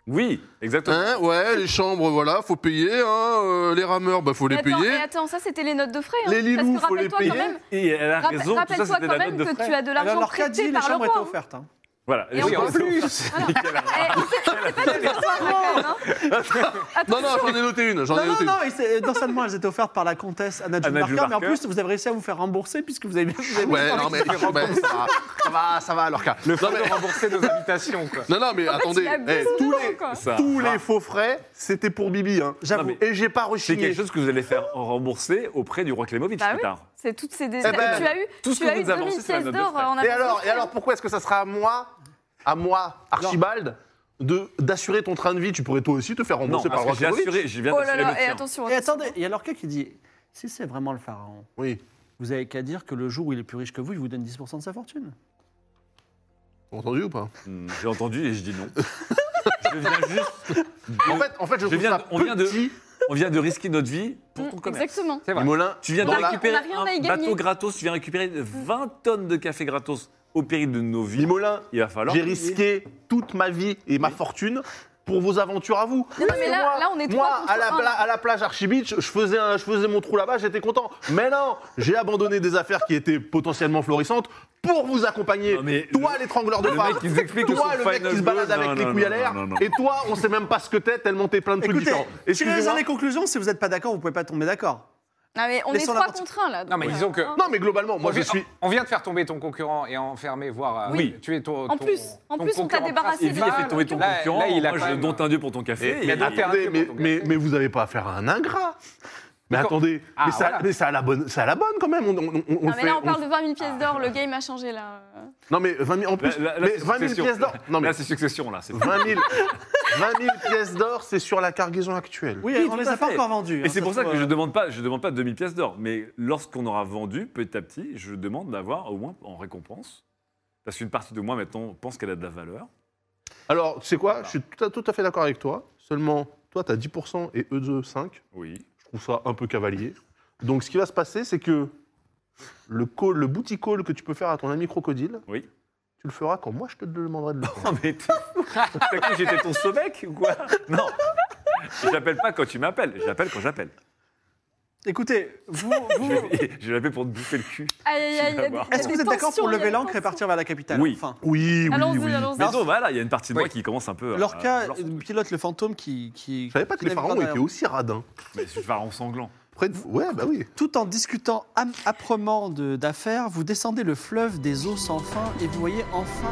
Oui, exactement.
Hein, ouais, les chambres, voilà, faut payer. hein, euh, les rameurs, bah, faut les
mais attends,
payer.
mais attends, ça, c'était les notes de frais. hein.
Les Lilous,
Parce que
faut les
rappelle-toi quand
payer.
même,
Et elle a
rappel-
raison, tout ça
rappelle-toi
c'était
quand
la note
même
de
que
frais.
tu as de l'argent
alors Lorca dit
prêté
les
par le
chambres étaient
roi. hein.
offertes. hein.
Voilà,
Et
les
Oui,
en
gens-
en plus.
Voilà. Eh, on sait- on sait pas de quoi on parle, quand même, hein.
Non, non, j'en ai noté une. J'en
Non,
ai
non,
noté une.
non, et c'est- non seulement elles étaient offertes par la comtesse Anna June
Anna
Barker,
June
mais en
Barker.
plus vous avez réussi à vous faire rembourser puisque vous avez vous avez
Ouais,
bien
non, mais ben, ça, va, ça va, ça va, Lorca.
Le fait de rembourser nos invitations, quoi.
Non, non, mais
En fait,
attendez.
il a
eh,
besoin
tous,
de
les,
nous, quoi.
Ça
tous
va.
les faux frais, c'était pour Bibi. Hein.
J'avoue.
Non, mais
Et j'ai pas
C'est
rechigné.
quelque chose que vous allez faire rembourser auprès du roi Clémovitch
Bah
plus
oui.
tard.
C'est toutes ces dés-
Eh ben,
tu as eu,
tout ce
tu
que
as
vous
eu
nous avancez,
2000
c'est la
pièces
note de
d'or
frais.
en avance.
Et alors, et alors pourquoi est-ce que ça sera à moi, à moi, Archibald, de d'assurer ton train de vie Tu pourrais toi aussi te faire
Non,
rembourser par
parce que
le roi
j'ai
Grégory.
assuré, j'ai bien
Oh là
assuré le
là, et
tien.
attention.
Et attendez, il y a Lorca qui dit si c'est vraiment le pharaon,
Oui,
vous avez qu'à dire que le jour où il est plus riche que vous, il vous donne 10% de sa fortune.
entendu ou pas
Hmm, J'ai entendu et je dis non. je viens juste.
En fait, en fait, je
Je
trouve
viens
ça
de- on vient de-
petit,
On vient de risquer notre vie pour
Mm,
ton commerce.
Exactement.
C'est vrai.
Molin.
Tu viens de
On a-
récupérer
on a rien à y
un
gagner.
bateau gratos, tu viens récupérer 20 tonnes de café gratos au péril de nos vies.
Mimolin,
Il va falloir.
j'ai risqué toute ma vie et ma fortune pour vos aventures à vous.
Non, non, mais là, là, on est
Moi,
trois contre
à la,
un,
pla-
là.
à la plage Archibitch, je faisais, un- je faisais mon trou là-bas, j'étais content. Mais non, j'ai abandonné des affaires qui étaient potentiellement florissantes pour vous accompagner.
Non, mais
toi, l'étrangleur de
Le mec,
femmes.
ils expliquent que
Toi,
son
le mec qui
final
se balade
goal, non,
avec les
non,
couilles à
non,
l'air.
non, non.
Et toi, on sait même pas ce que t'es, tellement t'es plein de trucs
Écoutez,
différents.
tirez
Excusez-moi.
dans les conclusions, si vous n'êtes pas d'accord, vous pouvez pas tomber d'accord.
Non, mais on est
Laissons la
trois
partie-
contre un là. donc,
Non, mais
voilà.
disons que-
Hein.
Non, mais globalement, moi,
on,
je
vient,
suis.
on vient de faire tomber ton concurrent et enfermer, voire euh,
Oui.
tuer ton.
En
ton-
plus, en
ton
plus, on t'a
concurrent
débarrassé Ah,
Evie
principal.
a fait tomber ton
Là-
concurrent.
là, il a
moi,
quand
je
même-
donte un dieu pour ton café.
Mais
et-
attends,
Attendez,
interdit,
mais,
mon
mais,
gars.
mais vous allez pas faire un ingrat. Mais
Quand-
attendez,
Ah,
mais, ça,
voilà.
mais ça a la bonne, ça a la bonne quand même. On, on- on- on
Non,
le
mais
fait-
là, on parle
on-
de 20 000 pièces d'or. Le game a changé, là.
Non mais 20 000 en plus.
Là- là- là,
mais
c'est
20 000
succession.
pièces d'or. Non mais
Là, c'est succession, là. c'est-
20 000, 20 000 pièces d'or, c'est sur la cargaison actuelle.
Oui,
Oui,
on
tout
les
à
a pas
fait.
encore vendus. hein,
Et c'est pour ça que je ne demande, pas- je demande pas 2000 pièces d'or. Mais lorsqu'on aura vendu, petit à petit, je demande d'avoir au moins en récompense. Parce qu'une partie de moi, maintenant, pense qu'elle a de la valeur.
Alors, tu sais quoi Je suis tout à, tout à fait d'accord avec toi. Seulement, toi, tu as 10% et eux, deux, 5.
Oui.
Je trouve ça un peu cavalier. Donc, ce qui va se passer, c'est que le, call, le booty call que tu peux faire à ton ami crocodile,
Oui.
tu le feras quand moi, je te le demanderai de le faire.
Non, mais t'es fou. T'as cru que j'étais ton sommeil ou quoi Non. Je l'appelle pas quand tu m'appelles. Je l'appelle quand j'appelle.
euh, Écoutez, vous, vous-
Je vais, je vais l'appeler pour te bouffer le cul.
Aïe, aïe,
Tu vas
aïe. il y a des-
voir.
il y a
est-ce que
des
vous êtes d'accord
tensions,
pour
il y a des
lever l'ancre et
tensions.
partir vers la capitale
Oui.
Enfin,
Oui, oui,
Allons-y,
oui.
allons-y.
Mais
Alors,
non, voilà, il y a une partie de moi
oui.
qui commence un peu à.
Lorca
à-
euh, pilote le fantôme qui. qui
Je savais pas que
qui
les
navigue
pharaons
dans la-
hein.
étaient aussi radins.
Mais je vais en sanglant.
Près de- Ouais, bah oui.
Tout en discutant am- âprement de- d'affaires, vous descendez le fleuve des eaux sans fin et vous voyez enfin.